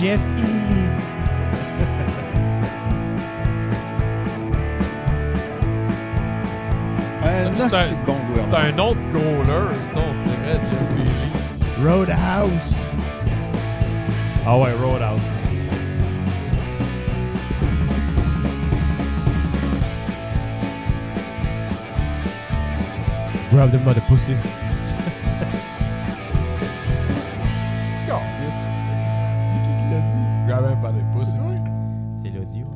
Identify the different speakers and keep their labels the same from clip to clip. Speaker 1: Jeff E. Healy.
Speaker 2: C'est
Speaker 1: Euh,
Speaker 2: un-
Speaker 1: là,
Speaker 2: c'est un-
Speaker 1: c'est bon
Speaker 2: C'est
Speaker 1: gouverneur.
Speaker 2: un autre goaler, ça, on dirait, Jeff Healy.
Speaker 1: Roadhouse.
Speaker 3: Ah ouais, Roadhouse. Grab them by the pussy.
Speaker 2: Câlisse.
Speaker 1: C'est qui qui l'a dit?
Speaker 2: Grab him by the pussy.
Speaker 4: C'est l'audio.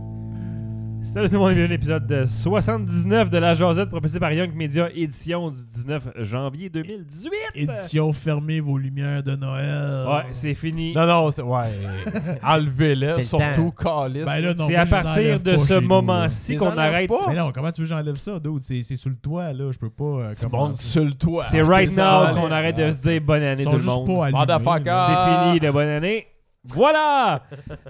Speaker 3: Salut tout le monde, bienvenue à l'épisode de 79 de La Josette proposé par Young Media, édition du 19 janvier 2018.
Speaker 1: Édition fermée vos lumières de Noël.
Speaker 3: Ouais, c'est fini.
Speaker 2: Non, non, c'est. Ouais.
Speaker 4: C'est
Speaker 2: Enlevez-les,
Speaker 4: le
Speaker 2: surtout Calis.
Speaker 1: Ben là, non,
Speaker 3: C'est
Speaker 1: moi,
Speaker 3: à
Speaker 1: je les
Speaker 3: partir
Speaker 1: enlève
Speaker 3: de
Speaker 1: pas
Speaker 3: ce
Speaker 1: chez nous,
Speaker 3: moment-ci
Speaker 2: Ils
Speaker 3: qu'on
Speaker 2: enlèvent
Speaker 3: arrête.
Speaker 2: pas.
Speaker 1: là. Mais non, comment tu veux que j'enlève ça, dude? C'est c'est sous le toit, là. Je peux pas. euh,
Speaker 2: Tu
Speaker 1: comment-
Speaker 2: montes sur le toit.
Speaker 3: C'est
Speaker 2: Je te
Speaker 3: right
Speaker 2: les
Speaker 3: now
Speaker 2: enlève.
Speaker 3: qu'on arrête de se dire bonne année
Speaker 1: Ils
Speaker 3: tout
Speaker 1: sont
Speaker 3: le
Speaker 1: juste
Speaker 3: monde.
Speaker 1: pas allumés.
Speaker 2: Motherfucker.
Speaker 3: C'est
Speaker 2: Ah.
Speaker 3: fini, la bonne année. Voilà!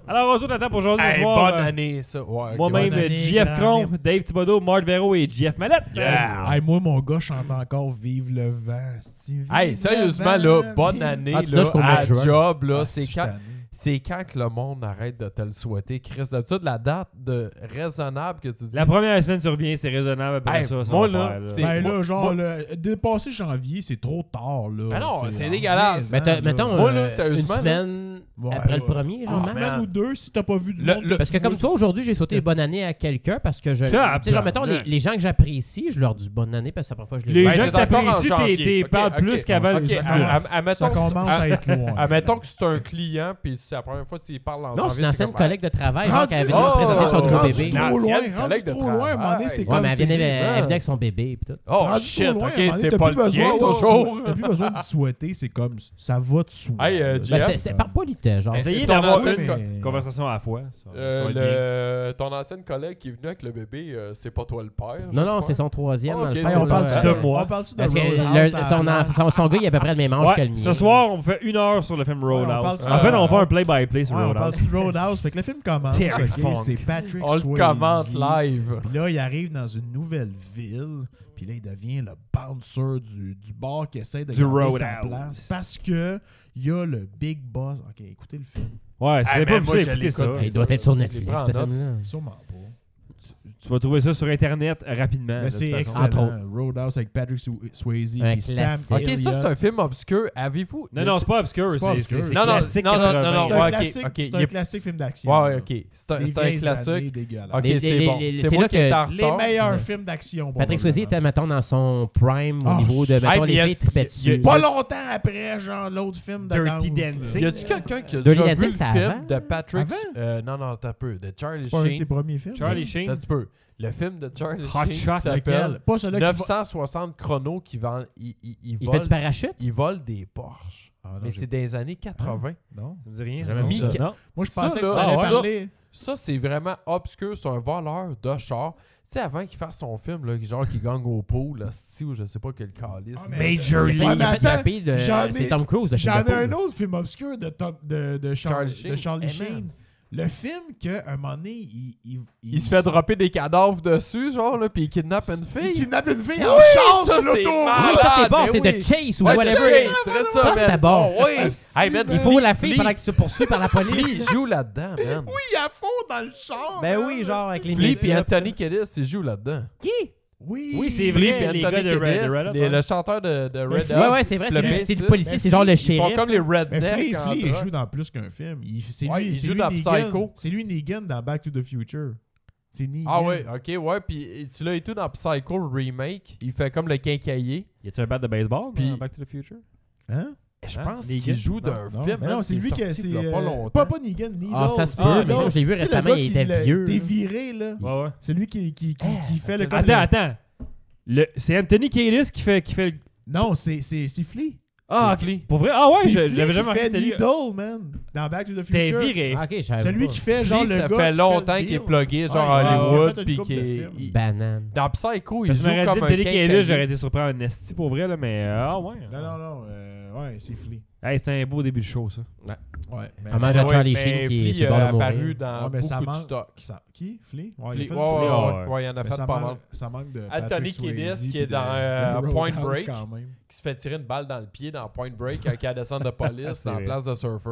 Speaker 3: Alors, retour de la table pour aujourd'hui ce
Speaker 2: Hey,
Speaker 3: soir.
Speaker 2: bonne
Speaker 3: Euh,
Speaker 2: année, ça. Ouais, ok,
Speaker 3: Moi-même,
Speaker 2: bonne
Speaker 1: année,
Speaker 3: JF
Speaker 1: grand
Speaker 3: Cromp, Dave Thibodeau, Marc Vero et JF Mallette.
Speaker 2: Yeah.
Speaker 1: Hey, moi, mon gars chante encore Vive le vent. c'est-tu? Vive
Speaker 2: Hey,
Speaker 1: le
Speaker 2: sérieusement,
Speaker 1: vent,
Speaker 2: là, bonne
Speaker 1: vive-
Speaker 2: année
Speaker 4: Ah, tu
Speaker 2: là,
Speaker 4: touches qu'au mois
Speaker 2: à
Speaker 4: de juin.
Speaker 2: job.
Speaker 1: Ah,
Speaker 2: Là, c'est
Speaker 1: je
Speaker 2: quand,
Speaker 1: suis tanné.
Speaker 2: c'est quand que le monde arrête de te le souhaiter, Chris. D'habitude, la date de raisonnable que tu dis.
Speaker 3: La première semaine sur bien, c'est raisonnable. Après
Speaker 2: Hey,
Speaker 3: ça, ça
Speaker 2: moi,
Speaker 3: va
Speaker 2: là,
Speaker 3: faire,
Speaker 2: c'est-
Speaker 1: Ben
Speaker 2: moi-
Speaker 1: là, genre,
Speaker 2: moi-
Speaker 1: le- dépasser janvier, c'est trop tard, là.
Speaker 2: Ben non, c'est
Speaker 1: en
Speaker 2: dégueulasse.
Speaker 1: raison,
Speaker 4: Mais t'as-
Speaker 1: là.
Speaker 4: mettons, Ah,
Speaker 2: Moi,
Speaker 4: euh,
Speaker 2: là,
Speaker 4: une
Speaker 2: sérieusement, là-
Speaker 4: semaine
Speaker 1: Ouais,
Speaker 4: après le
Speaker 1: ouais.
Speaker 4: premier, genre,
Speaker 1: Une
Speaker 4: max.
Speaker 1: semaine ou deux, si t'as pas vu du
Speaker 2: Le-
Speaker 1: monde.
Speaker 2: le-
Speaker 1: là,
Speaker 4: Parce
Speaker 1: tu
Speaker 4: que comme
Speaker 1: vois-
Speaker 4: toi, aujourd'hui, j'ai sauté bonne année à quelqu'un parce que je... Tu sais, genre, mettons, les, les gens que j'apprécie, je leur dis bonne année parce que c'est la première fois que je
Speaker 3: Les
Speaker 4: les vois.
Speaker 3: gens
Speaker 2: Ben,
Speaker 3: que
Speaker 2: t'es encore en
Speaker 3: t'apprécies, t'es-
Speaker 2: janvier.
Speaker 3: t'es
Speaker 2: Ok,
Speaker 3: parles
Speaker 2: ok.
Speaker 3: plus qu'avant
Speaker 2: Ok,
Speaker 3: le
Speaker 1: Ça
Speaker 3: 19.
Speaker 1: commence-
Speaker 2: à- à- admettons
Speaker 1: Ça
Speaker 2: que-
Speaker 1: commence
Speaker 2: à-
Speaker 1: à être loin.
Speaker 2: Admettons que c'est un client, puis c'est la première fois que tu y parles en
Speaker 4: hein. Non, c'est
Speaker 2: janvier,
Speaker 4: une
Speaker 2: c'est
Speaker 4: ancienne
Speaker 2: comme,
Speaker 4: collègue de travail genre,
Speaker 1: Rendu-
Speaker 4: qui avait
Speaker 2: Oh,
Speaker 4: présenté son nouveau
Speaker 1: rendu
Speaker 4: bébé.
Speaker 1: trop loin,
Speaker 2: Ancienne
Speaker 1: rendu
Speaker 2: collègue de
Speaker 1: trop loin. à un moment donné,
Speaker 2: travail.
Speaker 1: oh, c'est
Speaker 2: Ouais,
Speaker 4: Ouais,
Speaker 1: comme
Speaker 4: mais elle
Speaker 1: si-
Speaker 4: venait, elle
Speaker 2: hein.
Speaker 4: venait avec son bébé. Pis tout.
Speaker 2: Oh
Speaker 1: Rendu
Speaker 2: shit,
Speaker 1: trop loin, à un
Speaker 2: ok,
Speaker 1: moment donné,
Speaker 2: c'est
Speaker 1: t'as
Speaker 2: pas
Speaker 1: plus
Speaker 2: le tien
Speaker 1: besoin de-
Speaker 2: toujours.
Speaker 1: T'as plus besoin de souhaiter, c'est comme ça va de soi.
Speaker 2: Hey,
Speaker 1: là.
Speaker 2: euh, Jeff.
Speaker 4: Ben, c'était- c'était par politesse, genre.
Speaker 3: Essayez
Speaker 2: Ton
Speaker 3: d'avoir
Speaker 2: ancienne
Speaker 3: une
Speaker 1: co-
Speaker 3: co- conversation à la fois. Ça- ça va être bien.
Speaker 2: Euh, le- Ton ancienne collègue qui est venue avec le bébé, euh, c'est pas toi le père.
Speaker 4: Non, non,
Speaker 2: j'espère.
Speaker 4: c'est son troisième.
Speaker 2: Oh,
Speaker 4: dans le
Speaker 2: ok,
Speaker 4: fond,
Speaker 1: Hey, on
Speaker 4: là.
Speaker 1: parle
Speaker 2: Euh,
Speaker 1: de
Speaker 3: moi.
Speaker 1: On parle-tu de Ah,
Speaker 4: Parce que
Speaker 1: Roadhouse
Speaker 4: le-
Speaker 1: à
Speaker 4: son,
Speaker 1: la
Speaker 4: enf- son, son gars, il est à peu près le même âge
Speaker 3: Ouais,
Speaker 4: que le mien.
Speaker 3: ce soir, on fait une heure sur le film
Speaker 1: on
Speaker 3: Roadhouse.
Speaker 1: parle-
Speaker 3: en fait, on fait
Speaker 1: euh,
Speaker 3: un play-by-play sur
Speaker 1: Ouais, on
Speaker 3: Roadhouse.
Speaker 1: parle du Roadhouse. Fait que le film commence.
Speaker 3: Terry
Speaker 1: ok,
Speaker 3: Funk.
Speaker 1: C'est Patrick
Speaker 2: On le
Speaker 1: Swayze.
Speaker 2: commente live.
Speaker 1: Puis là, il arrive dans une nouvelle ville. Puis là, il devient le bouncer du, du bar qui essaie de
Speaker 3: Du
Speaker 1: garder sa
Speaker 3: Roadhouse.
Speaker 1: place. Parce que il y a le big boss. Ok, écoutez le film.
Speaker 3: Ouais, si vous
Speaker 2: Ah, mais
Speaker 3: avez
Speaker 4: ben,
Speaker 3: pas vu
Speaker 2: moi,
Speaker 3: ça,
Speaker 2: je
Speaker 3: écoutez ça.
Speaker 2: l'écoute,
Speaker 4: Il doit être sur
Speaker 2: Je les
Speaker 4: Netflix,
Speaker 2: prends en
Speaker 4: ce
Speaker 2: note.
Speaker 4: film-là.
Speaker 1: Sûrement pas.
Speaker 3: Tu vas trouver ça sur Internet rapidement.
Speaker 1: Mais
Speaker 3: de
Speaker 1: c'est
Speaker 3: toute façon.
Speaker 1: excellent.
Speaker 4: Entre autres.
Speaker 1: Roadhouse avec Patrick Sw- Swayze.
Speaker 4: Un
Speaker 1: et Sam
Speaker 4: classique.
Speaker 2: Ok, ça c'est un
Speaker 1: Elliott.
Speaker 2: film obscur. Avez-vous.
Speaker 3: Non, non, c'est pas obscur.
Speaker 1: C'est pas
Speaker 3: C'est
Speaker 1: obscur.
Speaker 3: c'est
Speaker 2: Non, non,
Speaker 3: classique
Speaker 2: non, non, non,
Speaker 3: 80.
Speaker 2: non,
Speaker 1: C'est
Speaker 2: ouais,
Speaker 1: un
Speaker 2: ok,
Speaker 1: classique-
Speaker 2: ok,
Speaker 1: c'est
Speaker 2: il y
Speaker 1: un
Speaker 2: a-
Speaker 1: classique film d'action.
Speaker 2: Ouais, ouais,
Speaker 1: là.
Speaker 2: ok. C'est un,
Speaker 1: Des
Speaker 2: c'est un
Speaker 1: vieilles années
Speaker 2: classique.
Speaker 1: dégueulasses.
Speaker 2: Ok,
Speaker 4: Les-
Speaker 2: c'est
Speaker 4: les-
Speaker 2: bon.
Speaker 4: les-
Speaker 2: C'est
Speaker 4: c'est
Speaker 2: moi
Speaker 4: là
Speaker 2: qui est
Speaker 4: que
Speaker 2: en
Speaker 1: Les
Speaker 2: retard.
Speaker 1: meilleurs films d'action.
Speaker 4: Patrick Swayze
Speaker 1: probablement.
Speaker 4: était, mettons, dans son prime au
Speaker 1: Oh,
Speaker 4: niveau de,
Speaker 1: shit.
Speaker 4: mettons,
Speaker 2: Hey, mais y
Speaker 4: les
Speaker 2: a-
Speaker 4: filles tripaient
Speaker 2: y a-
Speaker 4: dessus.
Speaker 1: Pas
Speaker 4: là.
Speaker 1: longtemps après, genre, l'autre film de
Speaker 3: Dirty
Speaker 1: danse, là.
Speaker 3: Dancing.
Speaker 2: Y a-tu quelqu'un qui a
Speaker 4: Dirty
Speaker 2: déjà vu
Speaker 4: Dancing,
Speaker 2: le film
Speaker 4: c'était avant?
Speaker 2: de Patrick.
Speaker 1: Avant?
Speaker 2: euh, non, non, t'as peu. De Charlie
Speaker 1: C'est pas un de ses
Speaker 2: Sheen.
Speaker 1: premiers films.
Speaker 3: Charlie
Speaker 1: ça?
Speaker 2: T'as un
Speaker 3: Sheen.
Speaker 2: petit peu. Le film de Charlie
Speaker 3: Hot
Speaker 2: Sheen qui
Speaker 3: Shot,
Speaker 2: s'appelle
Speaker 1: Pas celui-là qui va-
Speaker 2: 960 chronos qui vend. Il, il, il,
Speaker 4: Il fait
Speaker 2: vole,
Speaker 4: du parachute?
Speaker 2: il vole des Porsche.
Speaker 1: Ah, non,
Speaker 2: Mais
Speaker 1: j'ai- Ah.
Speaker 2: c'est des années 80.
Speaker 1: Non.
Speaker 3: Ça me dit rien.
Speaker 1: J'avais
Speaker 3: non?
Speaker 2: vu ça.
Speaker 3: Non.
Speaker 1: Moi, je
Speaker 2: Ça,
Speaker 1: pensais que
Speaker 2: là,
Speaker 1: ça allait
Speaker 3: ah ouais.
Speaker 1: parler.
Speaker 2: Ça, c'est vraiment obscur. C'est un voleur de char. Tu sais, avant qu'il fasse son film, là, genre qu'il gagne au pool, là, style, ou je sais pas quel calice.
Speaker 1: Ah, mais-
Speaker 3: Major
Speaker 4: Il
Speaker 1: Ouais,
Speaker 3: League.
Speaker 4: a fait- il a
Speaker 1: mais
Speaker 4: fait la
Speaker 1: attends,
Speaker 4: paye de.
Speaker 1: j'en ai-
Speaker 4: C'est Tom Cruise, le chef
Speaker 1: J'en
Speaker 4: de
Speaker 1: ai
Speaker 4: poule.
Speaker 1: un autre film obscur de, Tom- de, de Char-
Speaker 2: Charlie
Speaker 1: de
Speaker 2: Sheen.
Speaker 1: Charlie
Speaker 2: Eh,
Speaker 1: Sheen.
Speaker 2: man.
Speaker 1: Le film qu'à un moment donné, il. Il,
Speaker 2: il se fait dropper des cadavres dessus, genre, là, puis il kidnappe une
Speaker 1: Il
Speaker 2: fille.
Speaker 1: kidnappe une fille
Speaker 2: Oui,
Speaker 1: en chance
Speaker 2: ça,
Speaker 1: sur
Speaker 2: c'est
Speaker 1: l'auto.
Speaker 2: mal.
Speaker 4: Oui, ça c'est
Speaker 2: Ah,
Speaker 4: bon,
Speaker 2: ben
Speaker 4: c'est de
Speaker 2: oui.
Speaker 4: chase ou
Speaker 2: Ouais,
Speaker 4: whatever.
Speaker 2: Chase, traite ça,
Speaker 4: Ça,
Speaker 2: man.
Speaker 4: c'était bon.
Speaker 2: Oh, oui.
Speaker 1: Asti,
Speaker 2: Hey, man,
Speaker 1: man.
Speaker 4: Il faut la fille
Speaker 2: Flea.
Speaker 4: pendant qu'il se poursuit par la
Speaker 2: Flea,
Speaker 4: police.
Speaker 2: il joue là-dedans, man.
Speaker 1: Oui, à fond dans le char. hein,
Speaker 4: Ben
Speaker 1: man.
Speaker 4: oui, genre, avec les
Speaker 2: Flea
Speaker 4: médias.
Speaker 2: puis Anthony Kiedis, il joue là-dedans.
Speaker 4: Qui?
Speaker 1: Oui,
Speaker 3: Oui, c'est
Speaker 2: Flea
Speaker 3: vrai, les
Speaker 2: puis
Speaker 3: gars
Speaker 2: Anthony
Speaker 3: de Red-
Speaker 2: Kiedis,
Speaker 3: Red Up,
Speaker 2: les-
Speaker 3: hein.
Speaker 2: le chanteur de, de Red
Speaker 4: Ouais,
Speaker 2: Up.
Speaker 4: ouais, c'est vrai,
Speaker 2: Le
Speaker 4: c'est du-
Speaker 2: bassiste.
Speaker 4: c'est du policier, c'est genre le
Speaker 2: Ils font
Speaker 4: shérif.
Speaker 2: comme les
Speaker 1: Mais Flea,
Speaker 2: rednecks. en
Speaker 1: Flea, il
Speaker 2: drogue.
Speaker 1: joue dans plus qu'un film. Il, c'est
Speaker 2: Ouais,
Speaker 1: lui,
Speaker 2: il
Speaker 1: c'est
Speaker 2: joue
Speaker 1: lui
Speaker 2: dans
Speaker 1: Negan.
Speaker 2: Psycho.
Speaker 1: C'est lui Negan dans Back to the Future. C'est Negan.
Speaker 2: Ah ouais, ok, ouais. Puis tu l'as et tout dans Psycho le Remake. Il fait comme le quincaillier.
Speaker 3: Y a-tu un bat de baseball
Speaker 2: Puis-
Speaker 3: dans Back to the Future?
Speaker 1: Hein?
Speaker 2: Et Je
Speaker 3: Hein?
Speaker 2: pense
Speaker 3: Negan?
Speaker 2: qu'il joue
Speaker 3: Non,
Speaker 2: d'un
Speaker 1: Non,
Speaker 2: film.
Speaker 1: mais
Speaker 2: man,
Speaker 1: non, c'est
Speaker 2: qui est
Speaker 1: lui qui a.
Speaker 2: sorti
Speaker 1: c'est,
Speaker 2: il y a
Speaker 1: euh,
Speaker 2: pas longtemps.
Speaker 1: Pas, pas Negan, Negan.
Speaker 4: Ah, ça se
Speaker 3: Ah,
Speaker 4: peut, mais
Speaker 3: non.
Speaker 4: je l'ai vu
Speaker 1: Tu sais, le
Speaker 4: récemment,
Speaker 1: gars
Speaker 4: il
Speaker 1: qui
Speaker 4: était
Speaker 1: l'a-
Speaker 4: vieux. hein. Eh,
Speaker 1: T'es viré, là.
Speaker 3: Ouais, ouais.
Speaker 1: C'est lui qui, qui, qui, qui fait le.
Speaker 3: Attends, attends. Le- C'est Anthony Kiedis qui fait, qui fait le.
Speaker 1: Non, c'est c'est- c'est Flea.
Speaker 3: Ah,
Speaker 2: C'est Flea.
Speaker 3: pour vrai? Ah
Speaker 1: C'est
Speaker 3: ouais, je-
Speaker 1: Flea
Speaker 3: j'avais
Speaker 1: qui
Speaker 3: jamais
Speaker 1: fait
Speaker 3: entendu c'est lui.
Speaker 1: Needle, man. Dans Back to the
Speaker 3: T'es
Speaker 1: Future.
Speaker 3: viré.
Speaker 4: Ah, Ok, j'avais.
Speaker 1: Celui
Speaker 4: pas.
Speaker 1: qui fait genre
Speaker 2: Genre
Speaker 1: le
Speaker 2: ça
Speaker 1: gars
Speaker 2: fait
Speaker 1: qui
Speaker 2: longtemps
Speaker 1: le
Speaker 2: qu'il est
Speaker 1: deal.
Speaker 2: plugué genre
Speaker 1: Ouais,
Speaker 2: à
Speaker 1: il a fait
Speaker 2: Hollywood
Speaker 1: une
Speaker 2: puis
Speaker 1: couple de films.
Speaker 2: qu'il il-
Speaker 4: Banane.
Speaker 2: dans Psycho
Speaker 3: Ça
Speaker 2: il
Speaker 3: se
Speaker 2: joue
Speaker 3: m'aurait dit
Speaker 2: comme un
Speaker 3: Anthony Kiedis, j'aurais
Speaker 2: quincaillier.
Speaker 3: été surpris en esti pour vrai, là, mais euh, ah ouais.
Speaker 1: Non, non, non. euh, ouais, c'est Flea. Ben,
Speaker 3: Hey, c'était un beau début de show, ça.
Speaker 1: Ouais. mais-
Speaker 4: Hommage à
Speaker 2: Ah, Ouais,
Speaker 4: Charlie
Speaker 2: mais
Speaker 4: Sheen qui est
Speaker 2: Flea,
Speaker 4: sur le bord
Speaker 2: euh,
Speaker 4: de
Speaker 2: apparu
Speaker 4: mourir.
Speaker 2: dans
Speaker 1: Ouais, mais ça
Speaker 2: beaucoup de
Speaker 1: manque-
Speaker 2: stock.
Speaker 1: ça- Qui Flea Ouais, il a
Speaker 2: Flea-
Speaker 1: fait
Speaker 2: Ouais,
Speaker 1: le
Speaker 2: ouais,
Speaker 1: Flea.
Speaker 2: ouais, ouais, il y en a
Speaker 1: Mais
Speaker 2: fait
Speaker 1: ça
Speaker 2: pas
Speaker 1: manque-
Speaker 2: mal.
Speaker 1: Ça manque de.
Speaker 2: Anthony
Speaker 1: Patrick
Speaker 2: Kiedis
Speaker 1: Swayze
Speaker 2: qui
Speaker 1: puis
Speaker 2: est
Speaker 1: de-
Speaker 2: dans, euh,
Speaker 1: de
Speaker 2: Point
Speaker 1: Roadhouse
Speaker 2: Break.
Speaker 1: quand même.
Speaker 2: Qui se fait tirer une balle dans le pied dans Point Break quand il descend de police
Speaker 3: C'est
Speaker 2: dans la
Speaker 3: vrai.
Speaker 2: place de surfer.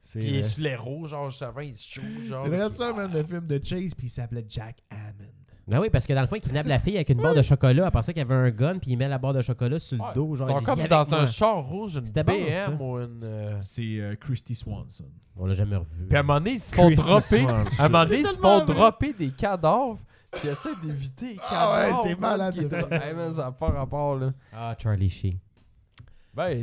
Speaker 3: C'est euh,
Speaker 2: Puis il est
Speaker 3: vrai.
Speaker 2: sur les roues, genre, savant, il se shoot, genre.
Speaker 1: C'est vrai ça, man, le film de Chase, puis il s'appelait Jack Hammond.
Speaker 4: Ben oui, parce que dans le fond, il kidnappe la fille avec une barre de chocolat. Elle pensait qu'il y avait un gun, puis il met la barre de chocolat sur le
Speaker 2: Ouais,
Speaker 4: dos. Genre,
Speaker 2: ils
Speaker 4: il
Speaker 2: sont
Speaker 4: dit,
Speaker 2: comme
Speaker 4: Viens
Speaker 2: dans
Speaker 4: avec
Speaker 2: un
Speaker 4: moi.
Speaker 2: char rouge, une
Speaker 4: C'était
Speaker 2: BM
Speaker 4: bon, ça.
Speaker 2: ou une. euh,
Speaker 1: C'est euh, Christy Swanson.
Speaker 4: On l'a jamais revu.
Speaker 2: Puis à un moment donné, ils se font
Speaker 3: Chris
Speaker 2: dropper.
Speaker 3: Swanson.
Speaker 2: À un moment donné,
Speaker 1: C'est
Speaker 2: ils se
Speaker 1: tellement
Speaker 2: font
Speaker 1: vrai.
Speaker 2: dropper des cadavres. Puis ils essaient d'éviter les
Speaker 1: Ah ouais,
Speaker 2: cadavres.
Speaker 1: c'est
Speaker 2: man,
Speaker 1: malade,
Speaker 2: qui
Speaker 1: c'est
Speaker 2: étaient- Hey, man, ça n'a pas rapport, là.
Speaker 4: Ah, Charlie Sheen.
Speaker 2: Ben.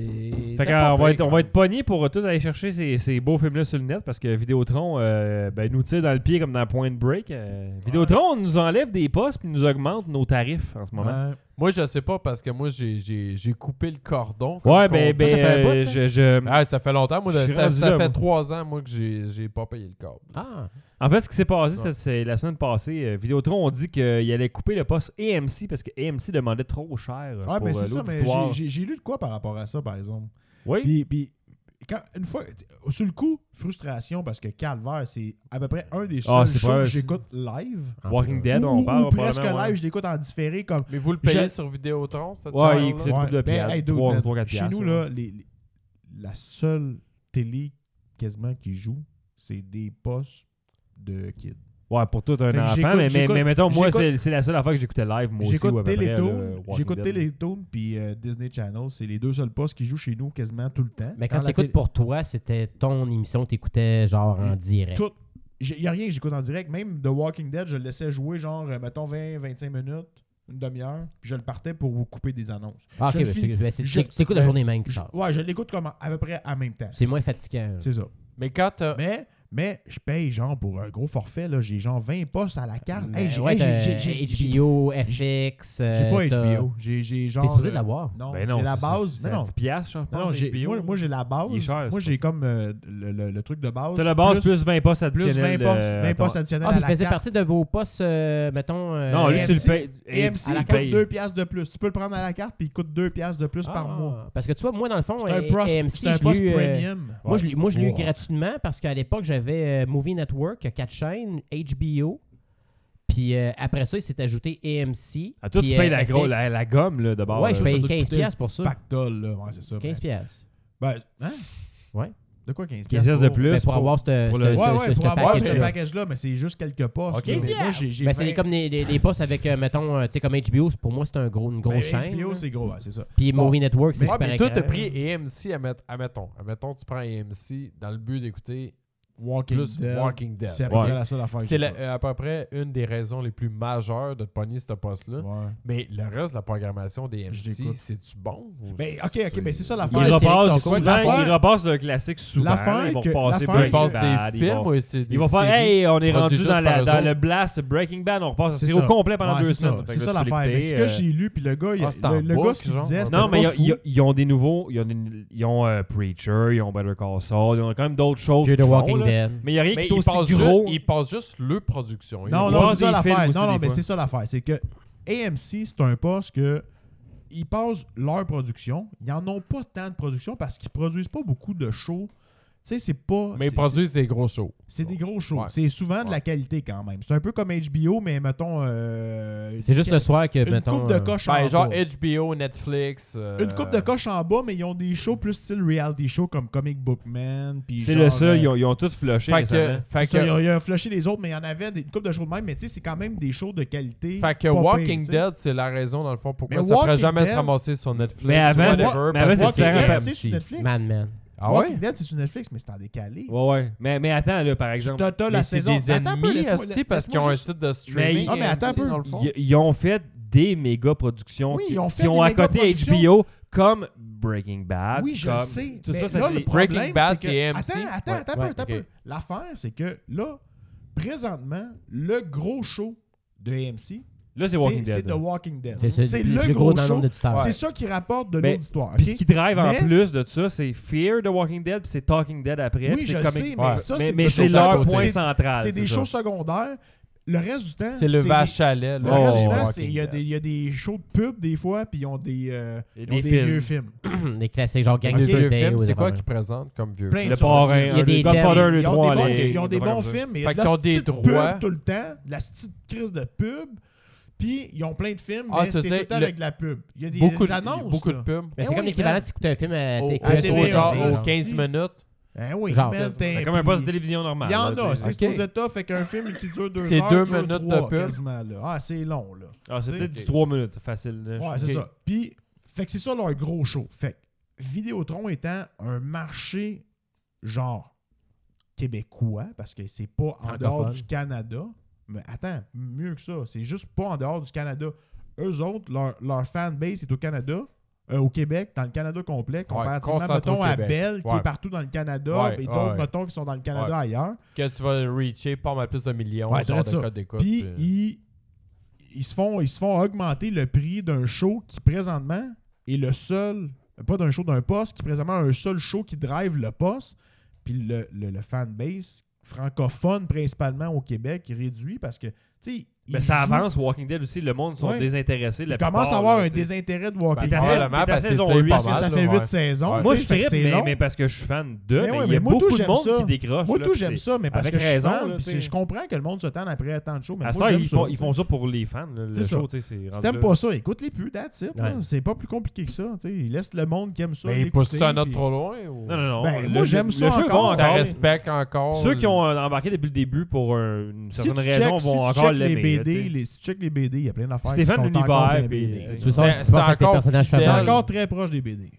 Speaker 3: Fait
Speaker 2: t'as pas
Speaker 3: qu'on va
Speaker 2: payé,
Speaker 3: être, on
Speaker 2: quand
Speaker 3: va
Speaker 2: même.
Speaker 3: être pogné pour tout aller chercher ces, ces beaux films-là sur le net parce que Vidéotron euh, ben, nous tire dans le pied comme dans Point Break. Euh, Vidéotron, on nous enlève des postes puis nous augmente nos tarifs en ce moment.
Speaker 1: Ouais.
Speaker 2: Moi, je sais pas parce que moi, j'ai- j'ai j'ai coupé le cordon. comme
Speaker 3: Ouais,
Speaker 2: qu'on
Speaker 3: ben,
Speaker 2: dit.
Speaker 3: ben,
Speaker 4: ça fait un bout,
Speaker 3: euh,
Speaker 4: hein?
Speaker 3: je, je-
Speaker 1: Hmm.
Speaker 2: Ah, ça fait longtemps, moi,
Speaker 3: Je
Speaker 2: de-
Speaker 3: suis
Speaker 2: ça,
Speaker 3: rendu
Speaker 2: ça
Speaker 3: là,
Speaker 2: fait
Speaker 3: moi.
Speaker 2: trois ans, moi, que j'ai j'ai pas payé le câble.
Speaker 4: Ah.
Speaker 3: En fait, ce qui s'est passé,
Speaker 2: Ouais.
Speaker 3: ça, c'est la semaine passée. euh, Vidéotron, on dit qu'il allait couper le poste AMC parce que AMC demandait trop cher euh,
Speaker 1: Ouais,
Speaker 3: pour
Speaker 1: mais
Speaker 3: euh,
Speaker 1: c'est ça, mais
Speaker 3: l'auditoire.
Speaker 1: j'ai- j'ai j'ai lu de quoi par rapport à ça, par exemple.
Speaker 3: Oui,
Speaker 1: Puis, puis quand, une fois, tu sais, sur le coup, frustration parce que Calvaire, c'est à peu près un des
Speaker 3: Ah,
Speaker 1: seuls
Speaker 3: c'est
Speaker 1: shows
Speaker 3: pas-
Speaker 1: que j'écoute live.
Speaker 3: Walking Dead,
Speaker 1: ou,
Speaker 3: on
Speaker 1: ou-
Speaker 3: parle.
Speaker 1: ou presque
Speaker 3: probablement, ouais.
Speaker 1: live, je l'écoute en différé comme.
Speaker 2: Mais vous le payez
Speaker 1: Je-
Speaker 2: sur Vidéotron, cette
Speaker 3: Ouais, il
Speaker 2: affaire-là?
Speaker 3: coûtait une couple de piastres,
Speaker 1: hey, dude,
Speaker 3: trois-
Speaker 1: man,
Speaker 3: trois, quatre
Speaker 1: chez
Speaker 3: piastres,
Speaker 1: nous,
Speaker 3: ouais.
Speaker 1: là, les- les- la seule télé quasiment qui joue, c'est des postes de kids.
Speaker 3: Ouais, pour tout un
Speaker 1: Fait que
Speaker 3: enfant,
Speaker 1: j'écoute-
Speaker 3: mais, mais,
Speaker 1: j'écoute-
Speaker 3: mais mettons, moi,
Speaker 1: j'écoute-
Speaker 3: c'est c'est la seule affaire que j'écoutais live, moi aussi. ou à
Speaker 1: J'écoute
Speaker 3: peu près, là,
Speaker 1: Télétoon,
Speaker 3: Walking
Speaker 1: j'écoute
Speaker 3: Dead.
Speaker 1: Télétoon puis euh, Disney Channel, c'est les deux seuls postes qui jouent chez nous quasiment tout le temps.
Speaker 4: Mais quand
Speaker 1: Dans
Speaker 4: tu
Speaker 1: la
Speaker 4: écoutes
Speaker 1: télé-
Speaker 4: pour toi, c'était ton émission que t'écoutais genre en
Speaker 1: Mm.
Speaker 4: direct.
Speaker 1: Tout. Il n'y a rien que j'écoute en direct. Même The Walking Dead, je le laissais jouer genre, euh, mettons, 20-25 minutes, une demi-heure, puis je le partais pour vous couper des annonces.
Speaker 4: Ah, ok,
Speaker 1: Je
Speaker 4: ben,
Speaker 1: le
Speaker 4: c'est-
Speaker 1: finis.
Speaker 4: ben, c'est-
Speaker 1: Je-
Speaker 4: tu t'écoutes la
Speaker 1: ben,
Speaker 4: journée même qui
Speaker 1: Je-
Speaker 4: sort.
Speaker 1: ouais, je l'écoute comme à peu près en même temps.
Speaker 4: C'est moins fatigant.
Speaker 1: C'est ça.
Speaker 2: Mais quand t'as-
Speaker 1: Mais, mais je paye genre pour un gros forfait, là, j'ai genre 20 postes à la carte.
Speaker 4: Mais
Speaker 1: Hey, j'ai
Speaker 4: Euh, ouais,
Speaker 1: hey,
Speaker 4: t'as
Speaker 1: j'ai- j'ai- j'ai- j'ai-
Speaker 4: HBO, FX.
Speaker 1: j'ai
Speaker 4: euh,
Speaker 1: pas
Speaker 4: t'as-
Speaker 1: HBO. J'ai j'ai genre.
Speaker 4: T'es supposé
Speaker 1: euh,
Speaker 4: l'avoir.
Speaker 1: Non,
Speaker 3: Ben non,
Speaker 1: j'ai la
Speaker 3: c'est-
Speaker 1: base.
Speaker 3: c'est-
Speaker 1: Mais
Speaker 3: c'est à
Speaker 1: non,
Speaker 3: 10 piastres, je
Speaker 1: non,
Speaker 3: pense.
Speaker 1: j'ai-
Speaker 3: HBO,
Speaker 1: moi, moi, j'ai la base.
Speaker 3: Il est cher,
Speaker 1: moi
Speaker 3: c'est
Speaker 1: j'ai comme euh, le, le- le truc de base.
Speaker 3: T'as la
Speaker 1: plus,
Speaker 3: base plus 20 postes
Speaker 1: plus 20
Speaker 3: additionnels.
Speaker 1: postes,
Speaker 3: euh,
Speaker 1: 20 postes
Speaker 3: attends.
Speaker 1: additionnels
Speaker 4: Ah,
Speaker 1: à
Speaker 4: puis il
Speaker 1: la
Speaker 4: faisait
Speaker 1: carte.
Speaker 4: partie de vos postes, euh, mettons. euh,
Speaker 3: Non, lui, tu le
Speaker 1: AMC.
Speaker 3: payes.
Speaker 1: AMC
Speaker 4: À la
Speaker 1: il
Speaker 4: carte.
Speaker 1: coûte 2 piastres de plus. Tu peux le prendre à la carte puis il coûte 2 piastres de plus
Speaker 4: Ah,
Speaker 1: par mois.
Speaker 4: Parce que tu vois, moi, dans le fond,
Speaker 1: C'est un
Speaker 4: euh,
Speaker 1: poste-
Speaker 4: AMC,
Speaker 1: c'est un
Speaker 4: je
Speaker 1: poste
Speaker 4: l'ai eu, euh,
Speaker 1: premium.
Speaker 4: Moi, je l'ai- moi, je l'ai eu
Speaker 1: Wow.
Speaker 4: gratuitement parce qu'à l'époque, j'avais euh, Movie Network, euh, quatre chaînes, HBO. Puis euh, après ça, il s'est ajouté AMC.
Speaker 3: À toi, tu
Speaker 4: puis,
Speaker 3: payes
Speaker 4: euh,
Speaker 3: la, gros-
Speaker 4: FX.
Speaker 3: la, la gomme, là, d'abord.
Speaker 4: Ouais,
Speaker 3: là.
Speaker 4: je
Speaker 1: ça
Speaker 4: paye
Speaker 1: doit te
Speaker 4: 15$
Speaker 1: coûter
Speaker 4: piastres pour ça.
Speaker 1: Pactole, là. Ouais, c'est ça.
Speaker 4: 15$. piastres.
Speaker 1: Ben, ben, hein?
Speaker 4: Ouais.
Speaker 1: De quoi 15
Speaker 3: 15 piastres de
Speaker 1: pour-
Speaker 3: plus.
Speaker 4: Ben, pour
Speaker 3: pour-
Speaker 4: avoir ce
Speaker 3: pour
Speaker 4: ce-
Speaker 3: le-
Speaker 4: ce-
Speaker 1: Ouais,
Speaker 4: ce-
Speaker 1: ouais,
Speaker 4: ce
Speaker 1: pour avoir ce
Speaker 4: package-là.
Speaker 1: package-là, mais c'est juste quelques postes.
Speaker 2: Ok,
Speaker 1: là. Mais
Speaker 2: yeah.
Speaker 1: moi, j'ai- j'ai
Speaker 4: Ben, c'est
Speaker 1: vingt-
Speaker 4: comme les, les- les postes avec, euh, mettons, euh, tu sais, comme HBO, c'est- pour moi, c'est un gros, une grosse
Speaker 1: Ben,
Speaker 4: chaîne.
Speaker 1: HBO,
Speaker 4: là.
Speaker 1: c'est gros, ouais, c'est ça.
Speaker 4: Puis
Speaker 1: Bon.
Speaker 4: Movie Network, c'est
Speaker 2: Ouais,
Speaker 4: super
Speaker 2: mais toi,
Speaker 4: écran.
Speaker 2: t'as pris AMC, admet- admettons. Admettons, tu prends AMC dans le but d'écouter
Speaker 1: Walking
Speaker 2: plus
Speaker 1: Dead.
Speaker 2: Walking Dead.
Speaker 1: C'est à peu
Speaker 3: Ouais.
Speaker 1: près la seule affaire que
Speaker 2: C'est
Speaker 1: j'ai
Speaker 2: la- euh, à peu près une des raisons les plus majeures de te pogner ce
Speaker 1: pas.
Speaker 2: poste-là.
Speaker 1: Ouais.
Speaker 2: Mais le reste de la programmation des
Speaker 1: Je
Speaker 2: AMC,
Speaker 1: l'écoute.
Speaker 2: c'est-tu bon? ou
Speaker 1: Ben, ok, ok, mais c'est ça l'affaire.
Speaker 3: Ils
Speaker 4: Ouais,
Speaker 3: repassent
Speaker 4: c'est-
Speaker 3: souvent,
Speaker 4: c'est-
Speaker 1: l'affaire-
Speaker 3: ils repassent le classique souvent.
Speaker 1: l'affaire
Speaker 3: Ils vont
Speaker 1: que-
Speaker 3: passer
Speaker 1: l'affaire que-
Speaker 2: Ils
Speaker 3: Breaking
Speaker 2: passent
Speaker 3: Bad.
Speaker 2: des
Speaker 3: ils
Speaker 2: films
Speaker 3: vont-
Speaker 2: ou c'est des
Speaker 3: Ils vont faire «
Speaker 2: séries?
Speaker 3: Hey, on est
Speaker 2: produits
Speaker 3: rendu
Speaker 2: juste
Speaker 3: dans,
Speaker 2: par
Speaker 3: la,
Speaker 2: eux
Speaker 3: dans
Speaker 2: autres.
Speaker 3: le blast Breaking Bad, on repasse
Speaker 1: C'est
Speaker 3: c'est au
Speaker 1: ça.
Speaker 3: complet pendant
Speaker 1: Ouais,
Speaker 3: deux
Speaker 1: c'est ça.
Speaker 3: semaines. Fait que
Speaker 1: C'est ça
Speaker 3: là, tu peux
Speaker 1: l'affaire. Mais ce
Speaker 3: l'écouter,
Speaker 1: que
Speaker 3: euh,
Speaker 1: j'ai lu, puis le gars, il-
Speaker 2: Ah, c'est en
Speaker 1: le, le gars,
Speaker 2: book,
Speaker 1: ce qu'il
Speaker 2: genre.
Speaker 1: disait, c'était
Speaker 3: Non, mais
Speaker 1: pas
Speaker 3: ils- ils
Speaker 1: fou.
Speaker 3: ils ont des nouveaux. Ils ont, des- ils ont, euh, Preacher, ils ont Better Call Saul, ils ont quand même d'autres choses.
Speaker 4: Fear the
Speaker 3: qu'ils font,
Speaker 4: Walking
Speaker 3: là.
Speaker 4: Dead.
Speaker 3: Mais il n'y a rien
Speaker 2: Mais
Speaker 3: qui est
Speaker 2: ils
Speaker 3: aussi
Speaker 2: passent
Speaker 3: gros.
Speaker 2: juste- ils passent juste le production. Ils
Speaker 1: Non,
Speaker 2: ont-
Speaker 1: non,
Speaker 3: voir
Speaker 1: c'est ça
Speaker 3: des films
Speaker 1: l'affaire.
Speaker 3: aussi,
Speaker 1: Non, non,
Speaker 3: des
Speaker 1: mais
Speaker 3: fois.
Speaker 1: c'est ça l'affaire. C'est que AMC, c'est un poste que. Ils passent leur production. Ils en ont pas tant de production parce qu'ils produisent pas beaucoup de shows. Tu sais, c'est pas.
Speaker 2: Mais ils
Speaker 1: c'est-
Speaker 2: produisent des gros shows.
Speaker 1: C'est des gros shows.
Speaker 2: Ouais.
Speaker 1: C'est souvent de la
Speaker 2: Ouais.
Speaker 1: qualité quand même. C'est un peu comme HBO, mais mettons. euh,
Speaker 4: C'est juste le soir que,
Speaker 1: Une
Speaker 4: mettons.
Speaker 1: coupe de
Speaker 4: euh,
Speaker 1: coche en
Speaker 2: Ben, genre
Speaker 1: bas.
Speaker 2: HBO, Netflix. euh,
Speaker 1: Une coupe de coche en bas, mais ils ont des shows plus style reality show comme Comic Book Man. puis
Speaker 3: C'est
Speaker 1: genre,
Speaker 3: le seul,
Speaker 1: euh,
Speaker 3: ils ont, ils ont tous flushé.
Speaker 2: Fait que,
Speaker 3: récemment.
Speaker 2: fait
Speaker 1: ça,
Speaker 2: que-
Speaker 1: il, a, il a flushé les autres, mais il y en avait des, une coupe de shows de même. Mais tu sais, c'est quand même des shows de qualité.
Speaker 2: Fait que
Speaker 1: pas pire,
Speaker 2: Walking
Speaker 1: tu sais.
Speaker 2: Dead, c'est la raison, dans le fond, pourquoi
Speaker 1: Mais
Speaker 2: ça pourrait
Speaker 1: Walking
Speaker 2: jamais se
Speaker 1: Dead-
Speaker 2: ramasser sur Netflix.
Speaker 3: Mais avant,
Speaker 2: whatever,
Speaker 1: Wa-
Speaker 3: mais avant,
Speaker 2: parce que
Speaker 3: c'est différent,
Speaker 2: AMC.
Speaker 1: c'est sur Netflix.
Speaker 4: Mad Men.
Speaker 2: Ah
Speaker 1: Walking
Speaker 2: ouais?
Speaker 1: Dead, c'est sur Netflix, mais c'est en décalé.
Speaker 3: Ouais, ouais. Mais, mais attends, là, par exemple.
Speaker 1: T'as t'as la
Speaker 2: Mais c'est
Speaker 1: saison.
Speaker 2: des
Speaker 1: Attends un peu,
Speaker 2: ennemis
Speaker 1: laisse-moi-
Speaker 2: aussi parce qu'ils
Speaker 1: laisse-moi
Speaker 2: ont un
Speaker 1: juste-
Speaker 2: site de streaming.
Speaker 3: Mais- Ah,
Speaker 1: mais attends un
Speaker 2: AMC,
Speaker 1: peu.
Speaker 2: dans le fond.
Speaker 3: Ils, ils ont fait des méga productions
Speaker 1: Oui,
Speaker 3: qui-
Speaker 1: ils ont fait
Speaker 3: qui ont
Speaker 1: des
Speaker 3: à
Speaker 1: méga
Speaker 3: côté
Speaker 1: productions.
Speaker 3: HBO comme Breaking Bad.
Speaker 1: Oui, je
Speaker 3: comme-
Speaker 1: le sais.
Speaker 3: Tout
Speaker 1: mais
Speaker 3: ça, ça
Speaker 1: là,
Speaker 3: fait
Speaker 1: le
Speaker 3: des-
Speaker 1: problème,
Speaker 2: Breaking Bad,
Speaker 1: c'est
Speaker 2: c'est
Speaker 1: que...
Speaker 2: AMC.
Speaker 1: Attends, attends,
Speaker 2: Ouais,
Speaker 1: attends
Speaker 2: ouais,
Speaker 1: un peu, attends un
Speaker 2: ok.
Speaker 1: peu. L'affaire, c'est que là, présentement, le gros show de AMC,
Speaker 3: Là, c'est Walking
Speaker 1: c'est
Speaker 3: Dead.
Speaker 1: c'est The
Speaker 3: là.
Speaker 1: Walking Dead.
Speaker 4: C'est-
Speaker 1: C'est
Speaker 4: le
Speaker 1: le
Speaker 4: plus
Speaker 1: gros
Speaker 4: gros dans le
Speaker 1: show.
Speaker 4: nombre de stars.
Speaker 1: C'est ça qui rapporte de
Speaker 3: Mais-
Speaker 1: l'auditoire.
Speaker 3: Puis
Speaker 1: ok?
Speaker 3: ce qui drive en
Speaker 1: Mais-
Speaker 3: plus de ça, c'est Fear the Walking Dead, puis c'est Talking Dead après.
Speaker 1: Oui,
Speaker 3: puis
Speaker 1: je
Speaker 3: c'est
Speaker 1: le sais, mais
Speaker 3: Ouais.
Speaker 1: ça,
Speaker 3: mais,
Speaker 1: c'est
Speaker 3: mais
Speaker 1: des
Speaker 3: c'est
Speaker 1: choses à
Speaker 3: leur
Speaker 1: côté.
Speaker 3: point
Speaker 1: C'est-
Speaker 3: central.
Speaker 1: C'est des
Speaker 3: ça.
Speaker 1: shows secondaires. Le reste du temps,
Speaker 2: C'est le
Speaker 1: des-
Speaker 2: vache à lait.
Speaker 1: Le
Speaker 3: Oh,
Speaker 1: reste du
Speaker 3: ouais.
Speaker 1: temps, c'est- il y, a des- il y a des shows de pub des fois, puis ils ont des, euh,
Speaker 3: Et
Speaker 1: ils
Speaker 3: des
Speaker 1: ont des
Speaker 3: films.
Speaker 1: vieux films.
Speaker 4: Les classiques, genre Gang
Speaker 2: Les vieux
Speaker 4: Day.
Speaker 2: films,
Speaker 4: ou des
Speaker 2: c'est quoi
Speaker 4: affaires
Speaker 2: qu'ils présentent comme vieux
Speaker 1: Plein
Speaker 2: films?
Speaker 3: Le
Speaker 1: de choses.
Speaker 3: parrain,
Speaker 4: Il y a
Speaker 3: un-
Speaker 4: des
Speaker 3: le Godfather,
Speaker 4: thèmes.
Speaker 3: le
Speaker 1: Ils ont,
Speaker 3: 3.
Speaker 1: des, bons,
Speaker 3: les-
Speaker 1: ils ont des
Speaker 3: les-
Speaker 1: bons
Speaker 3: comme ça.
Speaker 1: films, mais il y
Speaker 2: Fait
Speaker 1: a de la
Speaker 2: qu'ils ont des
Speaker 1: petite
Speaker 2: droits.
Speaker 1: pub tout le temps, de la petite crise de pub, puis ils ont plein de films,
Speaker 2: Ah,
Speaker 1: mais c'est
Speaker 2: c'est
Speaker 1: tout le
Speaker 2: ça,
Speaker 1: temps
Speaker 2: le-
Speaker 1: avec de la pub. Il y a des,
Speaker 2: Beaucoup
Speaker 1: des annonces.
Speaker 2: de- beaucoup de
Speaker 1: là.
Speaker 2: pubs.
Speaker 4: Mais c'est
Speaker 1: Ben
Speaker 4: comme
Speaker 1: oui,
Speaker 4: l'équivalent
Speaker 1: man.
Speaker 4: si tu écoutais un film à
Speaker 2: Au-
Speaker 4: TQS
Speaker 1: à
Speaker 4: au
Speaker 1: TV,
Speaker 2: au-
Speaker 4: genre.
Speaker 2: genre
Speaker 1: on
Speaker 2: aux
Speaker 1: dit.
Speaker 2: 15 minutes.
Speaker 1: Eh oui,
Speaker 4: Genre,
Speaker 1: Melting,
Speaker 3: C'est comme un poste de
Speaker 1: puis-
Speaker 3: télévision normal.
Speaker 1: Il y en
Speaker 3: là,
Speaker 1: a,
Speaker 3: tu sais.
Speaker 1: c'est
Speaker 2: Ok.
Speaker 1: supposé être tough, fait qu'un film qui dure deux
Speaker 2: C'est
Speaker 1: heures,
Speaker 2: deux
Speaker 1: dure
Speaker 2: minutes
Speaker 1: trois,
Speaker 2: de pub.
Speaker 1: quasiment, là. Ah, c'est long, là.
Speaker 3: Ah, c'est
Speaker 1: Tu sais,
Speaker 3: peut-être du
Speaker 2: ok.
Speaker 3: 3 minutes, facile. là.
Speaker 1: Ouais,
Speaker 3: Je-
Speaker 1: c'est
Speaker 3: ok.
Speaker 1: ça. Puis, fait que c'est ça leur gros show. Fait que Vidéotron étant un marché genre québécois, parce que c'est pas en dehors
Speaker 2: Francophone.
Speaker 1: du Canada. Mais attends, mieux que ça, c'est juste pas en dehors du Canada. Eux autres, leur, leur fanbase est au Canada, euh, au Québec, dans le Canada complet, comparativement,
Speaker 2: concentré au
Speaker 1: mettons, à
Speaker 2: Québec.
Speaker 1: Bell, qui
Speaker 2: Ouais.
Speaker 1: est partout dans le Canada,
Speaker 2: Ouais,
Speaker 1: et
Speaker 2: ouais,
Speaker 1: d'autres,
Speaker 2: ouais.
Speaker 1: mettons, qui sont dans le Canada ailleurs.
Speaker 2: Que tu vas reacher pas mal plus de millions
Speaker 1: Ouais,
Speaker 2: genre
Speaker 1: c'est
Speaker 2: de
Speaker 1: ça.
Speaker 2: code d'écoute.
Speaker 1: Puis
Speaker 2: euh.
Speaker 1: ils, ils se font, ils se font augmenter le prix d'un show qui présentement est le seul, pas d'un show, d'un poste, qui présentement est un seul show qui drive le poste. Puis le, le, le fanbase francophone principalement au Québec réduit parce que, tu sais,
Speaker 3: Ben,
Speaker 1: ils
Speaker 3: ça
Speaker 1: jouent-
Speaker 3: avance, Walking Dead aussi. Le monde sont
Speaker 1: Ouais.
Speaker 3: désintéressés. la
Speaker 1: Ils commencent à
Speaker 3: plupart,
Speaker 1: avoir
Speaker 3: là,
Speaker 1: un
Speaker 3: tu sais.
Speaker 1: désintérêt de Walking
Speaker 3: Ben,
Speaker 1: Dead.
Speaker 3: t'as saison-
Speaker 2: Probablement
Speaker 3: t'as
Speaker 2: parce que
Speaker 3: saison
Speaker 2: c'est
Speaker 3: huit,
Speaker 2: pas
Speaker 1: parce que ça
Speaker 2: mal,
Speaker 1: fait
Speaker 2: là,
Speaker 1: 8
Speaker 2: ouais.
Speaker 1: saisons.
Speaker 2: Ouais.
Speaker 1: tu
Speaker 3: Moi,
Speaker 1: sais, fait
Speaker 3: je
Speaker 1: que
Speaker 3: trippe,
Speaker 1: c'est
Speaker 3: mais,
Speaker 1: long.
Speaker 3: mais parce que je suis fan de.
Speaker 1: Mais
Speaker 3: Mais
Speaker 1: ouais,
Speaker 3: il y a
Speaker 1: mais moi,
Speaker 3: beaucoup
Speaker 1: tout,
Speaker 3: de
Speaker 1: j'aime
Speaker 3: monde
Speaker 1: ça.
Speaker 3: qui décroche.
Speaker 1: Moi,
Speaker 3: là,
Speaker 1: tout,
Speaker 3: puis
Speaker 1: j'aime
Speaker 3: c'est-
Speaker 1: ça, mais parce
Speaker 3: avec
Speaker 1: que je suis
Speaker 3: raison,
Speaker 1: fan,
Speaker 3: là,
Speaker 1: puis
Speaker 3: tu sais.
Speaker 1: je comprends que le monde se tend après tant de shows, mais
Speaker 3: À ce
Speaker 1: moi,
Speaker 3: temps,
Speaker 1: j'aime
Speaker 3: ils,
Speaker 1: ça,
Speaker 3: font,
Speaker 1: tu
Speaker 3: ils
Speaker 1: sais.
Speaker 3: font ça pour les fans. là,
Speaker 1: C'est
Speaker 3: le
Speaker 1: ça.
Speaker 3: show, tu sais, c'est.
Speaker 1: Si
Speaker 3: rendu
Speaker 1: t'aimes
Speaker 3: là.
Speaker 1: pas ça, écoute les plus, that's it. là.
Speaker 3: Ouais.
Speaker 1: C'est pas plus compliqué que ça. T'sais. Ils laissent le monde qui aime ça.
Speaker 2: Mais ils
Speaker 1: l'écouter,
Speaker 2: poussent ça un autre
Speaker 1: puis-
Speaker 2: trop loin ou
Speaker 3: Non, non, non.
Speaker 1: Ben,
Speaker 3: Le-
Speaker 1: moi,
Speaker 3: le-
Speaker 1: j'aime
Speaker 3: le
Speaker 1: ça
Speaker 3: jeu est
Speaker 1: encore.
Speaker 3: bon
Speaker 2: ça
Speaker 1: non.
Speaker 3: encore.
Speaker 2: respecte encore.
Speaker 3: Ceux qui
Speaker 2: le-
Speaker 3: ont euh, embarqué depuis le début pour un- une
Speaker 1: Si tu
Speaker 3: certaine
Speaker 1: checkes-
Speaker 3: raison
Speaker 1: si tu
Speaker 3: vont encore
Speaker 1: checkes les
Speaker 3: l'aimer. là, tu
Speaker 1: BD,
Speaker 3: sais.
Speaker 1: les, si tu checkes les BD, il y a plein d'affaires qui sont
Speaker 3: Stéphane
Speaker 1: encore
Speaker 3: l'univers,
Speaker 1: dans les
Speaker 3: puis,
Speaker 1: BD.
Speaker 3: euh,
Speaker 4: Tu sens
Speaker 2: C'est-
Speaker 4: ce qui se passe
Speaker 2: c'est
Speaker 4: avec tes
Speaker 2: encore
Speaker 4: personnages
Speaker 1: C'est
Speaker 2: fidèle.
Speaker 4: favoris.
Speaker 1: encore très proche des BD.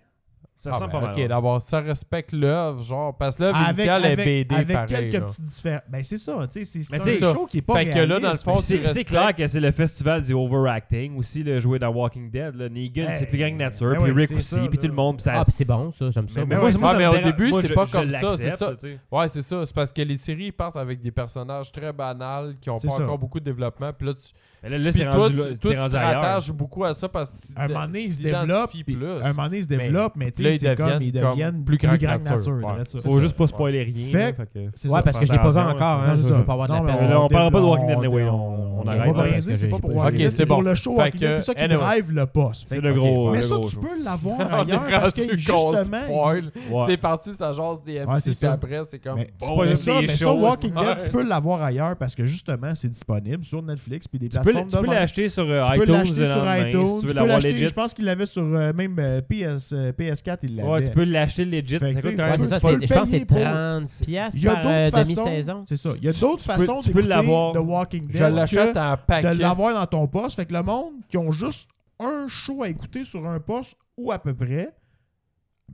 Speaker 3: Ça
Speaker 2: Ah,
Speaker 3: ressemble
Speaker 2: ben,
Speaker 3: pas mal.
Speaker 2: Ok,
Speaker 3: ouais.
Speaker 2: d'abord, ça respecte l'œuvre, genre. Parce que l'œuvre initiale est BD
Speaker 1: avec
Speaker 2: pareil.
Speaker 1: quelques
Speaker 2: là.
Speaker 1: petites différences. Ben, c'est ça. t'sais, C'est c'est
Speaker 3: Mais
Speaker 1: un
Speaker 3: c'est ça.
Speaker 1: show qui est pas
Speaker 2: Fait que là, dans le
Speaker 1: réaliste,
Speaker 2: fond,
Speaker 1: mais
Speaker 2: tu
Speaker 3: C'est c'est
Speaker 2: respectes-
Speaker 3: clair que c'est le festival du overacting aussi, le jouer dans Walking Dead. Là. Negan,
Speaker 1: Hey,
Speaker 3: c'est plus grand que nature,
Speaker 1: ben
Speaker 3: puis
Speaker 1: ouais,
Speaker 3: Rick
Speaker 1: c'est
Speaker 3: aussi,
Speaker 1: ça,
Speaker 3: puis
Speaker 1: là.
Speaker 3: tout le monde. puis ça-
Speaker 4: Ah, puis c'est bon, ça, j'aime ça.
Speaker 3: Mais-
Speaker 4: moi.
Speaker 3: mais
Speaker 1: ouais,
Speaker 3: moi,
Speaker 1: c'est
Speaker 3: ça
Speaker 2: ça,
Speaker 3: me
Speaker 2: mais au
Speaker 3: dérange-
Speaker 2: début,
Speaker 3: moi,
Speaker 2: c'est
Speaker 3: je-
Speaker 2: pas
Speaker 3: je
Speaker 2: comme ça,
Speaker 3: l'accepte,
Speaker 2: c'est ça.
Speaker 3: tu sais.
Speaker 2: Ouais, c'est ça. C'est parce que les séries partent avec des personnages très banals qui n'ont
Speaker 1: C'est
Speaker 2: pas
Speaker 1: ça.
Speaker 2: encore beaucoup de développement. Puis là, tu,
Speaker 3: Mais Là, là,
Speaker 2: puis
Speaker 3: c'est
Speaker 2: toi,
Speaker 3: rendu
Speaker 2: tu,
Speaker 3: là-
Speaker 2: toi, tu
Speaker 3: t'es
Speaker 2: te
Speaker 3: rendu ailleurs.
Speaker 2: rattaches beaucoup à ça parce que tu
Speaker 1: un
Speaker 2: t'identifies
Speaker 1: moment donné, ils se développent. puis-
Speaker 2: plus.
Speaker 1: Un moment donné, ils se
Speaker 2: Mais
Speaker 1: développent, mais
Speaker 2: là,
Speaker 1: t'sais,
Speaker 2: ils
Speaker 1: c'est comme
Speaker 2: deviennent
Speaker 1: ils deviennent
Speaker 2: comme
Speaker 1: plus
Speaker 2: plus
Speaker 1: grands
Speaker 2: grand
Speaker 1: que
Speaker 2: que nature,
Speaker 1: nature.
Speaker 2: ouais.
Speaker 1: dans ça.
Speaker 3: Faut
Speaker 2: c'est
Speaker 3: juste pas
Speaker 2: ouais.
Speaker 3: spoiler rien.
Speaker 1: Fait-
Speaker 3: là, fait que-
Speaker 1: C'est
Speaker 4: Ouais,
Speaker 1: ça.
Speaker 4: parce que je l'ai pas vu
Speaker 3: Attention,
Speaker 4: encore,
Speaker 1: Non,
Speaker 4: hein.
Speaker 1: c'est
Speaker 4: Je je
Speaker 1: ça.
Speaker 4: veux pas avoir de
Speaker 1: Non,
Speaker 4: la
Speaker 1: mais
Speaker 4: peine.
Speaker 3: là, on parlera pas de
Speaker 1: développe-
Speaker 3: Walking Dead, anyway, on- on
Speaker 1: On
Speaker 3: arrête
Speaker 1: va
Speaker 3: là,
Speaker 1: pas rien
Speaker 4: parce que
Speaker 1: dire, c'est
Speaker 4: j'ai-
Speaker 1: pas
Speaker 4: j'ai
Speaker 1: pour
Speaker 4: pas-
Speaker 1: Walking
Speaker 2: Ok,
Speaker 1: Dead,
Speaker 2: c'est
Speaker 1: c'est pour
Speaker 2: bon.
Speaker 1: le show
Speaker 2: Fait
Speaker 1: Walking Dead,
Speaker 2: que,
Speaker 1: c'est ça qui
Speaker 2: anyway.
Speaker 1: drive le poste.
Speaker 3: C'est
Speaker 1: Fait
Speaker 3: le
Speaker 1: que-
Speaker 3: gros.
Speaker 1: Mais
Speaker 3: le
Speaker 1: ça,
Speaker 3: gros Ah,
Speaker 1: tu
Speaker 3: show.
Speaker 1: peux l'avoir
Speaker 2: On est
Speaker 1: ailleurs parce que
Speaker 2: rendu qu'on
Speaker 1: justement,
Speaker 2: spoil.
Speaker 3: Ouais.
Speaker 2: C'est parti, ça jase des MC,
Speaker 1: Ouais, c'est
Speaker 2: puis
Speaker 1: ça.
Speaker 2: après, c'est comme...
Speaker 1: Mais,
Speaker 3: Bon,
Speaker 1: mais
Speaker 3: des
Speaker 1: ça, mais ça,
Speaker 3: choses.
Speaker 1: Walking Dead,
Speaker 2: Ouais.
Speaker 1: tu peux l'avoir ailleurs parce que justement, c'est disponible sur Netflix puis des
Speaker 3: Tu peux,
Speaker 1: plateformes
Speaker 3: tu peux
Speaker 1: de même.
Speaker 3: l'acheter sur euh,
Speaker 1: Tu peux
Speaker 3: iTunes.
Speaker 1: l'acheter
Speaker 3: le
Speaker 1: sur
Speaker 3: lendemain,
Speaker 1: iTunes.
Speaker 3: Si tu veux
Speaker 1: peux
Speaker 3: l'avoir
Speaker 1: l'acheter,
Speaker 3: legit.
Speaker 1: je pense qu'il l'avait sur euh, même euh, PS, euh, PS4, il l'avait.
Speaker 3: Ouais, tu peux l'acheter legit.
Speaker 1: Fait que, tu sais,
Speaker 3: Ça coûte
Speaker 1: tu
Speaker 3: quand
Speaker 4: Ouais,
Speaker 1: peux
Speaker 4: c'est
Speaker 3: même
Speaker 4: ça,
Speaker 1: tu peux
Speaker 4: c'est-
Speaker 1: le
Speaker 4: je pense que c'est
Speaker 1: payer pour-
Speaker 4: 30$
Speaker 1: Il y a
Speaker 4: piastres par
Speaker 1: d'autres
Speaker 4: euh,
Speaker 1: façons.
Speaker 4: demi-saison.
Speaker 1: C'est ça. Il y a d'autres façons
Speaker 3: tu peux
Speaker 1: d'écouter
Speaker 3: l'avoir-
Speaker 1: The Walking Dead.
Speaker 2: Je l'achète
Speaker 1: que
Speaker 2: en
Speaker 1: de
Speaker 2: paquet.
Speaker 1: l'avoir dans ton poste. Fait que le monde qui ont juste un show à écouter sur un poste ou à peu près,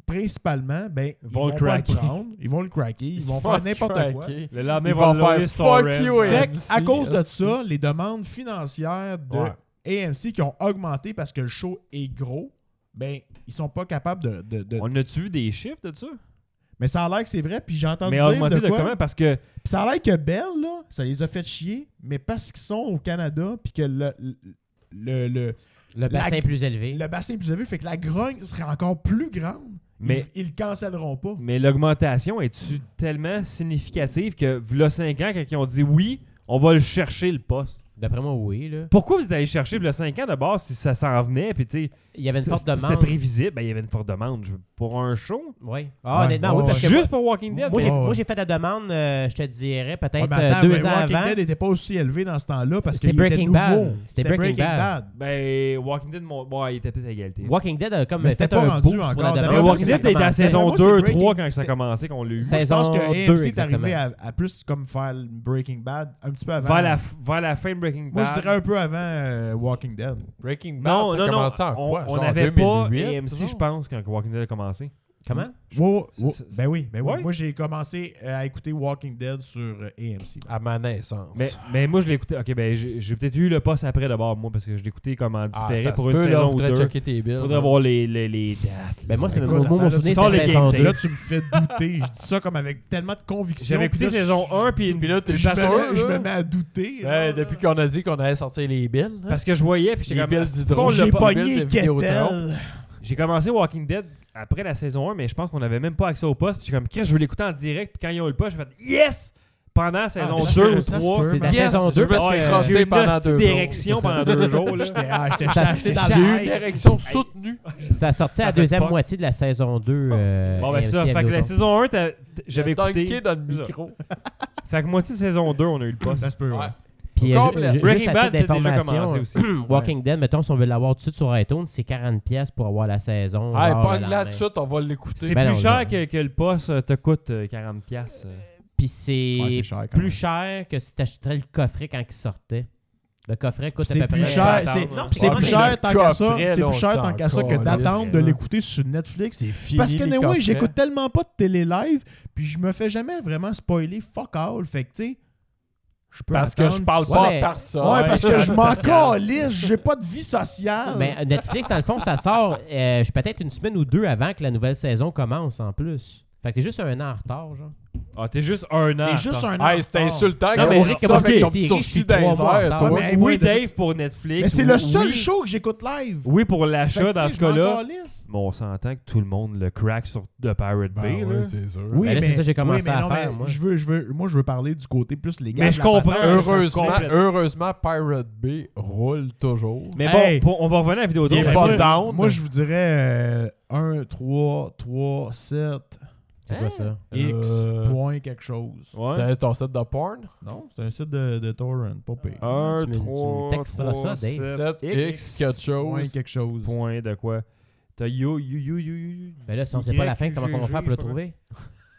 Speaker 1: principalement, ben, ils
Speaker 3: Vont
Speaker 1: vont,
Speaker 3: le
Speaker 1: pas
Speaker 3: cracker.
Speaker 1: le prendre, ils vont le cracker, ils vont faire n'importe quoi.
Speaker 2: Craquer.
Speaker 3: Le lendemain,
Speaker 2: Ils
Speaker 3: ils vont
Speaker 2: vont faire
Speaker 3: le
Speaker 2: fuck you,
Speaker 3: Torrent.
Speaker 2: eh.
Speaker 1: Fait que, à
Speaker 2: AMC,
Speaker 1: cause de
Speaker 2: esti.
Speaker 1: ça, les demandes financières de AMC qui ont augmenté parce que le show est gros, ben ils sont pas capables de. de- de-
Speaker 3: On a-tu vu des chiffres de ça?
Speaker 1: Mais ça a l'air que c'est vrai, puis j'ai entendu
Speaker 3: Mais
Speaker 1: dire
Speaker 3: augmenté
Speaker 1: de
Speaker 3: de
Speaker 1: quoi.
Speaker 3: comment? Parce que
Speaker 1: Puis ça a l'air que Bell, là, ça les a fait chier, mais parce qu'ils sont au Canada, puis que le, le, le, le-
Speaker 4: Le bassin est plus élevé.
Speaker 1: le bassin est plus élevé, fait que la grogne serait encore plus grande,
Speaker 3: Mais-
Speaker 1: mais ils, ils cancelleront pas.
Speaker 3: Mais l'augmentation est-tu tellement significative que, v'là 5 ans, quand ils ont dit oui, on va le chercher le poste?
Speaker 4: D'après moi, oui. là.
Speaker 3: Pourquoi vous êtes allé chercher v'là 5 ans de base si ça s'en venait? Puis, tu sais,
Speaker 4: Il y avait une
Speaker 3: c'était-
Speaker 4: forte
Speaker 3: C'était
Speaker 4: demande.
Speaker 3: prévisible. Ben, il y avait une forte demande. Je- Pour un show?
Speaker 4: Oui. Ah,
Speaker 1: Ouais.
Speaker 4: honnêtement, oui,
Speaker 1: Ouais.
Speaker 4: parce que
Speaker 3: Juste pour Walking Dead?
Speaker 4: moi, j'ai-
Speaker 1: Ouais, ouais.
Speaker 4: moi, j'ai fait la demande, euh, je te dirais,
Speaker 1: Ouais,
Speaker 4: peut-être
Speaker 1: mais
Speaker 4: euh,
Speaker 1: attends,
Speaker 4: deux
Speaker 1: mais
Speaker 4: ans
Speaker 1: Walking
Speaker 4: avant.
Speaker 1: Dead n'était pas aussi élevé dans ce temps-là parce qu'il
Speaker 4: C'était
Speaker 1: était
Speaker 4: Breaking
Speaker 1: nouveau.
Speaker 4: Bad. C'était Breaking Bad.
Speaker 3: Ben, Walking Dead, mon... bon, il était peut-être à égalité.
Speaker 4: Walking Dead a comme
Speaker 1: Mais c'était
Speaker 4: fait
Speaker 1: pas
Speaker 4: un
Speaker 1: rendu
Speaker 4: boost
Speaker 1: encore.
Speaker 4: pour la
Speaker 1: D'après
Speaker 3: Mais
Speaker 4: demande.
Speaker 1: moi,
Speaker 3: Walking
Speaker 1: c'est
Speaker 3: Dead était
Speaker 1: commencé-
Speaker 3: à saison
Speaker 1: moi, c'est
Speaker 3: 2,
Speaker 1: Breaking-
Speaker 3: 3 quand ça a commencé, qu'on l'a eu.
Speaker 1: Moi, je pense
Speaker 4: Saison
Speaker 1: que
Speaker 4: deux,
Speaker 1: AMC est arrivé
Speaker 4: exactement.
Speaker 1: à, à plus comme faire le Breaking Bad un petit peu avant.
Speaker 3: Vers la, f- vers la fin de Breaking Bad.
Speaker 1: Moi, je dirais un peu avant euh, Walking Dead.
Speaker 2: Breaking Bad,
Speaker 3: Non,
Speaker 2: ça
Speaker 3: non, non.
Speaker 2: commençait en
Speaker 3: on-
Speaker 2: quoi?
Speaker 3: On
Speaker 2: genre
Speaker 3: n'avait pas
Speaker 2: 2008,
Speaker 3: AMC,
Speaker 2: genre?
Speaker 3: je pense, quand Walking Dead a commencé.
Speaker 4: Comment?
Speaker 1: Wow,
Speaker 3: c'est-
Speaker 1: wow.
Speaker 3: c'est-
Speaker 1: Ben oui, ben oui.
Speaker 3: Ouais.
Speaker 1: Moi, j'ai commencé euh, à écouter Walking Dead sur euh, AMC.
Speaker 2: À ma naissance.
Speaker 3: Mais, mais moi, je l'écoutais. Ok, ben j'ai j'ai peut-être eu le poste après d'abord, moi, parce que je l'écoutais comme en
Speaker 2: Ah,
Speaker 3: différé
Speaker 2: ça
Speaker 3: pour
Speaker 2: se
Speaker 3: une
Speaker 2: peut, là,
Speaker 3: saison ou
Speaker 2: faudrait
Speaker 3: deux.
Speaker 2: checker hein. tes billes.
Speaker 3: Faudrait
Speaker 2: là.
Speaker 3: voir les, les, les dates.
Speaker 4: Ben moi, c'est
Speaker 1: Écoute,
Speaker 4: mon, moi, mon
Speaker 1: attends,
Speaker 4: souvenir,
Speaker 3: sors
Speaker 4: c'était
Speaker 3: les
Speaker 4: saison
Speaker 3: game
Speaker 4: 2.
Speaker 1: Là, tu me fais douter. Je dis ça comme avec tellement de conviction.
Speaker 3: J'avais écouté
Speaker 1: Puis là,
Speaker 3: saison
Speaker 1: je-
Speaker 3: 1, puis,
Speaker 2: Puis là, t'es
Speaker 1: je,
Speaker 2: pas
Speaker 1: me,
Speaker 2: sûr,
Speaker 1: mets- je
Speaker 2: là?
Speaker 1: me mets à douter.
Speaker 2: Eh,
Speaker 1: là.
Speaker 2: depuis qu'on a dit qu'on allait sortir les billes. hein?
Speaker 3: Parce que je voyais, puis j'étais
Speaker 2: Les
Speaker 3: comme.
Speaker 2: Bills d'Hydro.
Speaker 3: pourquoi on l'a
Speaker 1: j'ai
Speaker 3: pas-
Speaker 2: Bill
Speaker 1: pogné
Speaker 2: de Vidéotron.
Speaker 1: Kettel.
Speaker 3: J'ai commencé Walking Dead après la saison 1, mais je pense qu'on n'avait même pas accès au poste. Puis j'étais comme, qu'est-ce que je veux l'écouter en direct, puis quand ils ont eu le poste, j'ai fait yes! Pendant la saison
Speaker 1: ça,
Speaker 3: 2 ou
Speaker 1: ça se
Speaker 3: 3,
Speaker 1: peut,
Speaker 4: C'est la
Speaker 2: Yes,
Speaker 4: saison
Speaker 2: je
Speaker 4: 2.
Speaker 2: me suis crossé
Speaker 3: j'ai eu une
Speaker 2: pendant
Speaker 3: hostie
Speaker 2: deux jours.
Speaker 3: d'érection
Speaker 2: C'est ça.
Speaker 3: pendant deux jours. là.
Speaker 1: J'étais ah, j'étais
Speaker 4: Ça se
Speaker 1: chassé
Speaker 4: fait.
Speaker 1: dans
Speaker 2: J'ai eu
Speaker 1: la
Speaker 2: une
Speaker 1: haie.
Speaker 2: érection soutenue.
Speaker 4: Ça sortait à
Speaker 3: Ça
Speaker 4: la
Speaker 3: fait
Speaker 4: deuxième
Speaker 3: pas-
Speaker 4: moitié de la saison 2. euh,
Speaker 3: Bon, ben
Speaker 4: AMC
Speaker 3: ça. Fait que la
Speaker 4: Vidéotron.
Speaker 3: saison 1, t'as- t- j'avais
Speaker 2: Dunké
Speaker 3: écouté.
Speaker 2: dans le micro.
Speaker 3: Fait que moitié de saison 2, on a eu le poste.
Speaker 1: Ça se peut, ouais.
Speaker 2: Ouais.
Speaker 4: Puis Puis, euh, ju-
Speaker 2: Complète.
Speaker 4: ju-
Speaker 3: Breaking
Speaker 4: juste à
Speaker 3: Bad
Speaker 4: titre
Speaker 3: était déjà
Speaker 4: d'information,
Speaker 3: commencé aussi.
Speaker 4: Walking Dead, mettons, si on veut l'avoir tout de suite sur iTunes, c'est 40$ piastres pour avoir la saison.
Speaker 3: Ah,
Speaker 2: Hey,
Speaker 4: genre,
Speaker 2: pas
Speaker 4: le
Speaker 2: là
Speaker 4: lendemain.
Speaker 2: tout de suite, on va
Speaker 3: C'est
Speaker 2: l'écouter.
Speaker 4: Ben
Speaker 3: plus
Speaker 4: non,
Speaker 3: cher
Speaker 4: non.
Speaker 3: que, que le poste euh, te coûte euh, 40$. piastres, euh.
Speaker 4: Puis c'est
Speaker 1: Ouais, c'est cher quand
Speaker 4: plus
Speaker 1: même.
Speaker 4: cher que si t'achèterais le coffret quand il sortait. Le coffret coûte à
Speaker 1: C'est
Speaker 4: peu près.
Speaker 1: plus
Speaker 3: pas
Speaker 1: cher,
Speaker 3: attendre,
Speaker 1: c'est-
Speaker 3: là.
Speaker 1: puis c'est
Speaker 2: Ouais,
Speaker 1: plus
Speaker 2: mais le
Speaker 1: cher tant qu'à ça,
Speaker 2: coffret,
Speaker 1: c'est
Speaker 2: là, on
Speaker 1: plus cher
Speaker 2: s'en
Speaker 1: tant qu'à ça que
Speaker 2: calisse,
Speaker 1: d'attendre de
Speaker 2: là.
Speaker 1: l'écouter sur Netflix.
Speaker 2: C'est fini.
Speaker 1: Parce que
Speaker 2: les
Speaker 1: anyway,
Speaker 2: coffrets.
Speaker 1: j'écoute tellement pas de télé live, puis je me fais jamais vraiment spoiler fuck all, fait que tu sais, je peux
Speaker 2: Parce que
Speaker 1: attendre
Speaker 2: je parle
Speaker 1: qu'il
Speaker 2: pas
Speaker 4: mais-
Speaker 2: à personne.
Speaker 1: soit- Ouais, parce que je m'en
Speaker 2: m'en
Speaker 1: calisse, j'ai pas de vie sociale.
Speaker 4: Mais euh, Netflix, dans le fond, ça sort euh, je- peut-être une semaine ou deux avant que la nouvelle saison commence en plus. Fait que t'es juste un an en retard, genre.
Speaker 3: Ah, t'es juste un an.
Speaker 1: T'es juste
Speaker 3: attends.
Speaker 1: un
Speaker 2: Hey, c'est
Speaker 1: enfant.
Speaker 2: insultant
Speaker 3: Non,
Speaker 2: qu'on
Speaker 3: mais
Speaker 2: dit
Speaker 3: Rick
Speaker 2: ça
Speaker 4: and
Speaker 2: avec
Speaker 4: Morty,
Speaker 2: ton
Speaker 4: c'est
Speaker 2: petit
Speaker 4: riche, je
Speaker 2: sourcil
Speaker 4: suis
Speaker 2: dans les
Speaker 4: trois
Speaker 2: airs,
Speaker 4: mois en
Speaker 2: toi.
Speaker 4: retard.
Speaker 1: Ouais, mais-
Speaker 3: Oui,
Speaker 1: moi, de-
Speaker 3: Dave, pour Netflix.
Speaker 1: Mais c'est le
Speaker 3: Oui-
Speaker 1: seul
Speaker 3: oui-
Speaker 1: show que j'écoute live.
Speaker 3: Oui, pour
Speaker 1: Fait que,
Speaker 3: l'achat,
Speaker 1: tu sais,
Speaker 3: dans ce
Speaker 1: je m'en
Speaker 3: cas-là.
Speaker 1: calisse.
Speaker 3: Bon, on s'entend que tout le monde le crack sur The Pirate Bay. là.
Speaker 2: c'est sûr.
Speaker 1: Oui,
Speaker 4: Ben là, c'est
Speaker 1: mais
Speaker 4: ça que j'ai
Speaker 1: oui,
Speaker 4: commencé
Speaker 1: mais
Speaker 4: à
Speaker 1: non,
Speaker 4: faire,
Speaker 1: mais
Speaker 4: moi.
Speaker 1: Je veux, je veux, moi, je veux parler du côté plus légal.
Speaker 3: Mais je
Speaker 1: de la patente.
Speaker 3: comprends.
Speaker 2: Heureusement,
Speaker 3: Ça se complète.
Speaker 2: heureusement, Pirate Bay roule toujours.
Speaker 3: Mais
Speaker 1: Hey!
Speaker 3: bon, pour- on va revenir à la vidéo
Speaker 2: Il est
Speaker 1: Ben,
Speaker 2: pas
Speaker 1: moi,
Speaker 2: down.
Speaker 1: Moi, je vous dirais euh, 1, 3, 3, 7,
Speaker 4: C'est quoi ça?
Speaker 1: X,
Speaker 2: Euh,
Speaker 1: point quelque chose.
Speaker 3: Ouais.
Speaker 2: C'est ton set de porn?
Speaker 1: Non, c'est un site de, de torrent, pas pire.
Speaker 2: Ah,
Speaker 3: Un,
Speaker 4: Tu me- tu me
Speaker 3: trois,
Speaker 4: texteras
Speaker 3: trois,
Speaker 4: ça, Dave.
Speaker 3: sept,
Speaker 2: 7X quelque
Speaker 1: Point
Speaker 2: chose.
Speaker 1: quelque chose.
Speaker 3: Point de quoi? T'as yo, yo, yo, yo, yo.
Speaker 4: Mais Ben là, si on sait pas la fin, comment on va faire pour le trouver?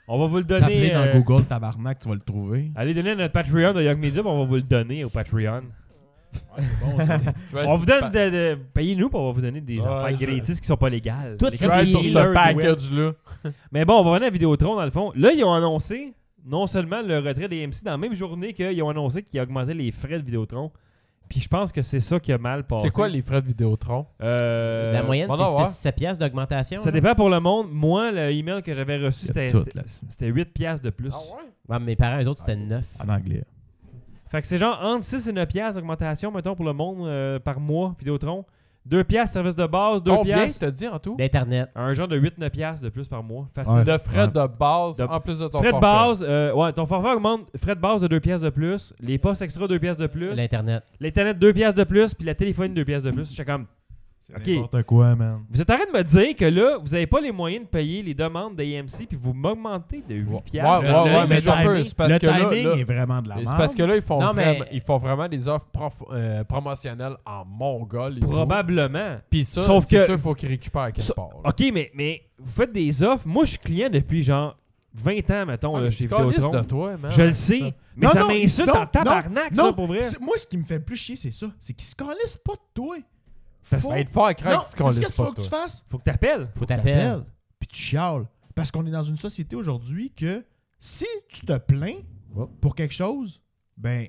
Speaker 3: On va vous le
Speaker 1: Tapez
Speaker 3: donner.
Speaker 1: dans
Speaker 3: euh, Ah,
Speaker 1: Google Tabarnak, tu vas le trouver.
Speaker 3: Allez donner à notre Patreon de Young Media, puis on va vous le donner au Patreon.
Speaker 1: Bon, ça.
Speaker 2: Je vais
Speaker 3: On vous donne
Speaker 2: pa-
Speaker 3: de, de- payez-nous pour on va vous donner des
Speaker 2: Ouais,
Speaker 3: affaires
Speaker 2: je-
Speaker 3: gratis qui sont pas légales.
Speaker 4: Tout
Speaker 3: Les
Speaker 4: ce
Speaker 2: Je vais être
Speaker 3: gratis
Speaker 2: sur
Speaker 4: qui-
Speaker 3: dealers
Speaker 2: ce
Speaker 3: du web.
Speaker 2: package-là.
Speaker 3: Mais bon, on va revenir à Vidéotron dans le fond. Là, ils ont annoncé non seulement le retrait des MC dans la même journée qu'ils ont annoncé qu'ils augmentaient les frais de Vidéotron. Puis je pense que c'est ça qui a mal passé.
Speaker 2: C'est quoi les frais de Vidéotron?
Speaker 3: Euh,
Speaker 4: la moyenne,
Speaker 2: on va
Speaker 4: c'est
Speaker 2: voir.
Speaker 4: 6 piastres d'augmentation.
Speaker 3: Ça
Speaker 4: là.
Speaker 3: dépend pour le monde. Moi, le email que j'avais reçu,
Speaker 1: Il y a
Speaker 3: c'était
Speaker 1: tout,
Speaker 3: c'était-
Speaker 1: là.
Speaker 3: c'était 8 piastres de
Speaker 1: Ah
Speaker 2: Ah
Speaker 3: plus.
Speaker 4: Ouais, mes parents, eux autres, c'était 9.
Speaker 1: en anglais.
Speaker 3: Fait que c'est genre entre 6 et 9 piastres d'augmentation, mettons, pour le monde euh, par mois, Vidéotron. 2 piastres service de base, 2
Speaker 2: Combien
Speaker 3: piastres.
Speaker 2: t'as dit en tout?
Speaker 4: D'Internet.
Speaker 3: Un genre de 8-9 piastres de plus par mois. Facile.
Speaker 1: Ouais.
Speaker 2: Le frais de base
Speaker 3: De-
Speaker 2: en plus de ton
Speaker 3: Frais de
Speaker 2: forfait.
Speaker 3: base, euh, ouais, ton forfait augmente. Frais de base de 2 piastres de plus. Les postes extra, 2 piastres de plus.
Speaker 4: L'Internet.
Speaker 3: L'Internet, 2 piastres de plus. Puis la téléphonie, 2 piastres de plus. J'étais comme.
Speaker 1: C'est
Speaker 3: Ok.
Speaker 1: n'importe quoi, man.
Speaker 3: Vous êtes en train de me dire que là, vous n'avez pas les moyens de payer les demandes des IMC, puis vous m'augmentez de 8
Speaker 2: Ouais,
Speaker 3: piastres.
Speaker 2: ouais, ouais,
Speaker 1: le
Speaker 2: mais j'en
Speaker 1: timing-
Speaker 2: peux, c'est parce
Speaker 1: le
Speaker 2: que là-
Speaker 1: timing
Speaker 2: là-
Speaker 1: est vraiment de la
Speaker 2: C'est
Speaker 1: merde.
Speaker 2: parce que là, ils font,
Speaker 4: Non, mais-
Speaker 2: vraiment, ils font vraiment des offres prof- euh, promotionnelles en Mongol. et tout.
Speaker 3: Probablement.
Speaker 2: Puis ça,
Speaker 3: Sauf
Speaker 2: c'est
Speaker 3: que-
Speaker 2: sûr, faut qu'ils récupèrent quelque
Speaker 3: Ça-
Speaker 2: part. là.
Speaker 3: OK, mais, mais vous faites des offres. Moi, je suis client depuis genre 20 ans, mettons,
Speaker 2: Ah,
Speaker 3: là,
Speaker 2: mais
Speaker 3: chez
Speaker 2: tu calisses
Speaker 3: Vidéotron.
Speaker 2: de toi, hein, man.
Speaker 3: Je le sais, mais
Speaker 1: Non,
Speaker 3: ça
Speaker 1: non,
Speaker 3: m'insulte
Speaker 1: non,
Speaker 3: en tabarnak,
Speaker 1: non,
Speaker 3: ça, pour vrai.
Speaker 1: C'est- Moi, ce qui me fait le plus chier, c'est ça. C'est qu'ils se calissent pas de toi.
Speaker 3: Ça,
Speaker 1: Faut-
Speaker 2: Ça va être fort à
Speaker 1: Non,
Speaker 2: craindre
Speaker 1: tu
Speaker 2: si
Speaker 1: sais
Speaker 2: qu'on
Speaker 1: ce qu'il
Speaker 2: lisse
Speaker 1: faut
Speaker 2: pas,
Speaker 1: que
Speaker 2: toi.
Speaker 1: tu fasses?
Speaker 3: Faut que t'appelles.
Speaker 4: Faut t'appeler.
Speaker 1: t'appelles, puis tu chiales. Parce qu'on est dans une société aujourd'hui que si tu te plains
Speaker 2: Oh.
Speaker 1: pour quelque chose, ben,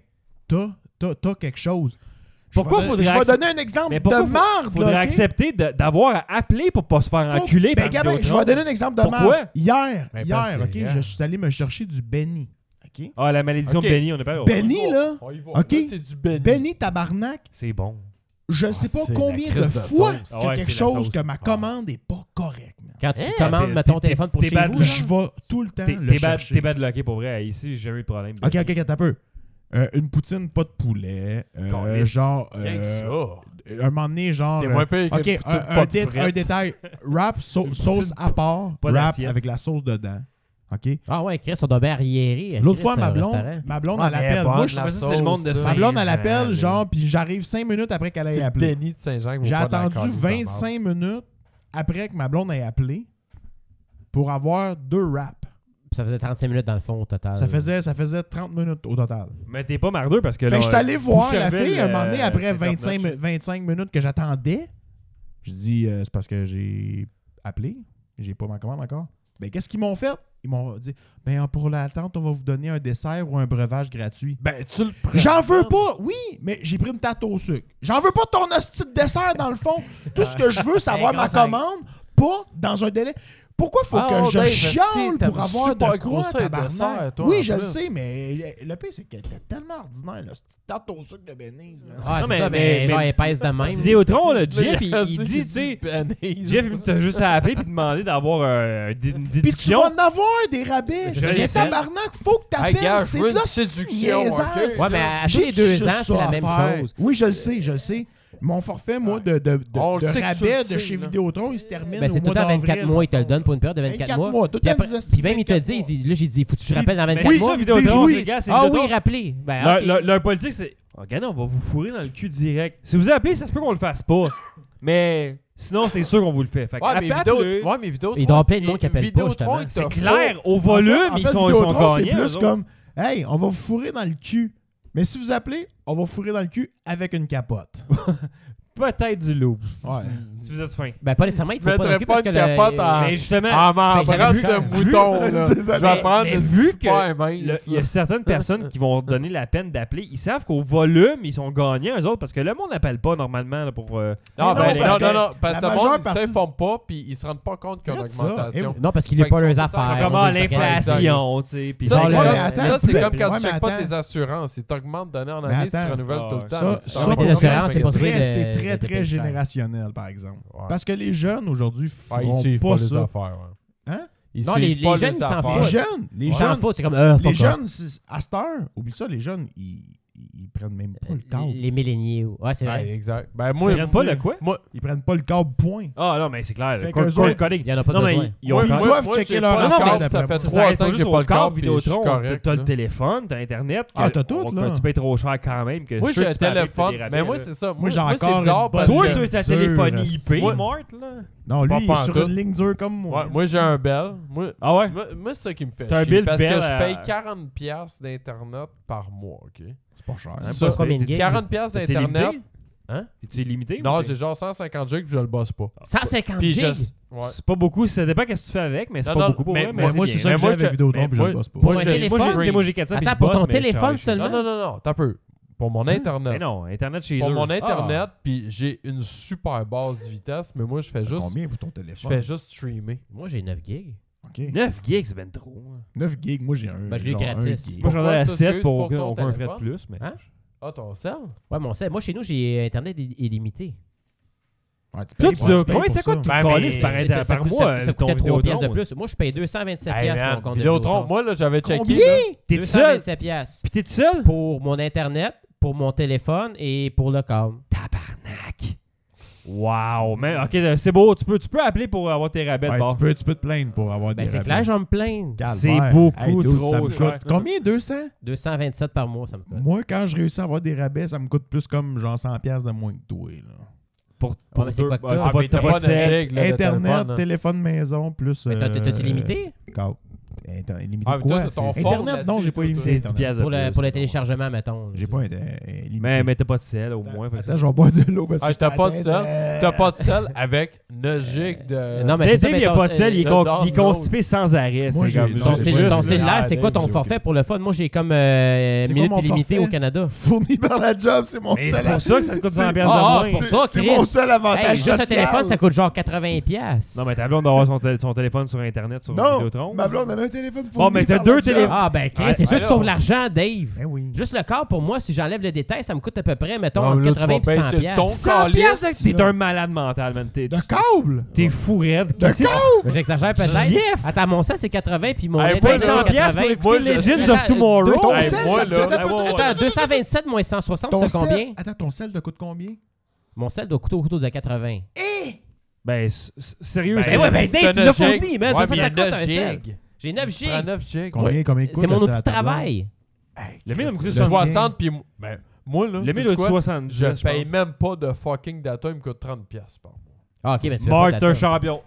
Speaker 1: t'as, t'as, t'as quelque chose. Je
Speaker 3: Pourquoi
Speaker 1: vais don-
Speaker 3: faudrait
Speaker 1: Je vais
Speaker 3: accep-
Speaker 1: donner un exemple
Speaker 3: Mais
Speaker 1: de
Speaker 3: pourquoi faut-
Speaker 1: merde.
Speaker 3: Faudrait
Speaker 1: là, ok?
Speaker 3: accepter de- d'avoir à appeler pour pas se faire
Speaker 1: Faut-
Speaker 3: enculer
Speaker 1: Ben,
Speaker 3: par
Speaker 1: Gabin, je
Speaker 3: Vidéotron.
Speaker 1: vais donner un exemple de
Speaker 3: Pourquoi?
Speaker 1: merde. Hier,
Speaker 2: Ben, parce
Speaker 1: hier,
Speaker 2: que
Speaker 1: ok,
Speaker 2: c'est hier.
Speaker 1: je suis allé me chercher du Benny. OK?
Speaker 3: Ah, la malédiction
Speaker 2: Ok.
Speaker 3: de Benny, on est pas là.
Speaker 1: Ben- Benny,
Speaker 2: On y va,
Speaker 1: là.
Speaker 3: oh,
Speaker 2: on y va.
Speaker 1: Ok.
Speaker 2: Là, C'est du Benny.
Speaker 1: Benny tabarnak,
Speaker 3: C'est bon.
Speaker 1: je
Speaker 2: Ah,
Speaker 1: sais
Speaker 2: c'est
Speaker 1: pas
Speaker 2: la
Speaker 1: combien de
Speaker 2: crise de
Speaker 1: fois
Speaker 2: sauce. Ah.
Speaker 1: qu'il y a
Speaker 3: Ouais,
Speaker 1: quelque
Speaker 3: c'est la
Speaker 1: chose
Speaker 3: sauce.
Speaker 1: que ma commande est pas correcte. man.
Speaker 4: Quand tu
Speaker 2: Hey,
Speaker 4: commandes,
Speaker 3: t'es-
Speaker 4: mettons,
Speaker 3: t'es-
Speaker 4: téléphone pour
Speaker 3: t'es
Speaker 4: chez
Speaker 3: bad
Speaker 4: vous,
Speaker 3: luck.
Speaker 4: là,
Speaker 1: Je vais tout le temps
Speaker 3: T'es
Speaker 1: le
Speaker 3: t'es bad,
Speaker 1: chercher.
Speaker 3: t'es bad lucké, pour vrai. Ici, j'ai jamais eu de problème.
Speaker 1: Ok, ok, ok, t'as peu. Euh, une poutine, pas de poulet. euh,
Speaker 2: Colin.
Speaker 1: genre. euh,
Speaker 2: Rien que ça.
Speaker 1: un moment donné, genre.
Speaker 2: C'est
Speaker 1: euh,
Speaker 2: moins pire que
Speaker 1: Ok,
Speaker 2: une
Speaker 1: un,
Speaker 2: poutine
Speaker 1: un
Speaker 2: pas de
Speaker 1: dé-
Speaker 2: frites.
Speaker 1: un détail. Wrap, sau-
Speaker 2: Une
Speaker 1: sauce
Speaker 2: poutine
Speaker 1: à part.
Speaker 3: pas
Speaker 1: Wrap
Speaker 3: d'assiette.
Speaker 1: avec la sauce dedans. Ok.
Speaker 4: Ah ouais, Chris, on doit bien arriérer. euh,
Speaker 1: L'autre fois, ma blonde, ma blonde,
Speaker 2: Ah,
Speaker 3: Eh,
Speaker 1: elle
Speaker 2: mais
Speaker 1: appelle.
Speaker 2: bonne,
Speaker 1: Moi, je-
Speaker 2: la
Speaker 3: trouvais ça, c'est le monde de
Speaker 2: sauce,
Speaker 3: ça.
Speaker 1: ma
Speaker 2: là.
Speaker 1: blonde, elle
Speaker 3: Saint-Jean, là.
Speaker 1: appelle, genre, puis j'arrive 5 minutes après qu'elle ait
Speaker 2: C'est
Speaker 1: appelé.
Speaker 2: Benny de Saint-Jacques.
Speaker 1: J'ai
Speaker 2: faut pas de la
Speaker 1: attendu
Speaker 2: calice de merde.
Speaker 1: 25 minutes après que ma blonde ait appelé pour avoir deux wraps.
Speaker 4: Ça faisait 35 minutes dans le fond au total.
Speaker 1: Ça faisait, ça faisait 30 minutes au total.
Speaker 3: Mais t'es pas mardeux parce que
Speaker 1: Fait
Speaker 3: là. euh,
Speaker 1: que je suis
Speaker 2: euh,
Speaker 1: allé voir la
Speaker 3: Boucherville,
Speaker 1: fille un moment donné
Speaker 3: euh,
Speaker 1: après
Speaker 3: c'est
Speaker 1: 25,
Speaker 3: top-notch.
Speaker 1: 25 minutes que j'attendais. Je dis, euh, c'est parce que j'ai appelé. J'ai pas ma commande encore. Mais qu'est-ce qu'ils m'ont fait? Ils m'ont dit, ben pour l'attente, on va vous donner un dessert ou un breuvage gratuit.
Speaker 2: Ben, tu le prends.
Speaker 1: J'en veux pas, oui, mais j'ai pris une tarte au sucre. J'en veux pas de ton hostie de dessert, dans le fond. Tout ce que je
Speaker 2: Euh,
Speaker 1: veux, c'est avoir
Speaker 4: Ben,
Speaker 1: ma
Speaker 4: grosse
Speaker 1: commande, pas dans un délai. Pourquoi faut
Speaker 2: Ah,
Speaker 1: que
Speaker 2: oh,
Speaker 1: je
Speaker 2: Dave,
Speaker 1: chiale
Speaker 2: esti, t'as
Speaker 1: pour
Speaker 2: du
Speaker 1: avoir
Speaker 2: super
Speaker 1: de
Speaker 2: gros
Speaker 1: quoi,
Speaker 2: ça et de
Speaker 1: tabarnak?
Speaker 2: serre, toi, en
Speaker 1: Oui, je le
Speaker 2: plus.
Speaker 1: sais, mais le pire, c'est qu'elle était tellement ordinaire, là, cette tarte au sucre de Benny's. man.
Speaker 4: Ah,
Speaker 3: Non,
Speaker 4: c'est
Speaker 3: mais-
Speaker 4: ça,
Speaker 3: mais-
Speaker 4: mais, genre,
Speaker 3: mais-
Speaker 4: elle pèse de même.
Speaker 3: Vidéotron, là, Jeff, il, il dit, tu sais.
Speaker 2: sais.
Speaker 3: Jeff, il t'a juste à appeler puis demander d'avoir euh, une dé-
Speaker 1: Puis
Speaker 3: une
Speaker 1: tu
Speaker 3: déduction.
Speaker 1: vas en avoir des rabais.
Speaker 3: Je
Speaker 1: Mais
Speaker 3: sais.
Speaker 1: tabarnak, faut que
Speaker 2: Hey, gars,
Speaker 1: t'appelles.
Speaker 2: je
Speaker 1: C'est
Speaker 2: veux
Speaker 1: de
Speaker 2: une
Speaker 1: la
Speaker 2: séduction,
Speaker 1: niaisage.
Speaker 2: ok?
Speaker 4: Ouais, mais à à tous
Speaker 1: J'ai
Speaker 4: les deux
Speaker 1: juste
Speaker 4: ans,
Speaker 1: ça
Speaker 4: c'est la
Speaker 1: à
Speaker 4: même
Speaker 1: faire.
Speaker 4: chose.
Speaker 1: Oui, je le sais, je le sais. Mon forfait, moi, de, de, de,
Speaker 2: On le
Speaker 1: de
Speaker 2: sait que tu le
Speaker 1: rabais de
Speaker 2: sais,
Speaker 1: chez
Speaker 2: là.
Speaker 1: Vidéotron, il se termine
Speaker 4: Ben,
Speaker 1: au
Speaker 4: c'est tout
Speaker 1: mois
Speaker 4: le temps 24
Speaker 1: d'avril.
Speaker 4: mois, ils te le donnent pour une période de 24,
Speaker 1: 24
Speaker 4: mois.
Speaker 1: mois, tout
Speaker 4: puis,
Speaker 1: le temps
Speaker 4: après-
Speaker 1: des hosties
Speaker 4: puis même, ils te
Speaker 1: 24
Speaker 4: disent,
Speaker 1: mois.
Speaker 4: ils- là, j'ai dit, faut que tu te rappelles dans
Speaker 1: Mais
Speaker 4: 24
Speaker 3: Mais
Speaker 1: Oui,
Speaker 3: ça,
Speaker 4: mois.
Speaker 1: ils
Speaker 3: Vidéotron,
Speaker 1: disent
Speaker 3: c'est
Speaker 1: oui.
Speaker 3: gars, c'est
Speaker 4: Ah
Speaker 3: Vidéotron.
Speaker 4: oui, rappelez. Ben,
Speaker 3: Leur,
Speaker 4: ok.
Speaker 3: leur- leur politique, c'est Regardez, on va vous fourrer dans le cul direct. Si vous appelez, ça se peut qu'on le fasse pas. Mais sinon, c'est sûr qu'on vous le fait. Fait que
Speaker 2: Ouais, mais vidéo.
Speaker 3: appelez.
Speaker 2: Ouais, mais vidéo.
Speaker 4: Il doit y avoir plein de monde qui appelle pas, justement.
Speaker 3: C'est clair, au volume,
Speaker 1: En fait,
Speaker 3: ils sont, ils sont
Speaker 1: Vidéotron,
Speaker 3: gagnants.
Speaker 1: c'est plus
Speaker 3: eux autres.
Speaker 1: comme Hey, on va vous fourrer dans le cul. Mais si vous appelez, on va vous fourrer dans le cul avec une capote.
Speaker 3: Peut-être du loup,
Speaker 1: Ouais.
Speaker 3: si vous êtes fin.
Speaker 4: Ben, pas nécessairement,
Speaker 2: Je
Speaker 4: il faut pas dans
Speaker 2: mettrais
Speaker 4: le cul
Speaker 2: pas
Speaker 4: parce
Speaker 2: une
Speaker 4: que le-
Speaker 2: capote en- Ah.
Speaker 3: Mais justement,
Speaker 2: Ah,
Speaker 4: Ben,
Speaker 2: m'en
Speaker 4: ça
Speaker 2: prendre
Speaker 4: coûte cher.
Speaker 2: de mouton, là.
Speaker 1: C'est ça.
Speaker 2: Je vais prendre
Speaker 3: mais
Speaker 2: une
Speaker 3: vu que
Speaker 2: super mince,
Speaker 3: le- il y
Speaker 2: là.
Speaker 3: a certaines personnes qui vont donner la peine d'appeler. Ils savent qu'au volume, ils sont gagnants, eux autres, parce que le monde n'appelle pas normalement là, pour. euh,
Speaker 2: Non,
Speaker 1: Mais non,
Speaker 2: ben, non,
Speaker 1: parce
Speaker 2: non,
Speaker 1: que
Speaker 2: non, parce
Speaker 1: la
Speaker 2: que le
Speaker 1: majeure
Speaker 2: monde, ils
Speaker 1: partie-
Speaker 2: s'informent pas, puis ils se rendent pas compte qu'il y a une
Speaker 1: Regarde ça.
Speaker 2: augmentation.
Speaker 1: Et-
Speaker 4: Non, parce qu'il
Speaker 2: Fait
Speaker 4: est
Speaker 2: que
Speaker 4: pas
Speaker 2: ça,
Speaker 4: leurs
Speaker 2: on
Speaker 4: affaires.
Speaker 2: peut
Speaker 4: Ah, on
Speaker 3: Comment
Speaker 4: est organisé.
Speaker 3: l'inflation, tu sais. puis
Speaker 2: Ça,
Speaker 1: ils
Speaker 2: c'est
Speaker 1: sont
Speaker 2: comme,
Speaker 1: là,
Speaker 2: ça,
Speaker 1: mais attends,
Speaker 2: c'est
Speaker 1: tu
Speaker 2: comme
Speaker 1: peux-
Speaker 2: quand
Speaker 1: ouais,
Speaker 2: tu
Speaker 1: mais
Speaker 2: fais pas
Speaker 1: attends.
Speaker 2: tes assurances. Ils t'augmentent d'année en
Speaker 1: Mais
Speaker 2: année, si tu
Speaker 1: attends.
Speaker 2: renouvelles
Speaker 3: Ah,
Speaker 2: tout le temps.
Speaker 1: Ça,
Speaker 2: mais tu t'en
Speaker 1: ça,
Speaker 2: rends
Speaker 4: Mais
Speaker 1: pour moi,
Speaker 2: pas
Speaker 4: les
Speaker 2: compte.
Speaker 4: assurances, c'est pas
Speaker 1: très-
Speaker 4: sûr de-
Speaker 1: c'est très,
Speaker 4: de
Speaker 1: très
Speaker 4: payer cher.
Speaker 1: générationnel, par exemple.
Speaker 2: Ouais.
Speaker 1: Parce que les jeunes aujourd'hui font
Speaker 2: Ouais, ils suivent
Speaker 1: pas,
Speaker 2: pas les
Speaker 1: ça.
Speaker 2: affaires. ouais.
Speaker 1: Hein?
Speaker 2: Ils
Speaker 4: Non,
Speaker 2: suivent
Speaker 4: les- les
Speaker 2: pas
Speaker 4: jeunes, ils s'en
Speaker 2: affaires.
Speaker 1: Les
Speaker 4: foutent.
Speaker 1: jeunes, les
Speaker 4: Ils s'en
Speaker 1: jeunes,
Speaker 4: foutent, c'est comme. euh,
Speaker 1: les
Speaker 4: fuck off.
Speaker 1: jeunes, c'est- à cette heure, oublie ça, les jeunes, ils, ils prennent même pas le câble.
Speaker 4: Les milléniaux. Ouais, c'est
Speaker 2: Ouais,
Speaker 4: vrai.
Speaker 2: exact. Ben,
Speaker 3: Moi,
Speaker 2: moi,
Speaker 3: ils pas le quoi
Speaker 2: moi,
Speaker 1: Ils prennent pas le câble, point.
Speaker 3: Ah non, mais c'est clair.
Speaker 1: Fait qu'eux
Speaker 3: le Cold-
Speaker 1: autres-
Speaker 3: Cold coding.
Speaker 4: Il y en a pas
Speaker 3: Non, mais
Speaker 4: besoin.
Speaker 3: ils ont
Speaker 1: Oui,
Speaker 3: quand-
Speaker 1: ils doivent checker leur
Speaker 3: pas le
Speaker 2: affaire.
Speaker 1: affaire,
Speaker 2: ça
Speaker 1: d'après
Speaker 2: fait
Speaker 1: moi.
Speaker 3: Ça s'arrête
Speaker 2: 3 ans que
Speaker 3: juste
Speaker 2: j'ai
Speaker 3: au
Speaker 2: pas le
Speaker 3: câble,
Speaker 2: câble, puis je suis
Speaker 3: Vidéotron,
Speaker 2: correct,
Speaker 3: T'as
Speaker 2: là.
Speaker 3: le téléphone, t'as Internet.
Speaker 1: Ah,
Speaker 3: que-
Speaker 1: t'as tout,
Speaker 3: on-
Speaker 1: là.
Speaker 3: que Tu payes trop cher quand même. Que
Speaker 2: Moi,
Speaker 3: je
Speaker 2: j'ai
Speaker 3: suis sûr
Speaker 2: un
Speaker 3: que tu peux appeler pour
Speaker 2: téléphone,
Speaker 3: des rabais,
Speaker 2: mais moi,
Speaker 3: là.
Speaker 2: c'est ça. Moi,
Speaker 1: Moi, j'ai
Speaker 2: moi, c'est
Speaker 1: encore
Speaker 2: bizarre
Speaker 1: une bonne
Speaker 2: parce
Speaker 3: Toi,
Speaker 1: que-
Speaker 3: toi,
Speaker 2: que...
Speaker 3: c'est la
Speaker 1: Sûr,
Speaker 3: téléphonie IP,
Speaker 1: moi-
Speaker 3: Marte, là.
Speaker 1: Non, lui,
Speaker 2: Pas
Speaker 1: il est sur
Speaker 2: pantoute.
Speaker 1: une ligne dure comme moi.
Speaker 2: Ouais, Moi, j'ai un bel. Moi,
Speaker 3: Ah ouais?
Speaker 2: Moi, moi, c'est ça qui me fait
Speaker 3: T'as un
Speaker 2: chier.
Speaker 3: bill
Speaker 2: parce que
Speaker 3: belle
Speaker 2: je
Speaker 3: à-
Speaker 2: paye 40$ piastres d'Internet par mois, OK?
Speaker 1: C'est pas cher.
Speaker 2: Ça,
Speaker 4: Pas combien de games?
Speaker 2: 40$
Speaker 3: C'est
Speaker 2: d'Internet.
Speaker 3: limité?
Speaker 2: Hein?
Speaker 3: C'est limité?
Speaker 2: Non,
Speaker 3: ou t'es-
Speaker 2: j'ai genre 150 gigs puis je le bosse pas.
Speaker 4: 150
Speaker 2: Puis je...
Speaker 4: gigs.
Speaker 2: Ouais.
Speaker 3: C'est pas beaucoup. Ça dépend qu'est-ce que tu fais avec, mais c'est
Speaker 2: Non,
Speaker 3: pas
Speaker 2: non,
Speaker 3: beaucoup pour
Speaker 2: mais-
Speaker 3: vrai,
Speaker 2: mais
Speaker 1: Moi, moi,
Speaker 3: bien.
Speaker 1: c'est ça que
Speaker 2: Mais
Speaker 1: j'ai
Speaker 2: moi, je-
Speaker 1: avec Vidéotron,
Speaker 2: moi,
Speaker 1: puis je
Speaker 2: moi-
Speaker 1: le bosse pas.
Speaker 2: moi,
Speaker 4: Pour un
Speaker 2: je-
Speaker 4: téléphone,
Speaker 2: moi, je
Speaker 3: Moi, j'ai-
Speaker 2: stream.
Speaker 3: moi, j'ai 400 puis
Speaker 4: Attends,
Speaker 3: je
Speaker 4: pour
Speaker 3: bosse,
Speaker 4: ton
Speaker 3: mais je
Speaker 4: téléphone
Speaker 3: charge.
Speaker 2: Non,
Speaker 4: seulement?
Speaker 2: non, non, non, t'as peu. Pour mon
Speaker 3: Hein? Mais
Speaker 2: Internet.
Speaker 3: non, Ah. Internet chez
Speaker 2: Pour
Speaker 3: eux.
Speaker 2: mon Internet, puis j'ai une super basse vitesse, mais moi, je fais
Speaker 1: T'as
Speaker 2: juste...
Speaker 1: Hein? Combien pour ton
Speaker 2: Je
Speaker 1: téléphone?
Speaker 2: fais juste streamer.
Speaker 4: Moi, j'ai 9 gigs.
Speaker 1: OK.
Speaker 3: 9 gigs, c'est ben trop. hein.
Speaker 1: 9 gigs, moi j'ai un.
Speaker 4: Ben, je l'ai
Speaker 1: genre
Speaker 4: gratis.
Speaker 1: un gig.
Speaker 3: Moi, j'en ai
Speaker 2: Pourquoi
Speaker 3: à
Speaker 2: ça,
Speaker 3: 7
Speaker 2: excuse,
Speaker 3: pour
Speaker 2: pour
Speaker 3: aucun,
Speaker 2: ton
Speaker 3: aucun frais de
Speaker 2: téléphone?
Speaker 3: plus. mais
Speaker 4: Hein?
Speaker 2: Ah, ton sel?
Speaker 4: Ouais, mon sel. Moi, chez nous, j'ai Internet i- illimité.
Speaker 1: Ouais, tu
Speaker 3: Toi,
Speaker 1: payes
Speaker 3: tu
Speaker 1: pour-
Speaker 3: as-
Speaker 1: tu payes
Speaker 3: combien
Speaker 1: pour
Speaker 3: ça coûte tu
Speaker 2: Ben,
Speaker 3: calises
Speaker 2: mais-
Speaker 3: par,
Speaker 4: C'est- c'est-
Speaker 3: par
Speaker 4: coûte-
Speaker 3: mois
Speaker 4: ça
Speaker 3: euh, ton
Speaker 4: coûtait 3 piastres de
Speaker 3: Vidéotron?
Speaker 4: plus. Moi, je paye 227
Speaker 2: Hey,
Speaker 4: piastres pour
Speaker 2: man,
Speaker 4: mon compte de
Speaker 2: Vidéotron,
Speaker 4: Vidéotron.
Speaker 2: moi, là, j'avais checké.
Speaker 1: Combien?
Speaker 2: là.
Speaker 3: T'es tout seul?
Speaker 4: 227 piastres
Speaker 3: Puis t'es tout seul?
Speaker 4: pour mon Internet, pour mon téléphone et pour le com.
Speaker 3: Tabarnak! Wow! Mais, ok, c'est beau. Tu peux, tu peux appeler pour avoir tes rabais de
Speaker 1: Ouais,
Speaker 3: bord.
Speaker 1: tu, peux, tu peux te plaindre pour avoir
Speaker 4: Ben,
Speaker 1: des
Speaker 4: c'est
Speaker 1: rabais.
Speaker 4: clair, je vais me plaindre.
Speaker 1: Calvaire.
Speaker 3: C'est beaucoup
Speaker 1: dude,
Speaker 3: trop
Speaker 1: Ça me
Speaker 3: cher.
Speaker 1: coûte combien 200
Speaker 4: 227 par mois, ça me coûte.
Speaker 1: Moi, quand je réussis à avoir des rabais, ça me coûte plus comme genre 100$ piastres de moins que toi. là.
Speaker 3: Pour,
Speaker 4: Ah, mais c'est
Speaker 3: deux-
Speaker 4: quoi que
Speaker 3: ah,
Speaker 4: t'as?
Speaker 3: t'as
Speaker 2: Ah,
Speaker 3: pas-
Speaker 2: mais
Speaker 3: t'as pas de sel.
Speaker 2: gigs, là, de
Speaker 1: Internet,
Speaker 2: téléphone,
Speaker 1: téléphone,
Speaker 2: là.
Speaker 1: maison, plus.
Speaker 4: Mais t'as- t'as- T'as-tu
Speaker 1: euh,
Speaker 4: limité?
Speaker 1: câble. Inter- illimité
Speaker 2: Ah, mais
Speaker 1: quoi?
Speaker 2: toi, t'as ton
Speaker 1: C'est-
Speaker 2: fond
Speaker 1: Internet, non,
Speaker 2: là-dessus,
Speaker 1: j'ai pas
Speaker 2: toi,
Speaker 1: illimité.
Speaker 2: toi.
Speaker 3: C'est 10
Speaker 1: Internet.
Speaker 3: piastres de
Speaker 4: Pour le,
Speaker 3: plus.
Speaker 4: pour le téléchargement, mettons.
Speaker 1: J'ai pas inter- euh, illimité.
Speaker 3: Mais, mais t'as pas de sel au moins. fait que-
Speaker 1: Attends, je vais boire de l'eau parce que. euh,
Speaker 2: Ah, t'as pas de
Speaker 1: t'attends.
Speaker 2: sel? T'as pas de sel avec 9 gigs de.
Speaker 4: Non, mais
Speaker 3: Dave,
Speaker 4: c'est ça,
Speaker 3: Dave, il n'y a
Speaker 4: mettons,
Speaker 3: pas de sel, il est,
Speaker 2: le
Speaker 3: con-
Speaker 2: download.
Speaker 3: il est constipé sans arrêt.
Speaker 1: Moi,
Speaker 3: c'est
Speaker 1: j'ai-
Speaker 3: comme-
Speaker 1: non,
Speaker 4: Ton,
Speaker 1: j'ai
Speaker 4: cell-
Speaker 1: pas
Speaker 4: ton
Speaker 1: de sel.
Speaker 4: cellulaire, c'est quoi ton
Speaker 1: J'ai
Speaker 4: forfait pour le fun? Moi, j'ai comme euh,
Speaker 1: C'est quoi
Speaker 4: minute
Speaker 1: mon
Speaker 4: illimitée
Speaker 1: forfait?
Speaker 4: au Canada.
Speaker 1: Fourni par la job, c'est mon
Speaker 3: Mais
Speaker 1: seul
Speaker 3: c'est pour ça que ça te coûte 100 piastres
Speaker 4: Ah,
Speaker 3: de
Speaker 4: c'est
Speaker 3: moins.
Speaker 4: pour ça,
Speaker 1: C'est
Speaker 4: Chris.
Speaker 1: mon seul avantage.
Speaker 4: Hey, juste un
Speaker 1: social.
Speaker 4: téléphone, ça coûte genre 80$. piastres.
Speaker 3: Non, mais t'as blonde d'avoir son, tél- son téléphone sur Internet, sur
Speaker 1: Non,
Speaker 3: Vidéotron.
Speaker 1: ma blonde, elle a un téléphone
Speaker 3: Bon,
Speaker 1: fourni
Speaker 3: mais t'as
Speaker 1: par la
Speaker 3: deux
Speaker 1: job.
Speaker 3: téléphones.
Speaker 4: Ah, ben, Chris,
Speaker 3: Ouais,
Speaker 4: c'est sûr que
Speaker 2: alors-
Speaker 4: tu sauves l'argent, Dave.
Speaker 1: Ben oui.
Speaker 4: Juste le corps, pour moi, si j'enlève le détail, ça me coûte à peu près, mettons,
Speaker 2: Non,
Speaker 4: entre
Speaker 2: là, tu
Speaker 4: 80
Speaker 2: vas
Speaker 4: et
Speaker 2: payer
Speaker 4: 100
Speaker 2: sur le ton
Speaker 4: piastres.
Speaker 3: 100 piastres,
Speaker 2: calice,
Speaker 3: T'es
Speaker 2: là.
Speaker 3: un malade mental, man. T'es,
Speaker 1: De câble!
Speaker 3: t'es fou raide.
Speaker 1: De
Speaker 3: Qu'est-ce que-
Speaker 1: câble!
Speaker 4: Mais J'exagère peut-être.
Speaker 3: Jeff!
Speaker 4: Attends, mon sang, c'est 80, puis mon
Speaker 2: Hey,
Speaker 4: lait,
Speaker 2: pas
Speaker 4: c'est
Speaker 2: 100
Speaker 3: piastres pour
Speaker 4: 80.
Speaker 3: écouter
Speaker 2: Moi, je-
Speaker 3: Legends of
Speaker 4: Attends,
Speaker 3: Tomorrow.
Speaker 4: deux-
Speaker 1: Ton
Speaker 2: Hey,
Speaker 1: sel,
Speaker 2: moi,
Speaker 1: ça te
Speaker 2: là,
Speaker 1: coûte à peu
Speaker 2: hey, ouais,
Speaker 1: près-
Speaker 4: Attends, 227 moins 160,
Speaker 1: Ton
Speaker 4: c'est
Speaker 1: sel-
Speaker 4: combien?
Speaker 1: Attends, ton sel, te coûte combien?
Speaker 4: Mon sel doit coûter autour de 80.
Speaker 3: Ben, s- s- sérieux,
Speaker 2: Ben,
Speaker 3: c'est-
Speaker 4: ouais, ben,
Speaker 2: c'est
Speaker 4: Dave, tu
Speaker 2: un
Speaker 4: l'as
Speaker 2: gig.
Speaker 4: fourni, man.
Speaker 2: Ouais,
Speaker 4: Ça, ça,
Speaker 2: mais
Speaker 4: ça
Speaker 2: il y a
Speaker 4: coûte un
Speaker 2: 9
Speaker 4: sel.
Speaker 2: gigs.
Speaker 4: J'ai 9
Speaker 2: Tu
Speaker 4: gigs.
Speaker 2: prends 9 gigs.
Speaker 1: Combien, combien coûte
Speaker 4: C'est mon
Speaker 1: le sel
Speaker 4: outil
Speaker 1: à
Speaker 4: de
Speaker 1: ta blonde?
Speaker 4: travail.
Speaker 3: le mien, il me coûte
Speaker 1: Le
Speaker 2: 60, puis. Ben, moi, là.
Speaker 3: Le
Speaker 2: sais-tu
Speaker 3: mille au
Speaker 2: quoi?
Speaker 3: 70,
Speaker 2: Je
Speaker 3: je
Speaker 2: paye
Speaker 3: pense.
Speaker 2: même pas de fucking data, il me coûte 30$ piastres par mois.
Speaker 4: Ah, ok, mais tu
Speaker 3: Mark, t'es un champion.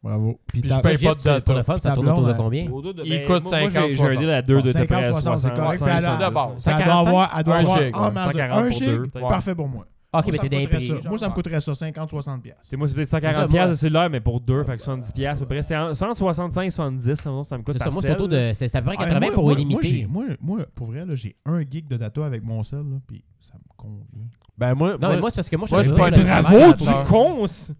Speaker 1: Bravo.
Speaker 2: Puis
Speaker 1: ta-
Speaker 2: je paye
Speaker 4: Pour
Speaker 2: pas de data.
Speaker 4: le fun,
Speaker 1: Ta
Speaker 4: ça tourne autour de
Speaker 1: blonde,
Speaker 4: combien?
Speaker 2: Il coûte 50,
Speaker 3: J'ai un deal à 2 de
Speaker 1: 50,
Speaker 3: près à
Speaker 1: 60,
Speaker 3: 60.
Speaker 1: c'est correct. Puis
Speaker 2: C'est
Speaker 1: alors,
Speaker 2: de base.
Speaker 1: Ça doit
Speaker 4: 145?
Speaker 1: avoir, elle doit
Speaker 2: Un
Speaker 1: avoir
Speaker 2: gig,
Speaker 1: en
Speaker 2: ouais.
Speaker 1: marge de
Speaker 3: 140
Speaker 1: un
Speaker 3: pour
Speaker 1: gig,
Speaker 3: deux, peut-être.
Speaker 1: parfait pour moi.
Speaker 4: Ok, mais
Speaker 1: Moi, ça
Speaker 4: t'es
Speaker 1: me
Speaker 4: d'un
Speaker 1: coûterait
Speaker 4: pays.
Speaker 1: ça. Moi, ça me coûterait ça, 50-60$. piastres.
Speaker 3: C'est moi, c'est peut-être
Speaker 4: C'est ça,
Speaker 3: 140
Speaker 4: moi.
Speaker 3: piastres de cellulaire, mais pour deux, fait que 70 piastres, à peu près. C'est en- 165, 70, ça me- ça me coûte
Speaker 4: C'est ça,
Speaker 3: par
Speaker 4: moi, c'est
Speaker 3: cell.
Speaker 4: autour de. C'est à peu près
Speaker 1: Ah,
Speaker 4: 80
Speaker 1: moi,
Speaker 4: pour
Speaker 1: moi,
Speaker 4: illimité.
Speaker 1: Moi, j'ai- moi, moi, pour vrai, là, j'ai un gig de data avec mon sel, là, puis ça me convient. Ah,
Speaker 2: Ben, moi.
Speaker 4: Non, mais moi, c'est parce que moi,
Speaker 2: moi,
Speaker 4: je
Speaker 2: je
Speaker 4: travaille
Speaker 2: suis pas
Speaker 4: dans le
Speaker 2: un
Speaker 4: travail.
Speaker 3: Bravo,
Speaker 2: Travail
Speaker 3: tu
Speaker 2: amateur.
Speaker 3: cons!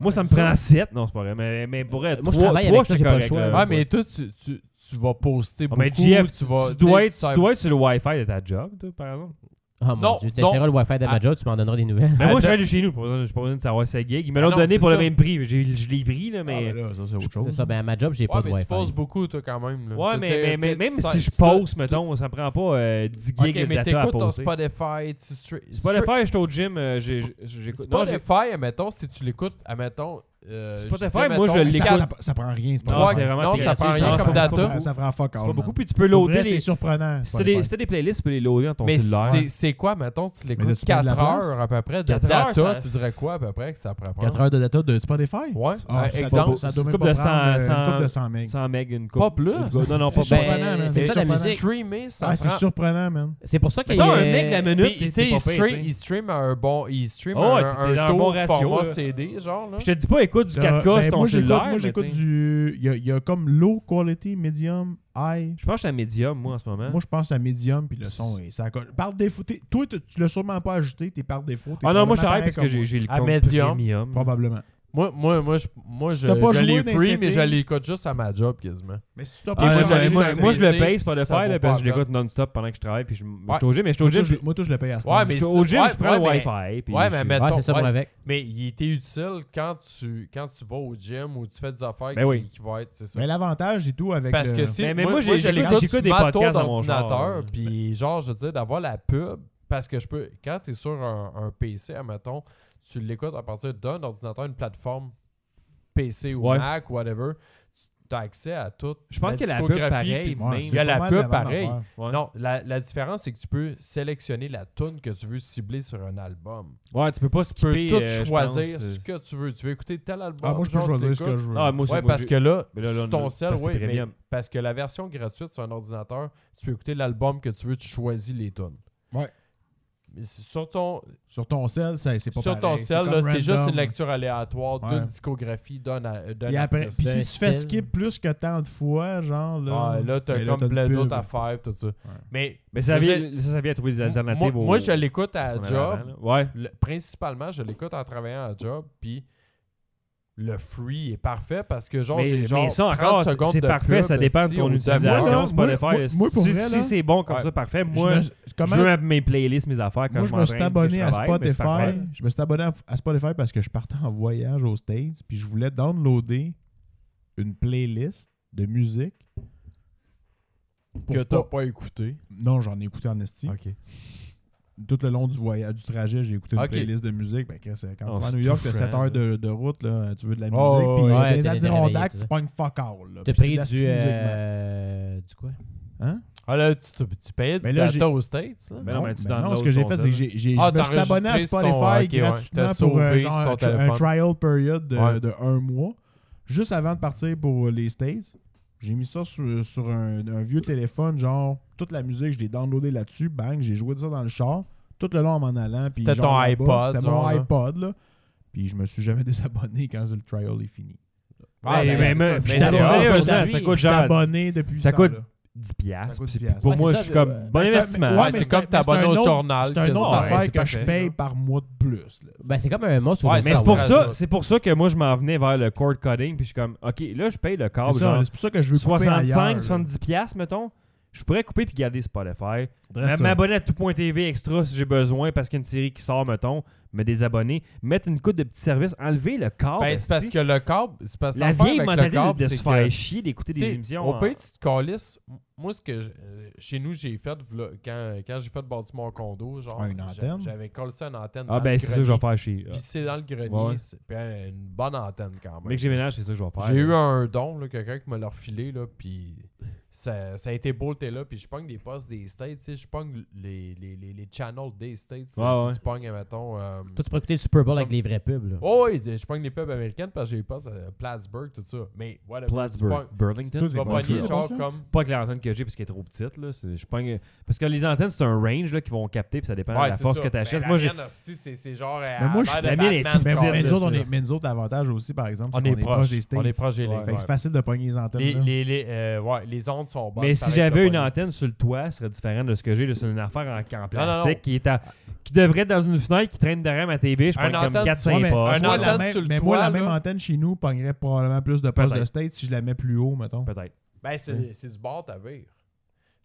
Speaker 3: Moi, ça me
Speaker 1: C'est ça.
Speaker 3: prend 7. Non, c'est pas vrai. Mais, mais pour être.
Speaker 4: Moi, je
Speaker 3: trois-
Speaker 4: travaille
Speaker 3: trois,
Speaker 4: avec ça,
Speaker 3: c'est
Speaker 4: j'ai pas le
Speaker 3: correct,
Speaker 4: choix.
Speaker 3: là.
Speaker 2: Ouais, mais toi, tu, tu, tu vas poster
Speaker 3: Ah,
Speaker 2: beaucoup.
Speaker 3: mais Jeff,
Speaker 2: tu vas.
Speaker 3: Tu dois,
Speaker 2: sais,
Speaker 3: être, tu
Speaker 2: sais-
Speaker 3: dois être sur le Wi-Fi de ta job, toi, par exemple.
Speaker 4: Ah
Speaker 2: Non,
Speaker 4: mon dieu, tu
Speaker 2: non.
Speaker 4: essaieras le Wi-Fi de ma
Speaker 2: Ah.
Speaker 4: job, tu m'en donneras des nouvelles.
Speaker 3: Mais
Speaker 2: Ah,
Speaker 3: moi, je
Speaker 2: de-
Speaker 3: travaille de chez nous. pour ça, J'ai pas besoin de savoir sa gig. Ils me
Speaker 2: Ah
Speaker 3: l'ont
Speaker 2: non,
Speaker 3: donné
Speaker 2: c'est
Speaker 3: pour le
Speaker 2: ça.
Speaker 3: même prix. J'ai- Je l'ai pris, là,
Speaker 1: Ah,
Speaker 3: mais.
Speaker 1: ben là, ça, c'est autre chose.
Speaker 4: C'est ça, ben à ma job, j'ai
Speaker 2: Ouais,
Speaker 4: pas de
Speaker 2: mais tu
Speaker 4: Wi-Fi.
Speaker 2: poses beaucoup, toi, quand même. là.
Speaker 3: Ouais,
Speaker 2: Tu
Speaker 3: mais,
Speaker 2: sais,
Speaker 3: mais,
Speaker 2: tu sais,
Speaker 3: mais même
Speaker 2: ça-
Speaker 3: si je
Speaker 2: tu dois-
Speaker 3: pose, mettons, ça me prend pas euh, 10 gigs
Speaker 2: Ok,
Speaker 3: de
Speaker 2: mais
Speaker 3: data à
Speaker 2: t'écoutes ton
Speaker 3: poster.
Speaker 2: Spotify, tu stre-
Speaker 3: Spotify, j'étais au gym, euh, j'ai- j'ai- j'écoute. non, j'ai-
Speaker 2: Spotify, admettons, si tu l'écoutes, admettons, euh,
Speaker 3: Spotify,
Speaker 2: je sais,
Speaker 3: moi,
Speaker 2: mettons,
Speaker 3: je
Speaker 1: Mais
Speaker 3: l'ai-
Speaker 1: ça,
Speaker 3: l'écoute.
Speaker 1: ça, ça prend rien.
Speaker 3: Non,
Speaker 1: Spotify.
Speaker 3: c'est vraiment-
Speaker 2: non,
Speaker 3: c'est
Speaker 2: ça
Speaker 3: gratuit,
Speaker 2: prend
Speaker 3: ça
Speaker 2: rien
Speaker 3: prend
Speaker 2: comme
Speaker 3: pas
Speaker 1: ça
Speaker 3: data.
Speaker 1: prend-
Speaker 2: datum.
Speaker 1: Ça prend fuck all.
Speaker 3: C'est pas beaucoup,
Speaker 1: man.
Speaker 3: puis tu peux
Speaker 1: Pour vrai,
Speaker 3: loader les...
Speaker 1: C'est surprenant.
Speaker 3: Si t'as des, si
Speaker 1: Spotify.
Speaker 3: t'as des playlists, tu peux les loader dans ton
Speaker 2: Mais
Speaker 3: cellulaire.
Speaker 2: c'est c'est quoi, mettons, tu
Speaker 1: Mais
Speaker 2: l'écoutes
Speaker 1: tu prends de la
Speaker 2: 4
Speaker 1: place?
Speaker 2: heures à peu près de
Speaker 3: Quatre heures,
Speaker 2: data,
Speaker 3: ça-
Speaker 2: tu dirais quoi à peu près que ça prend?
Speaker 1: 4 heures de data de Spotify?
Speaker 2: Ouais,
Speaker 1: Ah,
Speaker 2: un
Speaker 1: ça
Speaker 2: exemple.
Speaker 1: doit- Ça doit
Speaker 3: Une
Speaker 1: même
Speaker 3: coupe
Speaker 1: pas
Speaker 3: de
Speaker 1: prendre,
Speaker 3: cent-
Speaker 1: euh, une coupe de
Speaker 3: cent-
Speaker 1: 100 megs.
Speaker 3: 100 meg, une coupe.
Speaker 2: Pas plus.
Speaker 3: Une coupe. Non, non,
Speaker 1: C'est
Speaker 3: pas
Speaker 1: sûr.
Speaker 3: plus.
Speaker 1: surprenant, man.
Speaker 4: c'est
Speaker 1: C'est
Speaker 4: ça la
Speaker 1: surprenant.
Speaker 4: musique.
Speaker 2: Streamer, ça
Speaker 1: Ah, c'est
Speaker 2: prend...
Speaker 1: surprenant, man.
Speaker 4: C'est pour ça qu'il y a.
Speaker 3: Mettons un mec la minute,
Speaker 2: Puis,
Speaker 3: Ben,
Speaker 2: tu
Speaker 3: puis
Speaker 2: sais,
Speaker 3: c'est
Speaker 2: il
Speaker 3: pas pire,
Speaker 2: stream,
Speaker 3: tu sais.
Speaker 2: il stream un bon... Il stream
Speaker 3: Ah ouais,
Speaker 2: un,
Speaker 3: t'es
Speaker 2: un
Speaker 3: dans un bon
Speaker 2: taux
Speaker 3: ratio,
Speaker 2: format
Speaker 3: là.
Speaker 2: CD, genre, là.
Speaker 3: Je te dis pas, écoute du 4K
Speaker 1: Euh,
Speaker 3: sur
Speaker 1: ben,
Speaker 3: ton
Speaker 1: moi, j'écoute-
Speaker 3: cellulaire.
Speaker 1: Moi,
Speaker 3: mais
Speaker 1: j'écoute
Speaker 3: tu sais.
Speaker 1: du. Il y, a- il y a comme low quality, medium, high.
Speaker 3: Je pense que je suis à médium, moi, en ce
Speaker 2: Hein?
Speaker 3: moment.
Speaker 1: Moi, je pense à medium, puis le son, est- ça colle. Par défaut, t'es- toi, tu tu l'as sûrement pas ajouté, t'es par défaut. t'es
Speaker 3: Ah non, moi,
Speaker 1: probablement
Speaker 3: je t'arrête parce que
Speaker 1: pareil
Speaker 3: j'ai
Speaker 1: comme
Speaker 3: j'ai le
Speaker 2: À
Speaker 3: compte
Speaker 2: médium.
Speaker 3: premium.
Speaker 1: moi. Probablement.
Speaker 2: Moi, moi, moi, je, moi, je,
Speaker 1: t'as pas
Speaker 2: je
Speaker 1: joué
Speaker 2: l'ai
Speaker 1: dans les
Speaker 2: free, mais je
Speaker 1: CT?
Speaker 2: l'écoute juste à ma job, quasiment.
Speaker 1: Mais si t'as
Speaker 3: Ah,
Speaker 1: pas
Speaker 2: moi,
Speaker 3: ouais,
Speaker 1: changé,
Speaker 3: moi,
Speaker 2: j'allais
Speaker 3: moi,
Speaker 1: ça-
Speaker 2: sur
Speaker 3: moi, je
Speaker 2: le
Speaker 3: le paye
Speaker 2: ça
Speaker 3: Spotify
Speaker 2: vaut
Speaker 3: là, parce
Speaker 2: pas
Speaker 3: que je
Speaker 2: la
Speaker 3: l'écoute non-stop pendant que je travaille. Puis je m- je
Speaker 2: Ouais.
Speaker 3: suis au gym, mais je suis au
Speaker 1: Moi, toi,
Speaker 3: gym.
Speaker 1: je-
Speaker 3: puis-
Speaker 1: moi, toi, je le paye à ce
Speaker 2: Ouais,
Speaker 1: temps.
Speaker 2: mais
Speaker 3: je suis
Speaker 2: c'est-
Speaker 3: Au gym,
Speaker 2: ouais,
Speaker 3: je prends le
Speaker 2: ouais,
Speaker 3: Wi-Fi. puis
Speaker 2: ouais,
Speaker 3: je-
Speaker 2: mais
Speaker 4: Ouais,
Speaker 2: mettons,
Speaker 4: c'est ça,
Speaker 2: ouais.
Speaker 4: moi, avec.
Speaker 2: Mais il était utile quand tu, quand tu vas au gym ou tu fais des affaires
Speaker 3: Ben
Speaker 2: qui,
Speaker 3: oui.
Speaker 2: qui vont être. C'est ça.
Speaker 1: Mais l'avantage et tout avec. euh,
Speaker 2: Parce
Speaker 1: le-
Speaker 2: que si.
Speaker 3: Mais- mais
Speaker 2: moi, moi,
Speaker 3: moi, j'ai-
Speaker 2: je
Speaker 3: j'écoute-
Speaker 2: l'écoute
Speaker 3: j'écoute
Speaker 2: sur
Speaker 3: des
Speaker 2: ma tour
Speaker 3: podcasts dans mon char,
Speaker 2: d'ordinateur.
Speaker 3: là. Ben.
Speaker 2: Puis, genre, je veux dire, d'avoir la pub. Parce que je peux. Quand tu es sur un, un PC, admettons, tu l'écoutes à partir d'un ordinateur, une plateforme PC ou
Speaker 3: Ouais.
Speaker 2: Mac, whatever. Tu as accès à tout.
Speaker 3: Je pense que la pub,
Speaker 2: discographie,
Speaker 3: pareil,
Speaker 2: puis-
Speaker 3: même.
Speaker 1: Ouais, c'est
Speaker 2: Il y a
Speaker 1: pas
Speaker 2: la
Speaker 1: mal
Speaker 2: pub,
Speaker 1: la même
Speaker 2: pareil.
Speaker 1: affaire.
Speaker 3: Ouais.
Speaker 2: Non, la, la différence, c'est que tu peux sélectionner la tune que tu veux cibler sur un album.
Speaker 3: Ouais, tu peux pas
Speaker 2: Tu peux
Speaker 3: skipper.
Speaker 2: tout
Speaker 3: euh, je
Speaker 2: choisir
Speaker 3: pense, euh.
Speaker 2: ce que tu veux. Tu veux écouter tel album.
Speaker 1: Ah, moi, je peux
Speaker 2: genre, tu
Speaker 1: choisir ce que
Speaker 2: l'écoutes.
Speaker 1: je veux.
Speaker 3: Ah, moi, c'est-
Speaker 2: Ouais,
Speaker 3: moi,
Speaker 2: parce
Speaker 3: j'ai-
Speaker 2: que là,
Speaker 3: Mais là, là,
Speaker 2: sur
Speaker 3: on
Speaker 2: ton
Speaker 3: a-
Speaker 2: sel,
Speaker 3: parce que
Speaker 2: oui,
Speaker 3: c'est
Speaker 2: mais
Speaker 3: premium.
Speaker 2: parce que la version gratuite sur un ordinateur, tu peux écouter l'album que tu veux, tu choisis les tunes.
Speaker 1: Ouais.
Speaker 2: Mais c'est sur ton,
Speaker 1: Sur ton sel, ça- c'est pas
Speaker 2: sur ton
Speaker 1: pareil.
Speaker 2: cell,
Speaker 1: comme
Speaker 2: là, c'est juste
Speaker 1: random.
Speaker 2: une lecture aléatoire
Speaker 1: Ouais.
Speaker 2: d'une discographie, d'un a- d'un
Speaker 1: Puis après-
Speaker 2: artiste.
Speaker 1: puis si
Speaker 4: d'un
Speaker 1: tu fais
Speaker 4: style.
Speaker 1: skip plus que tant de fois, genre là.
Speaker 2: Ah, là, t'as
Speaker 1: ben là,
Speaker 2: comme
Speaker 1: une
Speaker 2: plein
Speaker 1: pub.
Speaker 2: d'autres affaires, tout ça. Mais,
Speaker 3: Mais ça
Speaker 2: je veux
Speaker 3: vient
Speaker 2: dire,
Speaker 3: ça, ça vient à trouver des alternatives.
Speaker 2: moi,
Speaker 3: au-
Speaker 2: moi, je l'écoute
Speaker 3: à ce
Speaker 2: à
Speaker 3: qu'on avait
Speaker 2: job,
Speaker 3: avant, là. Ouais.
Speaker 2: le- principalement, je l'écoute en travaillant à job, puis le free est parfait parce que genre,
Speaker 3: mais,
Speaker 2: j'ai
Speaker 3: mais
Speaker 2: genre
Speaker 3: ça
Speaker 2: 30
Speaker 3: encore, c'est-
Speaker 2: secondes
Speaker 3: c'est
Speaker 2: de
Speaker 3: parfait,
Speaker 2: pub,
Speaker 3: ça dépend de
Speaker 2: si,
Speaker 3: ton
Speaker 2: ou
Speaker 1: Moi, là,
Speaker 3: utilisation
Speaker 1: moi,
Speaker 3: Spotify.
Speaker 1: moi, moi, pour
Speaker 3: si
Speaker 1: vrai, là,
Speaker 3: si c'est bon comme
Speaker 2: ouais.
Speaker 3: ça, parfait.
Speaker 1: Je
Speaker 3: Moi,
Speaker 1: me-
Speaker 3: je,
Speaker 1: comment-
Speaker 3: veux mes playlists, mes affaires quand
Speaker 1: Moi,
Speaker 3: je
Speaker 1: je me suis
Speaker 3: m'entraîne,
Speaker 1: abonné
Speaker 3: que je
Speaker 1: à
Speaker 3: travaille, mais c'est
Speaker 1: Spotify.
Speaker 3: parfait.
Speaker 1: Je me suis abonné à- à Spotify parce que je partais en voyage aux States, puis je voulais downloader une playlist de musique. pour
Speaker 2: que t'as
Speaker 1: pas-
Speaker 2: pas écouté.
Speaker 1: Non, j'en ai écouté en esti.
Speaker 2: Ok.
Speaker 1: Tout le long du voyage, du trajet, j'ai écouté une
Speaker 2: Ok.
Speaker 1: playlist de musique. Ben, Chris, quand
Speaker 3: Oh,
Speaker 1: tu vas à
Speaker 3: c'est
Speaker 1: New York, t'as
Speaker 3: touchant,
Speaker 1: 7 heures de, de route, là, tu veux de la musique.
Speaker 2: Oh,
Speaker 1: puis
Speaker 2: ouais,
Speaker 1: dans
Speaker 4: ouais,
Speaker 1: les
Speaker 4: t'es réveillé,
Speaker 1: Adirondacks,
Speaker 4: tout
Speaker 1: tu
Speaker 4: ça.
Speaker 1: pognes fuck all. là, puis c'est
Speaker 4: T'as
Speaker 1: de
Speaker 4: pris
Speaker 1: la
Speaker 4: du.
Speaker 1: musique, man.
Speaker 4: euh, Du quoi
Speaker 1: Hein?
Speaker 2: Ah là, tu, te- tu payes
Speaker 1: Mais
Speaker 2: du
Speaker 1: là, j'ai- Ben,
Speaker 2: data aux States, là?
Speaker 3: Mais non, mais tu downloads
Speaker 1: ce que j'ai
Speaker 3: ton
Speaker 1: fait, c'est
Speaker 3: zone.
Speaker 1: que j'ai, j'ai-
Speaker 2: Ah,
Speaker 1: je me
Speaker 2: t'as
Speaker 1: suis abonné à
Speaker 2: enregistré sur
Speaker 1: Spotify
Speaker 2: ton- ok, ouais.
Speaker 1: gratuitement
Speaker 2: T'as
Speaker 1: pour euh,
Speaker 2: sauvé
Speaker 1: genre,
Speaker 2: sur ton
Speaker 1: un, tri-
Speaker 2: téléphone.
Speaker 1: un trial period de,
Speaker 2: Ouais.
Speaker 1: de un mois. Juste avant de partir pour les States, j'ai mis ça sur, sur un, un vieux téléphone, genre toute la musique, je l'ai downloadé là-dessus, bang, j'ai joué de ça dans le char, tout le long en m'en allant. puis
Speaker 2: C'était
Speaker 1: genre
Speaker 2: ton
Speaker 1: là-bas,
Speaker 2: iPod,
Speaker 1: C'était
Speaker 2: genre,
Speaker 1: mon
Speaker 2: là.
Speaker 1: iPod, là. Puis je me suis jamais désabonné quand le trial est fini.
Speaker 2: Ah,
Speaker 3: Mais-
Speaker 2: ben,
Speaker 3: mais-
Speaker 2: c'est
Speaker 3: mais-
Speaker 2: ça.
Speaker 3: puis
Speaker 2: Mais
Speaker 3: ça-
Speaker 2: c'est
Speaker 1: bon,
Speaker 3: sérieusement,
Speaker 4: aujourd'hui,
Speaker 3: ça coûte
Speaker 1: Je suis
Speaker 3: genre
Speaker 1: abonné depuis
Speaker 3: ça
Speaker 1: ce temps-là.
Speaker 3: coûte 10 piastres. Ah,
Speaker 1: Ça coûte 10
Speaker 3: puis
Speaker 1: piastres.
Speaker 3: Pour
Speaker 4: Ouais,
Speaker 3: moi,
Speaker 4: c'est
Speaker 3: je
Speaker 4: ça,
Speaker 3: suis
Speaker 4: euh,
Speaker 3: comme bon
Speaker 1: Mais c'est un-
Speaker 3: investissement.
Speaker 1: ouais,
Speaker 2: Ouais,
Speaker 1: mais
Speaker 2: c'est comme
Speaker 1: un- mais
Speaker 2: t'abonner
Speaker 1: c'est un
Speaker 2: au
Speaker 1: autre-
Speaker 2: journal.
Speaker 1: C'est une
Speaker 2: quasiment.
Speaker 1: autre
Speaker 3: Ouais,
Speaker 1: affaire
Speaker 2: c'est
Speaker 1: que je
Speaker 2: parfait.
Speaker 1: paye par mois de plus. là.
Speaker 4: Ben, c'est comme un mot sur
Speaker 2: Ouais,
Speaker 3: Mais
Speaker 2: ça
Speaker 3: c'est pour
Speaker 2: va.
Speaker 3: ça, c'est pour ça que moi je m'en venais vers le cord cutting puis je suis comme OK, là je paye le câble
Speaker 1: C'est ça,
Speaker 3: genre
Speaker 1: c'est pour ça que je veux couper ailleurs,
Speaker 3: 65
Speaker 1: là.
Speaker 3: 70 pièces mettons. Je pourrais couper puis garder Spotify.
Speaker 1: Dresse ça.
Speaker 3: M'abonner à tout.tv extra si j'ai besoin parce qu'il y a une série qui sort mettons, me désabonner, mettre une coupe de petits services, enlever le câble.
Speaker 2: Ben, c'est
Speaker 3: esti.
Speaker 2: parce que le câble, c'est parce que
Speaker 3: la
Speaker 2: l'affaire
Speaker 3: vieille
Speaker 2: avec le
Speaker 3: mentalité
Speaker 2: câble,
Speaker 3: de
Speaker 2: c'est
Speaker 3: se faire
Speaker 2: que,
Speaker 3: chier d'écouter
Speaker 2: tu sais,
Speaker 3: des émissions. hein.
Speaker 2: Au
Speaker 3: en-
Speaker 2: pays, tu te calisses. Moi, ce que. je- euh, Chez nous, j'ai fait. v'là- Quand, quand j'ai fait bâtiment mon condo, genre.
Speaker 1: Ah, une
Speaker 2: j'a-
Speaker 1: antenne?
Speaker 2: J'avais collé ça une antenne.
Speaker 3: Ah
Speaker 2: dans
Speaker 3: ben
Speaker 2: le
Speaker 3: c'est ça que je vais
Speaker 2: grenier,
Speaker 3: faire Ah. chez
Speaker 2: Vissé dans le grenier.
Speaker 3: Ouais, ouais.
Speaker 2: c'est- Puis euh, une bonne antenne quand même.
Speaker 3: Mais que j'ai ménage, c'est ça que je vais faire.
Speaker 2: J'ai eu un don, là, quelqu'un qui m'a leur filé, là, puis ça, ça a été beau, t'es là, puis je pogne des postes des States, tu sais, je pogne les, les, les, les channels des States, là,
Speaker 3: Ouais,
Speaker 2: si
Speaker 3: ouais.
Speaker 2: tu pognes, mettons... euh,
Speaker 4: Toi, tu pourrais écouter le Super Bowl avec les vrais pubs, là.
Speaker 2: Oh oui, je pogne les pubs américaines parce que j'ai les postes à Plattsburgh, tout ça, mais whatever.
Speaker 3: Plattsburgh,
Speaker 2: Tu
Speaker 3: Burlington.
Speaker 1: Tout
Speaker 2: pognes- Tu vas
Speaker 1: Bon,
Speaker 2: pogner
Speaker 1: c'est
Speaker 2: genre
Speaker 1: bon, ça.
Speaker 2: comme...
Speaker 3: pas avec l'antenne que j'ai parce qu'elle est trop petite. Là. C'est- Je pogne... Parce que les antennes, c'est un range là, qui vont capter, puis ça dépend de la
Speaker 2: c'est
Speaker 3: force
Speaker 2: ça.
Speaker 3: que tu achètes.
Speaker 2: Ben,
Speaker 3: Moi,
Speaker 2: la
Speaker 3: j'ai.
Speaker 2: mienne, hostie, c'est c'est genre... euh,
Speaker 1: Mais moi, je-
Speaker 3: la mienne est toute
Speaker 1: Mais,
Speaker 3: petite,
Speaker 1: Ben, mais, nous
Speaker 3: là,
Speaker 1: autres, on
Speaker 3: ça.
Speaker 1: est, mais nous autres, l'avantage aussi, par exemple,
Speaker 2: on
Speaker 1: c'est
Speaker 2: est
Speaker 1: qu'on est proche
Speaker 2: proche,
Speaker 1: des States.
Speaker 2: on est proche des lignes,
Speaker 1: Fait que
Speaker 2: ouais.
Speaker 1: c'est facile hein. de pogner les antennes.
Speaker 2: Les-
Speaker 1: là.
Speaker 2: les- les, euh, ouais, les ondes sont bonnes.
Speaker 3: Mais
Speaker 2: pareil,
Speaker 3: si
Speaker 2: t'as
Speaker 3: j'avais une
Speaker 2: pogné.
Speaker 3: antenne sur le toit, ce serait différent de ce que j'ai. là, C'est une affaire en, en plastique
Speaker 2: non, non.
Speaker 3: qui est à- qui devrait être dans une fenêtre qui traîne derrière ma TV. Je
Speaker 2: Un
Speaker 3: prends comme
Speaker 2: antenne, tu
Speaker 3: 4-5
Speaker 2: vois,
Speaker 1: mais
Speaker 2: un
Speaker 3: postes.
Speaker 1: Moi,
Speaker 3: Ouais,
Speaker 1: la
Speaker 2: antenne
Speaker 1: même-
Speaker 2: sur le
Speaker 1: mais moi, la
Speaker 2: toit,
Speaker 1: même
Speaker 2: là.
Speaker 1: antenne chez nous pognerait probablement plus de postes de
Speaker 3: Peut-être.
Speaker 1: States si je la mets plus haut, mettons.
Speaker 3: Peut-être.
Speaker 2: Ben, c'est
Speaker 1: Ouais.
Speaker 2: c'est du bord t'avais.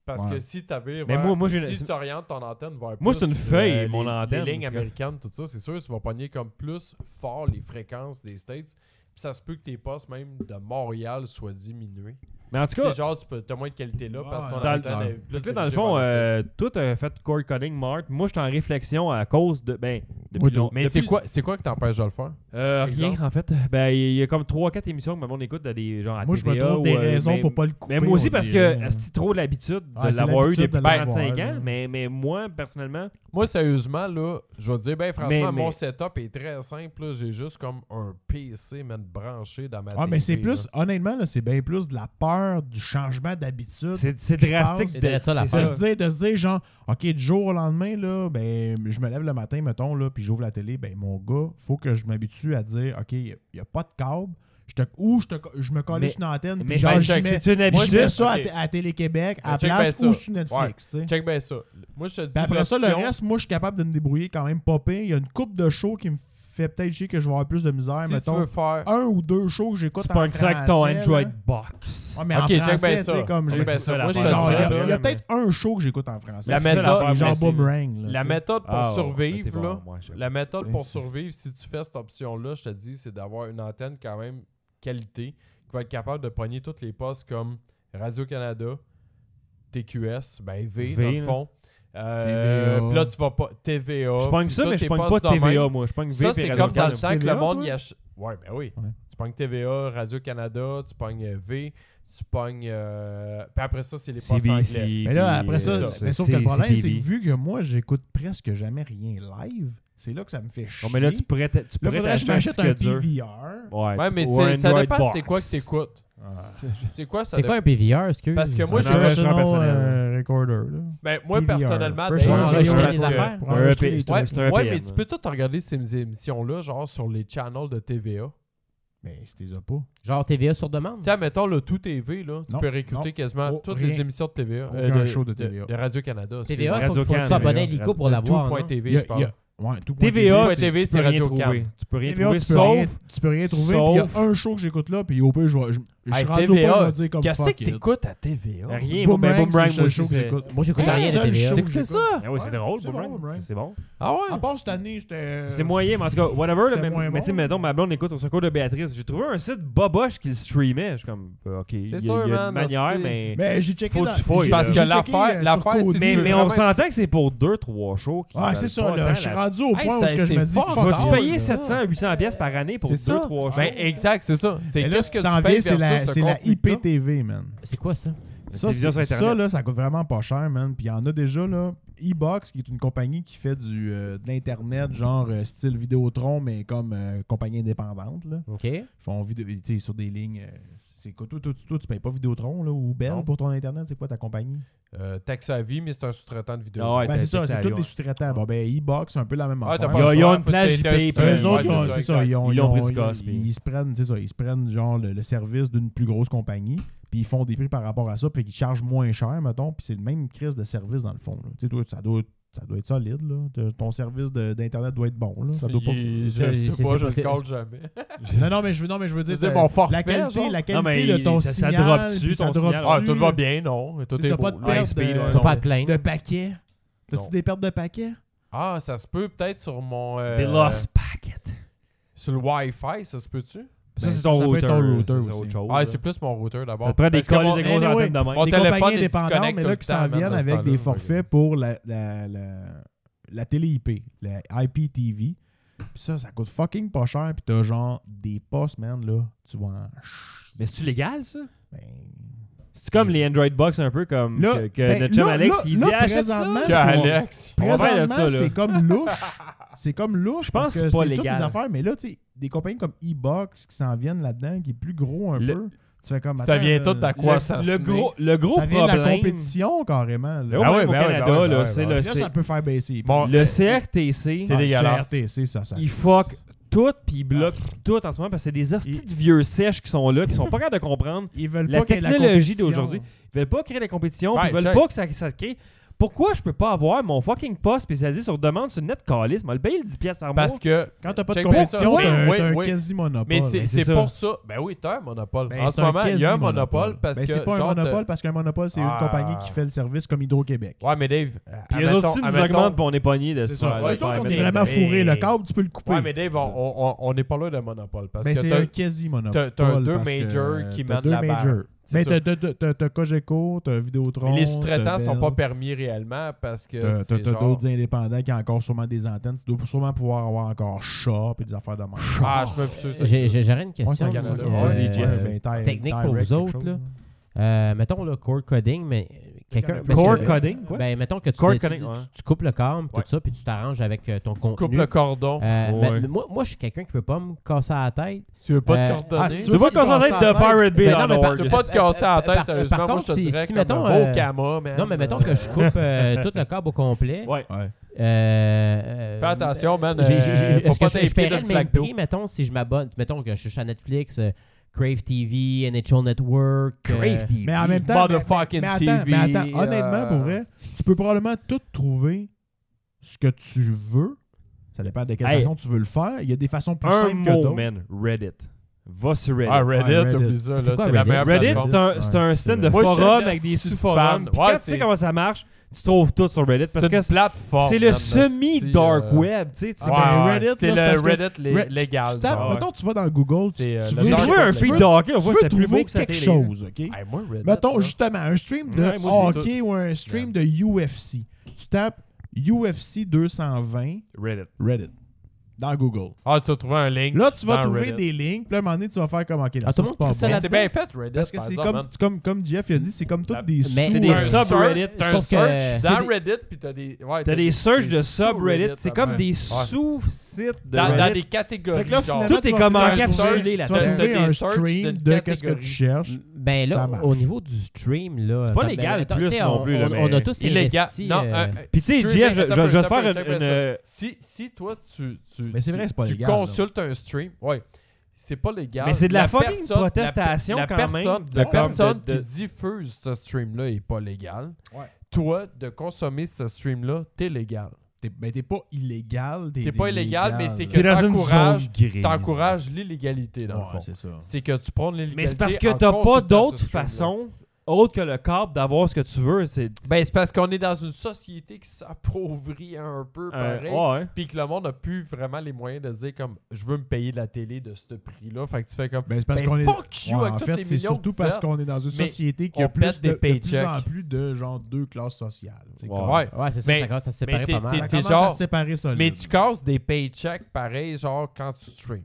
Speaker 2: Parce
Speaker 1: Ouais.
Speaker 2: que si t'avais.
Speaker 3: Mais Ben, moi- moi, j'ai une-
Speaker 2: si tu orientes ton antenne vers plus,
Speaker 3: Moi, c'est une feuille,
Speaker 2: euh, les-
Speaker 3: mon antenne,
Speaker 2: Les lignes
Speaker 3: parce que-
Speaker 2: américaines, tout ça, c'est sûr, tu vas pogner comme plus fort les fréquences des States. Puis ça se peut que tes postes, même de Montréal, soient diminués.
Speaker 3: Mais en tout
Speaker 2: Tu
Speaker 3: cas,
Speaker 2: sais, genre, tu peux, t'as moins de qualité là parce que ton
Speaker 1: Ah, dans le-
Speaker 2: argent est plus
Speaker 3: Fait que là, dans le
Speaker 2: dirigé
Speaker 3: fond,
Speaker 2: vers les
Speaker 3: euh,
Speaker 2: services.
Speaker 3: toi, t'as fait core coding, Mart. Moi, je suis en réflexion à cause de. Ben, depuis
Speaker 1: Moi,
Speaker 3: long-
Speaker 2: Mais
Speaker 3: depuis-
Speaker 2: c'est quoi, c'est quoi que t'empêche de le faire?
Speaker 3: Euh, rien,
Speaker 2: Exemple.
Speaker 3: en fait. Ben, il y a comme 3-4 émissions que ma blonde écoute, à des, genre à
Speaker 1: Moi, je me
Speaker 3: TVA
Speaker 1: trouve des
Speaker 3: ou, euh,
Speaker 1: raisons
Speaker 3: mais-
Speaker 1: pour pas le couper.
Speaker 3: Mais moi aussi,
Speaker 1: on
Speaker 3: parce
Speaker 1: dirait,
Speaker 3: que
Speaker 1: là.
Speaker 3: c'est trop l'habitude
Speaker 1: Ah,
Speaker 3: de
Speaker 1: c'est
Speaker 3: l'avoir eu
Speaker 1: l'habitude
Speaker 3: depuis
Speaker 1: de l'avoir,
Speaker 3: 35
Speaker 1: là.
Speaker 3: ans. Mais, mais moi, personnellement,
Speaker 2: Moi, sérieusement, là, je vais te dire, ben, franchement,
Speaker 3: Mais- mais-
Speaker 2: mon setup est très simple. là. J'ai juste comme un PC, man, branché dans ma
Speaker 1: Ah, mais c'est
Speaker 2: TV, là.
Speaker 1: plus, honnêtement, là, c'est bien plus de la peur du changement d'habitude.
Speaker 3: c'est c'est
Speaker 1: Je
Speaker 3: drastique.
Speaker 1: pense-
Speaker 4: C'est de ça,
Speaker 3: c'est
Speaker 1: De
Speaker 4: l'affaire.
Speaker 2: Ah.
Speaker 1: se, dire, de se dire, genre, OK, du jour au lendemain, là, ben, je me lève le matin, mettons, là, puis j'ouvre la télé, ben, mon gars, faut que je m'habitue à dire, OK, il n'y a, pas de câble, je te, ou je, te, je me colle
Speaker 3: Mais-
Speaker 1: sur une antenne,
Speaker 3: Mais
Speaker 1: puis genre,
Speaker 3: c'est-
Speaker 1: je mets,
Speaker 3: c'est une
Speaker 1: moi, je
Speaker 3: habitude.
Speaker 1: mets ça à
Speaker 2: ok.
Speaker 1: t- à, Télé-Québec, à
Speaker 2: Mais check
Speaker 1: place
Speaker 2: bien ça.
Speaker 1: ou sur Netflix, tu sais.
Speaker 2: Check bien ça. Moi, je te dis.
Speaker 1: Puis Ben, après ça, le
Speaker 2: l'option,
Speaker 1: reste, moi, je suis capable de me débrouiller quand même pas pire. Il y a une coupe de shows qui me fait peut-être chier que je vais avoir plus de misère,
Speaker 2: Si tu
Speaker 1: mettons. Ah,
Speaker 2: veux faire.
Speaker 1: Un ou deux shows que j'écoute
Speaker 3: Tu
Speaker 1: en
Speaker 3: pognes ça avec ton
Speaker 1: français, là.
Speaker 3: Android box.
Speaker 1: Ouais, mais
Speaker 2: Ok, check
Speaker 1: en
Speaker 2: bien
Speaker 1: français, tu
Speaker 2: ça.
Speaker 1: sais, comme
Speaker 2: Check
Speaker 1: j'ai-
Speaker 2: bien ça. Moi, je
Speaker 1: Genre,
Speaker 2: te
Speaker 1: Il y
Speaker 2: dirais,
Speaker 1: a,
Speaker 2: là,
Speaker 1: il y a peut-être un show que j'écoute en français.
Speaker 2: La
Speaker 1: C'est ça,
Speaker 2: méthode-
Speaker 1: l'affaire,
Speaker 3: mais
Speaker 1: genre
Speaker 3: c'est-
Speaker 1: Boomerang. là,
Speaker 2: La
Speaker 1: tu sais.
Speaker 2: méthode pour
Speaker 3: Ah, ouais,
Speaker 2: survivre,
Speaker 3: t'es bon,
Speaker 2: là.
Speaker 3: ouais, je sais
Speaker 2: La méthode
Speaker 1: Ouais,
Speaker 2: pour
Speaker 1: c'est-
Speaker 2: survivre, si tu fais cette option-là, je te dis, c'est d'avoir une antenne quand même qualité qui va être capable de pogner tous les postes comme Radio-Canada, TQS, ben V, dans
Speaker 3: V,
Speaker 2: le
Speaker 3: là.
Speaker 2: fond. Euh,
Speaker 1: TVA.
Speaker 2: Puis là, tu vas pas. TVA.
Speaker 3: Je pogne
Speaker 2: puis
Speaker 3: ça,
Speaker 2: tous
Speaker 3: mais je
Speaker 2: tes
Speaker 3: pogne pas
Speaker 2: postes de
Speaker 3: TVA,
Speaker 2: même.
Speaker 3: moi. Je pogne V
Speaker 2: Ça,
Speaker 3: puis
Speaker 2: c'est
Speaker 3: Radio
Speaker 2: comme dans le
Speaker 3: Canada.
Speaker 2: temps que
Speaker 1: TVA,
Speaker 2: le monde
Speaker 1: toi?
Speaker 2: y achète. Ouais, ben oui.
Speaker 1: Ouais.
Speaker 2: Tu pognes TVA, Radio-Canada, tu pognes euh, V, tu pognes. euh, Puis après ça, c'est les postes
Speaker 3: CBC,
Speaker 2: anglais.
Speaker 1: Mais là, après
Speaker 3: puis,
Speaker 1: ça,
Speaker 3: euh,
Speaker 1: mais sauf que le problème, c'est
Speaker 3: CTV.
Speaker 1: que vu que moi, j'écoute presque jamais rien live, c'est là que ça me fait chier.
Speaker 3: Bon, mais là, tu pourrais t'a- tu
Speaker 1: Là,
Speaker 3: pourrais
Speaker 1: faudrait que je
Speaker 3: t'acheter un
Speaker 1: m'achète un
Speaker 3: disque dur. Ah.
Speaker 1: PVR.
Speaker 3: Ouais,
Speaker 2: Ouais,
Speaker 3: tu-
Speaker 2: mais
Speaker 3: ou
Speaker 2: c'est-
Speaker 3: un
Speaker 2: ça
Speaker 3: Android
Speaker 2: dépend c'est quoi que
Speaker 3: box.
Speaker 2: t'écoutes.
Speaker 1: Ah.
Speaker 2: C'est quoi ça
Speaker 4: C'est
Speaker 2: dé-
Speaker 4: quoi un PVR, excuse?
Speaker 2: Parce que moi,
Speaker 1: Un
Speaker 2: j'ai-
Speaker 1: professional,
Speaker 3: personnel.
Speaker 1: euh, recorder. là.
Speaker 2: Ben, moi,
Speaker 1: PVR.
Speaker 2: personnellement,
Speaker 1: Pour
Speaker 2: d'ailleurs,
Speaker 3: changer
Speaker 2: je
Speaker 3: les
Speaker 2: trouve
Speaker 4: horaires des
Speaker 2: que-
Speaker 4: affaires.
Speaker 1: Pour enregistrer
Speaker 3: Ouais,
Speaker 1: les
Speaker 2: Ouais,
Speaker 1: trucs.
Speaker 3: c'est un
Speaker 2: ouais,
Speaker 3: VPN,
Speaker 2: mais tu
Speaker 3: là.
Speaker 2: peux tout regarder ces émissions-là, genre sur les channels de TVA.
Speaker 1: Mais c'était ça pas.
Speaker 4: Genre TVA sur demande?
Speaker 2: Tiens, mettons le tout TV, là, tu
Speaker 1: Non,
Speaker 2: peux réécouter
Speaker 1: non,
Speaker 2: quasiment
Speaker 1: oh,
Speaker 2: toutes
Speaker 1: rien.
Speaker 2: les émissions de TVA. euh,
Speaker 1: Aucun
Speaker 2: de,
Speaker 1: show de
Speaker 2: de-
Speaker 1: TVA.
Speaker 2: de Radio-Canada.
Speaker 4: TVA, faut,
Speaker 3: Radio
Speaker 4: faut que tu
Speaker 3: Can,
Speaker 4: sois abonné à
Speaker 3: TVA,
Speaker 4: l'ICO pour
Speaker 3: Radio-
Speaker 4: l'avoir. non?
Speaker 2: Tout.tv,
Speaker 1: Il y a-
Speaker 2: je parle.
Speaker 1: il y a- ouais, tout point
Speaker 3: TVA,
Speaker 1: TV,
Speaker 2: Ouais,
Speaker 3: c'est-
Speaker 2: TV,
Speaker 3: tu
Speaker 2: c'est
Speaker 3: peux rien
Speaker 2: Radio-Can.
Speaker 3: trouver. Tu peux rien
Speaker 1: TVA,
Speaker 3: trouver,
Speaker 1: tu peux rien-
Speaker 3: sauf
Speaker 1: tu peux rien trouver. puis Il y
Speaker 3: sauf-
Speaker 1: a un show que j'écoute là, puis au pire, je vais- je je
Speaker 2: Hey,
Speaker 1: suis rendu au
Speaker 2: TVA,
Speaker 1: point, je vais dire comme
Speaker 2: Qu'est-ce
Speaker 1: fuck
Speaker 2: que
Speaker 1: it.
Speaker 2: t'écoutes à TVA?
Speaker 3: Rien, moi, ben,
Speaker 1: Boomerang,
Speaker 3: Boomerang,
Speaker 1: c'est
Speaker 3: moi
Speaker 1: le
Speaker 3: aussi,
Speaker 1: show que
Speaker 3: c'est-
Speaker 1: j'écoute.
Speaker 4: Moi, j'écoute
Speaker 1: C'est
Speaker 4: rien
Speaker 1: le
Speaker 4: de
Speaker 1: seul
Speaker 4: TVA.
Speaker 1: show.
Speaker 2: T'écoutes
Speaker 1: j'écoute.
Speaker 2: ça?
Speaker 3: Ah oui, c'est
Speaker 1: Ouais,
Speaker 3: drôle,
Speaker 1: c'est bon,
Speaker 3: Boomerang.
Speaker 1: Boomerang.
Speaker 3: C'est bon.
Speaker 2: Ah ouais?
Speaker 1: À part cette année, euh, c'était.
Speaker 3: C'est moyen, mais en tout cas, whatever. là,
Speaker 1: C'était
Speaker 3: mais
Speaker 1: moins
Speaker 3: mais tu sais,
Speaker 1: bon.
Speaker 3: mettons, ma blonde écoute au secours de Béatrice. J'ai trouvé un site boboche qui le streamait. Je suis comme, euh, ok, il y a, il y
Speaker 2: sûr,
Speaker 3: a
Speaker 2: man,
Speaker 3: une manière,
Speaker 2: hostie.
Speaker 3: mais.
Speaker 1: Mais j'ai checké.
Speaker 3: Faut que
Speaker 1: dans-
Speaker 3: tu fouilles,
Speaker 1: j'ai-
Speaker 3: parce
Speaker 1: j'ai
Speaker 2: que
Speaker 1: checké,
Speaker 2: l'affaire-
Speaker 1: euh, sur
Speaker 2: l'affaire, c'est
Speaker 1: Cody.
Speaker 2: tu
Speaker 3: Mais,
Speaker 2: veux
Speaker 3: mais on
Speaker 2: vraiment-
Speaker 3: s'entend que c'est pour 2-3 shows. qui
Speaker 1: Ouais,
Speaker 3: valent
Speaker 1: Ah, c'est ça,
Speaker 3: pas
Speaker 1: là.
Speaker 3: tant
Speaker 1: Je suis
Speaker 3: la-
Speaker 1: rendu au
Speaker 2: Hey,
Speaker 1: point où
Speaker 2: ça-
Speaker 1: est-ce que je
Speaker 2: c'est
Speaker 1: me dis.
Speaker 2: fort,
Speaker 1: fuck
Speaker 3: Vas-tu
Speaker 1: all,
Speaker 3: payer
Speaker 1: là.
Speaker 3: 700-800$ pièces par année pour
Speaker 2: C'est ça.
Speaker 3: 2-3 shows?
Speaker 2: Ben, exact, c'est ça. C'est
Speaker 1: Mais là, ce
Speaker 2: qu'est-ce
Speaker 1: qui
Speaker 2: que
Speaker 1: s'en
Speaker 2: tu
Speaker 1: vient,
Speaker 2: payes
Speaker 1: c'est la,
Speaker 2: versus ce
Speaker 1: c'est la
Speaker 2: contenu que t'as.
Speaker 1: IPTV, man.
Speaker 4: C'est quoi ça?
Speaker 3: La
Speaker 1: Ça,
Speaker 3: télévision
Speaker 1: c'est-
Speaker 3: sur Internet.
Speaker 1: ça, là, ça coûte vraiment pas cher, man. Puis il y en a déjà, là. E-Box, qui est une compagnie qui fait du, euh, de l'Internet, genre euh, style Vidéotron, mais comme euh, compagnie indépendante, là.
Speaker 4: OK.
Speaker 1: Ils font vidéo, tu sais, sur des lignes. euh, c'est quoi, toi, toi, toi, toi, tu payes pas Vidéotron, là, ou Bell
Speaker 2: Non.
Speaker 1: pour ton Internet, c'est quoi ta compagnie?
Speaker 2: Euh, Taxe à vie, mais c'est un sous-traitant de vidéo.
Speaker 3: Ah ouais,
Speaker 1: Ben,
Speaker 3: t'as-
Speaker 1: c'est ça,
Speaker 3: t'as-
Speaker 1: c'est
Speaker 3: t'as-
Speaker 1: tous
Speaker 3: ouais.
Speaker 1: des sous-traitants. Bon, ben, E-Box, c'est un peu la même
Speaker 2: Ah, t'as
Speaker 1: affaire.
Speaker 2: pas
Speaker 3: Ils ont-
Speaker 2: le
Speaker 3: ils ont
Speaker 2: choix,
Speaker 3: une
Speaker 2: faut que
Speaker 3: plage
Speaker 2: t'aies
Speaker 3: IP,
Speaker 2: testé.
Speaker 3: puis-
Speaker 1: Eux
Speaker 2: Ouais,
Speaker 1: autres, ils ont-
Speaker 2: ça,
Speaker 1: c'est
Speaker 2: exact.
Speaker 1: ça, ils ont,
Speaker 3: Ils l'ont pris du
Speaker 1: ils-
Speaker 3: casse, puis-
Speaker 1: ils se prennent, c'est ça, ils se prennent genre le, le service d'une plus grosse compagnie, puis ils font des prix par rapport à ça, puis ils chargent moins cher, mettons, puis c'est le même crise de service dans le fond. là. Tu sais, toi, ça doit, ça doit être solide, là. T'as- Ton service de- d'internet doit être bon, là. Ça doit pas.
Speaker 2: Il-
Speaker 4: Ça,
Speaker 2: Je
Speaker 4: c'est-
Speaker 2: sais pas,
Speaker 4: c'est
Speaker 2: je le
Speaker 4: possible.
Speaker 2: compte jamais.
Speaker 1: Non, non, mais je veux, non, mais je veux dire,
Speaker 2: C'est
Speaker 1: t'as-
Speaker 2: mon forfait,
Speaker 1: la qualité,
Speaker 2: genre.
Speaker 1: la
Speaker 3: Non, mais
Speaker 1: qualité de ton
Speaker 3: ça- ça
Speaker 1: signal,
Speaker 3: drop-tu,
Speaker 1: puis ça
Speaker 3: ton
Speaker 1: drop
Speaker 3: signal?
Speaker 2: Ah, tout va bien, non. Tout
Speaker 1: T'as
Speaker 2: est
Speaker 1: pas
Speaker 2: beau.
Speaker 1: de
Speaker 2: Ah,
Speaker 1: perte
Speaker 3: speed,
Speaker 1: de-
Speaker 3: ouais.
Speaker 4: T'as
Speaker 3: Non.
Speaker 4: pas à te plaindre.
Speaker 1: de paquets.
Speaker 2: Non.
Speaker 1: T'as-tu des pertes de paquets?
Speaker 2: Ah, ça se peut peut-être sur mon. euh,
Speaker 3: Des lost packets.
Speaker 2: Sur le Wi-Fi, ça se peut-tu?
Speaker 3: Ça,
Speaker 1: ben,
Speaker 3: c'est
Speaker 1: ça,
Speaker 3: ton
Speaker 1: ça peut
Speaker 3: router.
Speaker 1: être ton
Speaker 3: là,
Speaker 1: router
Speaker 3: ça, c'est
Speaker 1: aussi.
Speaker 3: autre chose,
Speaker 2: Ah,
Speaker 3: là.
Speaker 2: c'est plus mon routeur d'abord.
Speaker 3: Ça te prend des
Speaker 2: Parce que
Speaker 3: cols,
Speaker 2: mon-
Speaker 3: des grosses
Speaker 1: Anyway,
Speaker 3: antennes de même.
Speaker 2: mon
Speaker 1: des
Speaker 2: téléphone
Speaker 1: compagnies
Speaker 2: est
Speaker 1: indépendantes,
Speaker 2: disconnect
Speaker 1: mais
Speaker 2: tout
Speaker 1: là,
Speaker 2: le
Speaker 1: qui
Speaker 2: temps,
Speaker 1: s'en
Speaker 2: man,
Speaker 1: viennent
Speaker 2: dans ce
Speaker 1: avec
Speaker 2: temps-là.
Speaker 1: des forfaits pour la, la, la, la télé IP, la IPTV. Puis ça, ça coûte fucking pas cher. Puis t'as genre des postes, man, là. Tu vois. en ch-
Speaker 3: Mais c'est-tu légal, ça?
Speaker 1: ben-
Speaker 3: C'est comme les Android Box, un peu comme
Speaker 1: Là,
Speaker 3: que, que
Speaker 1: ben,
Speaker 3: notre chum
Speaker 1: là,
Speaker 3: Alex,
Speaker 1: là,
Speaker 3: il dit
Speaker 1: là,
Speaker 3: achète ça.
Speaker 1: présentement,
Speaker 2: Que
Speaker 1: c'est-
Speaker 2: Alex.
Speaker 3: On va parler de
Speaker 1: Présentement,
Speaker 3: ça, là.
Speaker 1: c'est comme louche. C'est comme louche.
Speaker 3: Je pense
Speaker 1: parce
Speaker 3: que
Speaker 1: que
Speaker 3: c'est pas
Speaker 1: toutes des
Speaker 3: légal.
Speaker 1: affaires, mais là, tu sais, des compagnies comme E-Box qui s'en viennent là-dedans, qui est plus gros un
Speaker 3: Le-
Speaker 1: peu. Tu fais comme.
Speaker 2: Ça
Speaker 1: attends,
Speaker 2: vient
Speaker 1: euh,
Speaker 2: tout à quoi ça
Speaker 3: Le, le gros, le gros
Speaker 1: Ça vient de
Speaker 3: problème.
Speaker 1: la compétition, carrément.
Speaker 3: Le
Speaker 1: Là,
Speaker 3: gros
Speaker 2: Ah ouais,
Speaker 3: problème au
Speaker 2: ben ouais,
Speaker 3: Canada,
Speaker 2: ben ouais,
Speaker 3: là,
Speaker 2: ben ouais,
Speaker 3: c'est
Speaker 2: ben ouais.
Speaker 3: le,
Speaker 1: Puis là, ça peut faire baisser.
Speaker 2: Bon,
Speaker 3: le CRTC.
Speaker 2: C'est
Speaker 1: Ah,
Speaker 2: dégueulasse.
Speaker 1: CRTC, ça, ça.
Speaker 3: ils fuck tout puis ils bloquent tout en ce moment parce que c'est des hosties de vieux sèches qui sont là, qui sont pas capables de comprendre.
Speaker 1: Ils veulent
Speaker 3: La
Speaker 1: pas qu'il y ait
Speaker 3: technologie
Speaker 1: compétition.
Speaker 3: d'aujourd'hui. Ils veulent pas créer la compétition, puis
Speaker 2: Ouais,
Speaker 3: ils veulent
Speaker 2: check.
Speaker 3: pas que ça, ça se crée. Pourquoi je peux pas avoir mon fucking poste spécialisé sur demande sur le net calice? M'a le payer le 10$ par mois.
Speaker 2: Parce que.
Speaker 1: Quand t'as pas de
Speaker 2: Check bien ça.
Speaker 1: compétition,
Speaker 2: Oui,
Speaker 1: t'as
Speaker 2: oui,
Speaker 1: t'as un
Speaker 2: oui.
Speaker 1: quasi-monopole.
Speaker 2: Mais
Speaker 1: hein.
Speaker 2: c'est
Speaker 3: c'est
Speaker 2: c'est
Speaker 3: ça.
Speaker 2: pour ça. Ben oui, t'as un monopole.
Speaker 1: Ben,
Speaker 2: en
Speaker 1: c'est
Speaker 2: ce
Speaker 1: un
Speaker 2: moment, il y a un
Speaker 1: quasi-monopole.
Speaker 2: monopole parce
Speaker 1: Ben,
Speaker 2: que.
Speaker 1: c'est pas un
Speaker 2: genre, t'as-
Speaker 1: monopole parce qu'un monopole, c'est
Speaker 2: Ah.
Speaker 1: une compagnie qui fait le service comme Hydro-Québec.
Speaker 2: Ouais, mais Dave. euh,
Speaker 3: Puis les autres,
Speaker 2: admettons-
Speaker 3: tu nous
Speaker 2: admettons-
Speaker 3: augmentent, puis on est pogné de
Speaker 1: C'est
Speaker 3: se
Speaker 1: ça.
Speaker 3: faire-
Speaker 1: Ouais,
Speaker 3: de se
Speaker 1: donc,
Speaker 3: faire
Speaker 1: on
Speaker 3: mettre
Speaker 1: est vraiment
Speaker 3: dedans.
Speaker 1: fourré. Le
Speaker 3: Mais-
Speaker 1: câble, tu peux le couper.
Speaker 2: Ouais, mais Dave, on- on on n'est pas loin d'un monopole. Parce
Speaker 1: Ben,
Speaker 2: que
Speaker 1: c'est
Speaker 2: t'as-
Speaker 1: un quasi-monopole.
Speaker 2: t'as- t'as deux
Speaker 1: parce que,
Speaker 2: majors
Speaker 1: euh,
Speaker 2: qui
Speaker 1: t'as
Speaker 2: mènent
Speaker 1: deux
Speaker 2: la barre.
Speaker 1: majors.
Speaker 2: c'est
Speaker 1: Mais
Speaker 2: ça.
Speaker 1: t'as- t'as- t'as t'as- t'as Cogeco, t'as Vidéotron.
Speaker 2: Mais les sous-traitants
Speaker 1: t'as
Speaker 2: sont
Speaker 1: Bell,
Speaker 2: pas permis réellement parce que.
Speaker 1: T'as t'as-
Speaker 2: c'est
Speaker 1: t'as
Speaker 2: genre...
Speaker 1: d'autres indépendants qui ont encore sûrement des antennes. Tu dois sûrement pouvoir avoir encore Shop et des affaires de même.
Speaker 2: Ah, je suis même plus sûr. ça
Speaker 4: J'ai-
Speaker 2: existe.
Speaker 4: j'ai- J'aurais une question.
Speaker 1: Ouais,
Speaker 2: c'est
Speaker 4: euh,
Speaker 2: Canada. Vas-y,
Speaker 1: Ouais,
Speaker 3: Jeff.
Speaker 1: ben, Ty-
Speaker 4: Technique pour
Speaker 1: Tyrek,
Speaker 4: vous
Speaker 1: quelque
Speaker 4: autres,
Speaker 1: chose,
Speaker 4: là. euh, mettons le core coding, mais euh, quelqu'un.
Speaker 1: Core
Speaker 4: parce
Speaker 3: Core
Speaker 4: que-
Speaker 3: coding, quoi?
Speaker 4: Ben, mettons que tu,
Speaker 3: Core
Speaker 4: décides-
Speaker 3: coding,
Speaker 4: tu-
Speaker 3: ouais.
Speaker 4: tu coupes le câble,
Speaker 3: Ouais.
Speaker 4: tout ça, puis tu t'arranges avec euh, ton
Speaker 2: Tu
Speaker 4: contenu.
Speaker 2: coupes le cordon.
Speaker 4: Euh,
Speaker 3: Ouais.
Speaker 4: ben, moi, moi, je suis quelqu'un qui veut pas me casser la tête.
Speaker 2: Tu veux pas
Speaker 4: Euh,
Speaker 2: de cordonner.
Speaker 1: ah,
Speaker 2: Tu
Speaker 1: si
Speaker 3: C'est
Speaker 2: veux
Speaker 3: pas
Speaker 1: Ceux qui
Speaker 3: qu'on
Speaker 1: sont
Speaker 3: s'arrête
Speaker 1: sans
Speaker 3: de
Speaker 1: tête.
Speaker 3: Pirate Bay
Speaker 4: Ben
Speaker 3: dans
Speaker 4: non, mais parce-
Speaker 3: l'orgue.
Speaker 2: pas te casser la
Speaker 4: Euh, par-
Speaker 2: tête, sérieusement.
Speaker 4: par
Speaker 2: Moi, je te
Speaker 4: contre, si-
Speaker 2: dirais
Speaker 4: si,
Speaker 2: comme
Speaker 4: mettons,
Speaker 2: un
Speaker 4: euh,
Speaker 2: Vaucama, man.
Speaker 4: Non, mais mettons que je coupe euh, tout le câble au complet.
Speaker 3: Ouais.
Speaker 1: Ouais.
Speaker 4: Euh, euh,
Speaker 2: Fais attention, man.
Speaker 4: J'ai- j'ai- j'ai-
Speaker 2: euh, Faut
Speaker 4: Est-ce que
Speaker 2: pas
Speaker 4: je, je
Speaker 2: t'impliquer
Speaker 4: paierais
Speaker 2: dans
Speaker 4: le
Speaker 2: le
Speaker 4: même
Speaker 2: flaque d'eau.
Speaker 4: prix, mettons, si je m'abonne, mettons que je suis à Netflix, euh, Crave TV, NHL Network. euh,
Speaker 3: Crave TV.
Speaker 1: Mais en même temps, mais-
Speaker 2: Motherfucking
Speaker 1: mais attends,
Speaker 2: TV,
Speaker 1: mais attends,
Speaker 2: euh,
Speaker 1: honnêtement, pour vrai, tu peux probablement tout trouver ce que tu veux. Ça dépend de quelle
Speaker 3: Hey.
Speaker 1: façon tu veux le faire. Il y a des façons plus
Speaker 3: Un
Speaker 1: simples que
Speaker 3: mot,
Speaker 1: d'autres.
Speaker 3: man. Reddit. Va sur
Speaker 2: Ah,
Speaker 3: Reddit.
Speaker 2: Reddit,
Speaker 1: Reddit.
Speaker 2: oublie ça. là,
Speaker 4: C'est quoi,
Speaker 2: C'est la
Speaker 4: Reddit?
Speaker 2: meilleure
Speaker 3: Reddit,
Speaker 2: plateforme.
Speaker 3: c'est un,
Speaker 1: Ouais,
Speaker 3: c'est un
Speaker 1: c'est
Speaker 3: système de
Speaker 1: vrai.
Speaker 2: Moi, je suis
Speaker 3: forum
Speaker 2: un
Speaker 3: avec des
Speaker 2: esti de
Speaker 3: sous-forums.
Speaker 2: fan.
Speaker 3: Puis
Speaker 2: Ouais,
Speaker 3: quand tu sais
Speaker 2: c'est-
Speaker 3: comment ça marche, tu trouves tout sur Reddit. Parce
Speaker 2: C'est
Speaker 3: que
Speaker 2: une
Speaker 3: c'est-
Speaker 2: plateforme.
Speaker 3: c'est le
Speaker 2: man,
Speaker 3: semi-dark
Speaker 2: euh,
Speaker 3: web. tu sais, tu-
Speaker 1: Ah,
Speaker 2: Ouais,
Speaker 1: ben,
Speaker 2: ouais,
Speaker 1: Reddit, là,
Speaker 2: c'est
Speaker 1: c'est parce
Speaker 2: le
Speaker 1: que-
Speaker 2: Reddit lé-
Speaker 1: Re- tu-
Speaker 2: légal.
Speaker 1: Tu tapes,
Speaker 2: genre.
Speaker 1: mettons, tu vas dans Google, tu,
Speaker 2: C'est, euh,
Speaker 1: tu
Speaker 2: le
Speaker 1: veux,
Speaker 3: J'ai
Speaker 2: genre-
Speaker 3: trouvé
Speaker 2: de
Speaker 3: un
Speaker 2: web.
Speaker 3: feed d'hockey. On
Speaker 1: tu
Speaker 3: voit
Speaker 1: veux
Speaker 3: que c'était plus beau
Speaker 1: trouver
Speaker 3: que sa
Speaker 1: quelque
Speaker 3: télé.
Speaker 1: chose, OK?
Speaker 2: Hey, moi, Reddit,
Speaker 1: Mettons
Speaker 2: là.
Speaker 1: justement un stream de
Speaker 2: Ouais, moi, c'est
Speaker 1: hockey ou un stream de UFC. Tu tapes UFC 220
Speaker 3: Reddit.
Speaker 1: Reddit dans Google.
Speaker 2: Ah, tu as trouvé un link.
Speaker 1: Là, tu vas
Speaker 2: dans
Speaker 1: trouver
Speaker 2: Reddit.
Speaker 1: des lignes, puis là, à un moment donné, tu vas faire comme OK, là,
Speaker 4: Ah, tout
Speaker 1: ça,
Speaker 4: le
Speaker 1: c'est
Speaker 4: monde
Speaker 1: pas
Speaker 4: crie ça
Speaker 1: bon.
Speaker 2: Mais
Speaker 4: là-
Speaker 2: c'est bien fait, Reddit.
Speaker 1: Parce que
Speaker 2: par
Speaker 1: c'est
Speaker 2: exemple,
Speaker 1: comme,
Speaker 2: man.
Speaker 1: c'est comme, comme Jeff il a dit, c'est comme toutes
Speaker 2: La-
Speaker 1: des
Speaker 4: Mais-
Speaker 1: sous- euh,
Speaker 3: C'est des
Speaker 2: T'as un
Speaker 1: Ouais.
Speaker 3: subreddits,
Speaker 2: search- T'as un
Speaker 4: sauf que-
Speaker 2: search
Speaker 4: c'est
Speaker 2: dans
Speaker 4: des-
Speaker 2: Reddit, puis t'as des. ouais,
Speaker 3: T'as des searches de
Speaker 2: sous-Reddits,
Speaker 3: subreddits. C'est comme
Speaker 2: ouais.
Speaker 3: des
Speaker 2: Ouais.
Speaker 3: sous-sites de
Speaker 2: Dans, dans
Speaker 3: Reddit.
Speaker 2: des catégories.
Speaker 1: Fait que là,
Speaker 2: genre.
Speaker 1: finalement,
Speaker 3: Tout est
Speaker 1: tu vas
Speaker 3: comme
Speaker 1: faire
Speaker 2: encapsulé
Speaker 1: un search,
Speaker 2: là-dedans.
Speaker 1: Tu vas
Speaker 2: T'as
Speaker 1: trouver
Speaker 2: des
Speaker 1: un
Speaker 2: searches
Speaker 1: stream
Speaker 2: d'une
Speaker 1: de qu'est-ce que
Speaker 2: catégorie.
Speaker 1: tu cherches.
Speaker 4: Ben
Speaker 1: Ça
Speaker 4: là,
Speaker 1: marche.
Speaker 4: au niveau du stream, là.
Speaker 3: C'est pas
Speaker 4: comme-
Speaker 3: légal
Speaker 4: ben, attends,
Speaker 3: plus
Speaker 4: tu sais,
Speaker 3: non
Speaker 4: on-
Speaker 3: plus, là,
Speaker 4: on-
Speaker 3: mais-
Speaker 4: On a tous
Speaker 2: Illégal.
Speaker 4: investi,
Speaker 2: Non,
Speaker 4: euh,
Speaker 2: un-
Speaker 3: Puis tu sais,
Speaker 2: veux-
Speaker 3: Jeff,
Speaker 2: attends
Speaker 3: je- je
Speaker 2: un peu,
Speaker 3: je vais te
Speaker 2: attends un
Speaker 3: faire
Speaker 2: peu,
Speaker 3: une-
Speaker 2: attends un peu,
Speaker 3: une...
Speaker 2: Si, si toi, tu, tu,
Speaker 1: Mais c'est
Speaker 2: tu-
Speaker 1: vrai, c'est pas
Speaker 2: tu
Speaker 1: légal,
Speaker 2: consultes un stream, ouais, c'est pas légal.
Speaker 3: Mais c'est de la fucking
Speaker 2: personne-
Speaker 3: protestation
Speaker 2: la, pe-
Speaker 3: quand
Speaker 2: la
Speaker 3: même,
Speaker 2: personne,
Speaker 3: de
Speaker 2: La
Speaker 3: comme-
Speaker 2: personne
Speaker 3: de- de-
Speaker 2: qui diffuse ce stream-là est pas légale.
Speaker 1: Ouais.
Speaker 2: Toi, de consommer ce stream-là, t'es légal.
Speaker 1: T'es ben, t'es pas illégal.
Speaker 2: T'es pas illégal, mais c'est que
Speaker 3: T'es dans une
Speaker 2: t'encourages-
Speaker 3: zone grise.
Speaker 2: T'encourages l'illégalité, dans
Speaker 1: Ouais,
Speaker 2: le fond.
Speaker 1: c'est ça.
Speaker 2: C'est que tu prends l'illégalité
Speaker 3: Mais c'est parce que
Speaker 2: en
Speaker 3: t'as pas
Speaker 2: consultant ce
Speaker 3: d'autre
Speaker 2: stream-là.
Speaker 3: façon autre que le câble d'avoir ce que tu veux. C'est
Speaker 2: Ben, c'est parce qu'on est dans une société qui s'appauvrit un peu
Speaker 3: Euh,
Speaker 2: pareil.
Speaker 3: ouais.
Speaker 2: Puis que le monde n'a plus vraiment les moyens de dire comme je veux me payer de la télé de ce prix-là. Fait que tu fais comme
Speaker 1: Ben, c'est parce
Speaker 2: Ben,
Speaker 1: qu'on est.
Speaker 2: fuck you
Speaker 1: Ouais,
Speaker 2: à
Speaker 1: en
Speaker 2: toutes
Speaker 1: fait,
Speaker 2: les
Speaker 1: c'est
Speaker 2: millions que
Speaker 1: surtout
Speaker 2: vous
Speaker 1: parce
Speaker 2: faites.
Speaker 1: qu'on est dans une
Speaker 2: Mais
Speaker 1: société qui a
Speaker 2: on
Speaker 1: plus
Speaker 2: pète des
Speaker 1: de, de plus
Speaker 2: paychecks.
Speaker 1: en plus de genre deux classes sociales. C'est
Speaker 3: Ouais.
Speaker 1: comme-
Speaker 2: Ouais.
Speaker 4: Ouais, c'est ça,
Speaker 2: Mais-
Speaker 4: ça commence à se
Speaker 2: mais
Speaker 4: séparer
Speaker 2: t'es-
Speaker 4: pas
Speaker 2: t'es-
Speaker 1: Ça
Speaker 4: mal.
Speaker 2: t'es
Speaker 1: commence
Speaker 2: genre-
Speaker 1: à se séparer ça.
Speaker 2: Mais tu casses des paychecks pareil, genre quand tu stream.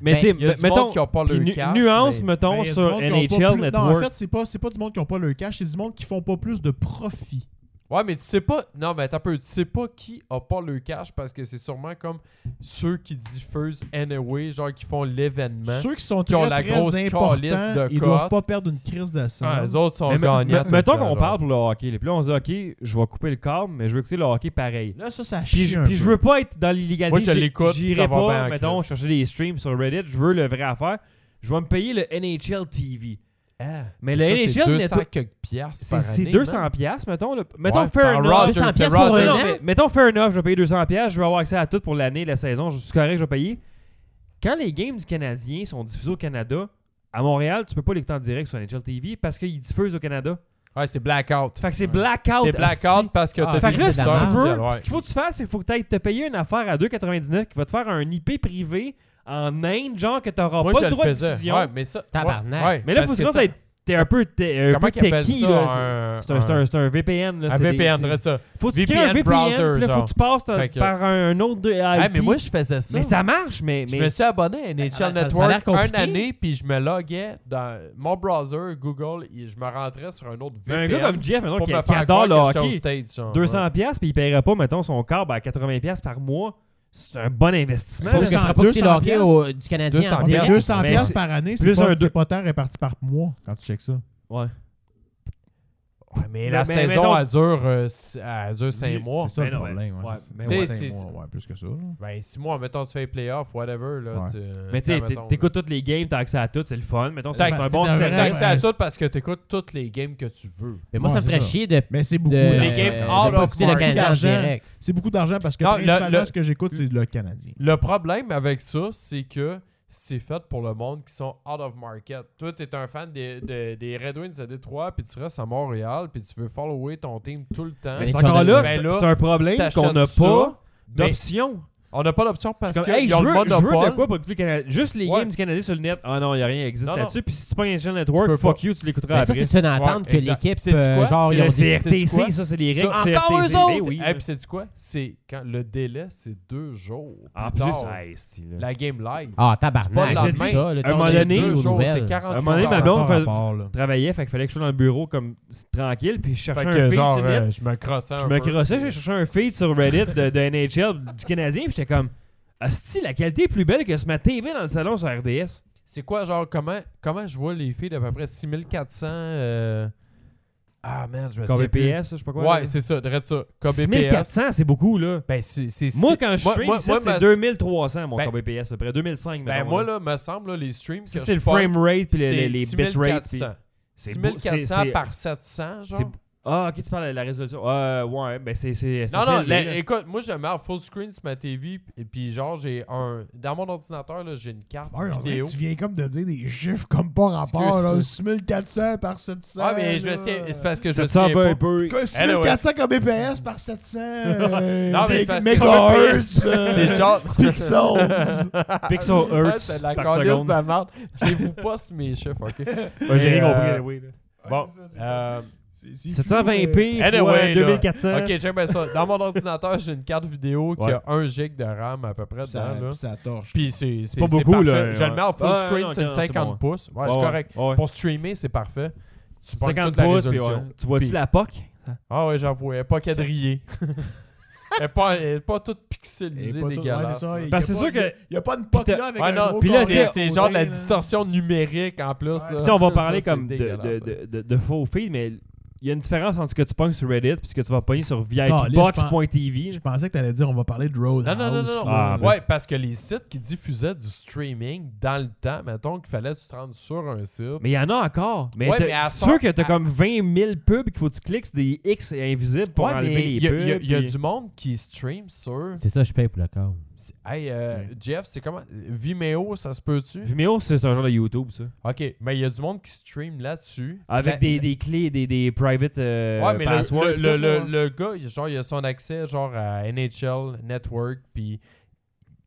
Speaker 3: Mais
Speaker 4: Ben,
Speaker 3: tu sais,
Speaker 2: Il y a du
Speaker 3: mettons,
Speaker 2: monde qui a pas
Speaker 3: puis
Speaker 2: le
Speaker 3: nu-
Speaker 2: cash.
Speaker 3: nuance,
Speaker 2: mais-
Speaker 3: mettons,
Speaker 1: Mais Ben, y a du
Speaker 3: sur
Speaker 1: monde qui ont pas
Speaker 3: NHL
Speaker 1: plus-
Speaker 3: Network.
Speaker 1: Non, en fait, c'est pas, c'est pas du monde qui n'ont pas le cash, c'est du monde qui font pas plus de profit.
Speaker 2: Ouais, mais tu sais pas. Non, mais attends un peu. Tu sais pas qui a pas le cash parce que c'est sûrement comme ceux qui diffusent Anyway, genre qui font l'événement.
Speaker 1: Ceux qui sont
Speaker 2: Qui
Speaker 1: très,
Speaker 2: ont la
Speaker 1: très
Speaker 2: grosse
Speaker 1: importants,
Speaker 2: calice de
Speaker 1: ils
Speaker 2: cotes.
Speaker 1: doivent pas perdre une crise de sang.
Speaker 2: Ah, les autres sont
Speaker 3: Mais-
Speaker 2: gagnants. tout
Speaker 3: me-
Speaker 2: le
Speaker 3: mettons
Speaker 2: temps,
Speaker 3: qu'on
Speaker 2: genre.
Speaker 3: parle pour le hockey. là. Puis là, on se dit, OK, je vais couper le câble, mais je veux écouter le hockey pareil.
Speaker 1: Là, ça, ça
Speaker 3: Puis,
Speaker 1: chie
Speaker 3: je-
Speaker 1: un
Speaker 3: puis je
Speaker 1: peu.
Speaker 3: veux pas être dans l'illégalité.
Speaker 2: Moi, je
Speaker 3: J'ai-
Speaker 2: l'écoute,
Speaker 3: J'irai
Speaker 2: ça va bien
Speaker 3: pas,
Speaker 2: en
Speaker 3: mettons,
Speaker 2: crise.
Speaker 3: chercher des streams sur Reddit. Je veux le vrai affaire. Je vais me payer le NHL TV.
Speaker 2: Ah,
Speaker 3: Mais le
Speaker 2: ça, c'est
Speaker 3: NHL
Speaker 2: 200
Speaker 3: Network,
Speaker 2: quelques piastres
Speaker 3: c'est
Speaker 2: par
Speaker 3: c'est
Speaker 2: année,
Speaker 3: 200
Speaker 2: man.
Speaker 3: piastres, mettons. là. Mettons,
Speaker 2: Ouais,
Speaker 3: fair
Speaker 2: par
Speaker 3: enough.
Speaker 2: Rogers,
Speaker 4: 200
Speaker 2: hein. c'est
Speaker 4: piastres pour
Speaker 2: Rogers.
Speaker 3: Non,
Speaker 4: un an.
Speaker 3: mais mettons, fair enough, je vais payer 200 pièces, je vais avoir accès à tout pour l'année, la saison, je suis correct, je vais payer. Quand les games du Canadien sont diffusés au Canada, à Montréal, tu peux pas les écouter en direct sur NHL TV parce qu'ils diffusent au Canada.
Speaker 2: Ouais, c'est blackout.
Speaker 3: Fait que c'est blackout.
Speaker 2: C'est blackout
Speaker 3: asti.
Speaker 2: parce que
Speaker 4: Ah,
Speaker 2: t'as
Speaker 3: Fait que là,
Speaker 2: des
Speaker 3: si
Speaker 4: C'est de la
Speaker 3: tu
Speaker 2: sœurs
Speaker 3: veux,
Speaker 2: sociales, ouais.
Speaker 3: ce qu'il faut que tu fasses, c'est qu'il faut que tu ailles te payer une affaire à 2,99 qui va te faire un IP privé en Inde, genre que t'auras
Speaker 2: Moi,
Speaker 3: pas
Speaker 2: je
Speaker 3: le
Speaker 2: le
Speaker 3: droit de
Speaker 2: faisais.
Speaker 3: diffusion.
Speaker 2: Ouais, mais ça.
Speaker 4: Tabarnak.
Speaker 2: ouais,
Speaker 3: mais là,
Speaker 2: parce
Speaker 3: faut que
Speaker 2: ça-
Speaker 3: tu aies- t'es un peu, t'es un
Speaker 2: Comment
Speaker 3: peu
Speaker 2: qu'ils appellent
Speaker 3: techie.
Speaker 2: ça?
Speaker 3: là.
Speaker 2: un-
Speaker 3: C'est un, c'est un- c'est un VPN. Là,
Speaker 2: un
Speaker 3: c'est des-
Speaker 2: VPN,
Speaker 3: c'est-
Speaker 2: de ça.
Speaker 3: Faut que tu crées un
Speaker 2: VPN
Speaker 3: VPN,
Speaker 2: browser,
Speaker 3: puis là, faut
Speaker 2: genre.
Speaker 3: que tu passes euh,
Speaker 2: Fait que-
Speaker 3: par un, un autre de IP.
Speaker 2: Ah, mais moi, je faisais ça.
Speaker 3: Mais ça marche, mais.
Speaker 2: Je
Speaker 3: mais-
Speaker 2: me suis abonné à NHL
Speaker 4: Ça- ça- ça a l'air
Speaker 2: Network une
Speaker 4: compliqué.
Speaker 2: année, puis je me loguais dans mon browser, Google, et je me rentrais sur un autre
Speaker 3: mais un
Speaker 2: VPN
Speaker 3: gars comme Jeff, mettons,
Speaker 2: pour
Speaker 3: qui,
Speaker 2: me
Speaker 3: qui
Speaker 2: faire
Speaker 3: adore
Speaker 2: croire
Speaker 3: le
Speaker 2: que j'étais aux
Speaker 3: hockey,
Speaker 2: States, genre.
Speaker 3: 200$, piastres, puis il paierait pas, mettons, son câble à 80$ piastres par mois, c'est un bon investissement.
Speaker 4: Sauf
Speaker 3: là.
Speaker 4: que je ferais pas
Speaker 1: 200
Speaker 4: écouter le hockey au- du Canadien
Speaker 2: 200
Speaker 4: en
Speaker 1: Mais
Speaker 4: direct.
Speaker 1: 200
Speaker 3: mais
Speaker 1: piastres
Speaker 3: c'est-
Speaker 1: par année,
Speaker 3: plus
Speaker 1: c'est
Speaker 3: un
Speaker 1: pas,
Speaker 3: deux-
Speaker 1: c'est pas tant réparti par mois quand tu checkes ça.
Speaker 3: Ouais. Ouais, mais
Speaker 2: Mais
Speaker 3: la
Speaker 2: la
Speaker 3: mais
Speaker 2: saison,
Speaker 3: mettons-
Speaker 2: elle dure, euh, si- elle dure 5
Speaker 1: C'est-
Speaker 2: mois. Ben
Speaker 1: C'est ça
Speaker 3: Mais
Speaker 1: le
Speaker 3: non,
Speaker 1: problème.
Speaker 3: ouais.
Speaker 1: ouais,
Speaker 3: Ouais,
Speaker 1: c'est-
Speaker 2: mais
Speaker 1: ouais,
Speaker 2: tu sais,
Speaker 1: cinq
Speaker 2: c'est-
Speaker 1: mois, ouais, plus que ça. là.
Speaker 2: Ben, 6 mois, mettons, tu fais les playoffs, whatever. Là,
Speaker 1: Ouais.
Speaker 2: tu-
Speaker 3: Mais tu sais,
Speaker 2: mettons, là.
Speaker 3: t'écoutes toutes les games, t'as accès à tout, c'est le fun. Mettons, c'est
Speaker 2: T'as
Speaker 3: un
Speaker 1: accès-
Speaker 3: bon
Speaker 1: t'as
Speaker 2: T'as
Speaker 1: vraiment-
Speaker 3: setup.
Speaker 2: accès à
Speaker 4: Ouais.
Speaker 2: tout parce que t'écoutes toutes les games que tu veux.
Speaker 4: Mais moi,
Speaker 1: Ouais,
Speaker 4: ça me ferait
Speaker 1: c'est ça.
Speaker 4: chier de.
Speaker 1: Mais c'est
Speaker 4: de
Speaker 1: beaucoup
Speaker 2: les games
Speaker 1: d'argent.
Speaker 4: de
Speaker 2: out
Speaker 4: pas
Speaker 2: of
Speaker 4: écouter le
Speaker 2: market.
Speaker 4: Canadien en
Speaker 1: L'argent.
Speaker 4: direct.
Speaker 1: C'est beaucoup d'argent parce que
Speaker 2: Non, le-
Speaker 1: principalement,
Speaker 2: le-
Speaker 1: ce que j'écoute, c'est le Canadien.
Speaker 2: Le problème avec ça, c'est que c'est fait pour le monde qui sont out of market. Toi, t'es un fan des, des, des Red Wings à Détroit, puis tu restes à Montréal, puis tu veux follower ton team tout le temps.
Speaker 3: Mais
Speaker 4: Mais
Speaker 3: c'est encore là,
Speaker 2: Ben
Speaker 3: c'est-
Speaker 2: là,
Speaker 3: c'est un problème
Speaker 2: t'achètes
Speaker 3: qu'on n'a
Speaker 2: ça,
Speaker 3: pas
Speaker 2: mais-
Speaker 3: d'option.
Speaker 2: Ben, On n'a pas l'option parce
Speaker 3: Comme,
Speaker 2: que
Speaker 3: hey,
Speaker 2: ils
Speaker 3: je
Speaker 2: ont
Speaker 3: veux,
Speaker 2: le
Speaker 3: je veux
Speaker 2: monopole.
Speaker 3: de quoi pour écouter le Canadien. Juste les
Speaker 2: Ouais.
Speaker 3: games du Canadien sur le net. Ah non, il n'y a rien qui existe
Speaker 2: Non, non.
Speaker 3: là-dessus. Puis si tu prends un channel
Speaker 2: Tu
Speaker 3: network,
Speaker 2: peux
Speaker 3: fuck
Speaker 2: pas. Ben,
Speaker 3: you, tu l'écouteras
Speaker 4: Mais
Speaker 3: après.
Speaker 4: ça, c'est une attente
Speaker 2: Ouais,
Speaker 4: que
Speaker 2: exact.
Speaker 4: l'équipe.
Speaker 2: C'est-tu
Speaker 4: euh,
Speaker 2: quoi?
Speaker 4: genre,
Speaker 2: C'est
Speaker 4: ils ont
Speaker 3: le
Speaker 4: dit-
Speaker 2: dit- c'est
Speaker 3: CRTC,
Speaker 2: quoi?
Speaker 3: ça, c'est les
Speaker 2: Ça,
Speaker 3: règles
Speaker 2: encore
Speaker 3: CRTC.
Speaker 2: eux
Speaker 3: Ben
Speaker 2: autres!
Speaker 3: oui.
Speaker 2: Hey, puis c'est quoi? C'est quand le délai, c'est deux jours.
Speaker 3: En
Speaker 2: plus
Speaker 3: plus,
Speaker 2: tard,
Speaker 3: hey, si, là.
Speaker 2: la game live.
Speaker 4: Ah,
Speaker 2: C'est pas le
Speaker 4: tabarnak, j'ai dit
Speaker 2: lendemain.
Speaker 4: ça. là, tu
Speaker 3: À un
Speaker 4: sais,
Speaker 3: moment
Speaker 4: c'est
Speaker 3: donné,
Speaker 4: deux
Speaker 2: deux jours,
Speaker 4: nouvelles.
Speaker 2: c'est 48
Speaker 3: À un moment donné,
Speaker 2: heures.
Speaker 3: ma blonde
Speaker 1: Ça a
Speaker 3: fait-
Speaker 1: pas rapport, là.
Speaker 3: travaillait, fait qu'il fallait que je sois dans le bureau comme tranquille, puis je cherchais
Speaker 2: Fait
Speaker 3: un
Speaker 2: que
Speaker 3: feed
Speaker 2: genre,
Speaker 3: sur le net.
Speaker 2: euh, je me crossais
Speaker 3: Je
Speaker 2: un
Speaker 3: me
Speaker 2: peu.
Speaker 3: crossais, j'ai cherché un feed sur Reddit de, de NHL du Canadien, puis j'étais comme, Asti, la qualité est plus belle que sur ma TV dans le salon sur RDS.
Speaker 2: C'est quoi, genre, comment, comment je vois les filles d'à peu près 6400... euh, Ah, man, je me
Speaker 3: Comme
Speaker 2: sais plus.
Speaker 3: BPS, je sais pas quoi. là.
Speaker 2: Ouais, c'est ça, direct ça. Comme BPS.
Speaker 3: 6400, c'est beaucoup, là.
Speaker 2: Ben, c'est, c'est-
Speaker 3: Moi,
Speaker 2: c'est-
Speaker 3: quand je stream, ici,
Speaker 2: ma-
Speaker 3: c'est 2300, mon
Speaker 2: Ben-
Speaker 3: KBPS, à peu près. 2005,
Speaker 2: Ben, moi, là, me semble, là, les streams que
Speaker 3: Ça,
Speaker 2: je
Speaker 3: c'est le
Speaker 2: fais,
Speaker 3: frame rate, puis le-
Speaker 2: c'est
Speaker 3: les, les bitrates. puis-
Speaker 2: 6400.
Speaker 3: C'est beau- c'est-
Speaker 2: 6400
Speaker 3: c'est-
Speaker 2: par 700, genre.
Speaker 3: c'est- Ah, ok, tu parles de la résolution. Ah, ouais, ben c'est. c'est c'est
Speaker 2: Non, non,
Speaker 3: élevé,
Speaker 2: la-
Speaker 3: là.
Speaker 2: écoute, moi, je mets en full screen sur ma TV, et puis genre, j'ai un... Dans mon ordinateur, là, j'ai une carte
Speaker 1: Ouais, on dirait
Speaker 2: vidéo.
Speaker 1: que tu viens comme de dire des chiffres comme pas rapport,
Speaker 2: Excuse
Speaker 1: là,
Speaker 2: ça.
Speaker 1: 6400 par 700.
Speaker 2: Ah, mais je me
Speaker 1: là.
Speaker 2: souviens... C'est parce que je
Speaker 3: Ça
Speaker 2: me
Speaker 3: te sent
Speaker 2: souviens
Speaker 3: un
Speaker 2: pas.
Speaker 3: peu.
Speaker 1: Quoi, 6400 comme BPS par 700. euh,
Speaker 2: Non, mais c'est
Speaker 1: mé-
Speaker 2: parce que-
Speaker 1: mégahertz, euh,
Speaker 2: C'est genre...
Speaker 1: Pixels.
Speaker 3: Pixel
Speaker 2: Ah,
Speaker 3: Hertz
Speaker 2: C'est la
Speaker 3: par
Speaker 2: calisse
Speaker 3: seconde.
Speaker 2: de merde. Je vous passe mes chiffres, OK?
Speaker 3: Ouais, J'ai rien
Speaker 2: Euh,
Speaker 3: compris, oui. là.
Speaker 2: Bon,
Speaker 1: Ouais, c'est ça, c'est
Speaker 2: euh,
Speaker 1: c'est- c'est flou, euh,
Speaker 3: 720p
Speaker 2: Anyway,
Speaker 3: fois
Speaker 2: là.
Speaker 3: 2400.
Speaker 2: OK, j'aime bien ça. Dans mon ordinateur, j'ai une carte vidéo qui a 1 gig de RAM à peu près
Speaker 1: Ça,
Speaker 2: dedans, là.
Speaker 1: ça torche.
Speaker 2: Puis c'est c'est-
Speaker 3: pas
Speaker 2: c'est
Speaker 3: beaucoup,
Speaker 2: parfait.
Speaker 3: là,
Speaker 2: Je le
Speaker 3: ouais.
Speaker 2: mets en full
Speaker 3: Ah,
Speaker 2: screen,
Speaker 3: non,
Speaker 2: c'est une
Speaker 3: non, c'est
Speaker 2: 50
Speaker 3: bon.
Speaker 2: pouces. Ouais, c'est
Speaker 3: Ouais, ouais,
Speaker 2: correct.
Speaker 3: ouais.
Speaker 2: Pour streamer, c'est parfait. Tu prends
Speaker 3: 50
Speaker 2: toute la
Speaker 3: pouces, puis
Speaker 2: résolution.
Speaker 3: ouais. Tu vois-tu
Speaker 2: Puis-
Speaker 3: la POC?
Speaker 2: Ah ouais, j'avoue, elle n'est pas quadrillée. elle n'est pas, elle est pas toute
Speaker 1: Et pas
Speaker 2: pixelisée,
Speaker 1: tout- ouais, c'est
Speaker 2: dégueulasse.
Speaker 1: ça,
Speaker 2: là.
Speaker 1: il y
Speaker 3: Parce
Speaker 1: a
Speaker 3: que
Speaker 1: pas-
Speaker 3: c'est sûr que-
Speaker 1: Il n'y a pas une pote
Speaker 3: Puis
Speaker 1: là avec
Speaker 2: Ouais,
Speaker 1: un
Speaker 2: non,
Speaker 1: gros
Speaker 2: puis là,
Speaker 1: carré
Speaker 2: c'est
Speaker 1: à
Speaker 2: c'est
Speaker 1: côté,
Speaker 2: genre de la
Speaker 1: là.
Speaker 2: distorsion numérique en plus.
Speaker 1: Ouais.
Speaker 2: là.
Speaker 3: Tu sais, on va
Speaker 2: Ça,
Speaker 3: parler
Speaker 2: c'est
Speaker 3: comme de,
Speaker 2: dégueulasse,
Speaker 3: de,
Speaker 2: là.
Speaker 3: de, de, de faux feed, mais il y a une différence entre ce que tu pognes sur Reddit et ce que tu vas pogner sur
Speaker 1: Caliste,
Speaker 3: VIPbox.tv.
Speaker 1: Je pensais que t'allais dire on va parler de Roadhouse.
Speaker 2: Non, non, non, non.
Speaker 3: Ah,
Speaker 2: non. ouais, parce que les sites qui diffusaient du streaming dans le temps, mettons qu'il fallait que tu te rendre sur un site.
Speaker 3: Mais il y en a encore. Mais
Speaker 2: Ouais,
Speaker 3: t'as-
Speaker 2: mais à
Speaker 3: c'est sûr
Speaker 2: sort-
Speaker 3: que t'as
Speaker 2: à-
Speaker 3: comme 20 000 pubs qu'il faut que tu cliques, c'est des X invisibles pour
Speaker 2: Ouais, mais
Speaker 3: enlever
Speaker 2: il y,
Speaker 3: les
Speaker 2: a-
Speaker 3: pubs.
Speaker 2: il y a- il y a
Speaker 3: puis-
Speaker 2: du monde qui stream sur.
Speaker 4: C'est ça, je paye pour le corps.
Speaker 2: Hey, euh,
Speaker 1: Ouais.
Speaker 2: Jeff, c'est comment Vimeo, ça se peut-tu
Speaker 3: Vimeo, c'est un genre de YouTube, ça.
Speaker 2: Ok, mais il y a du monde qui stream là-dessus.
Speaker 3: Avec
Speaker 2: La-
Speaker 3: des, des clés, des, des private euh,
Speaker 2: Ouais, mais le-
Speaker 3: passwords.
Speaker 2: le,
Speaker 3: pis
Speaker 2: le-
Speaker 3: tout,
Speaker 2: le-
Speaker 3: là.
Speaker 2: le gars, il- genre, il a son accès genre à NHL Network, puis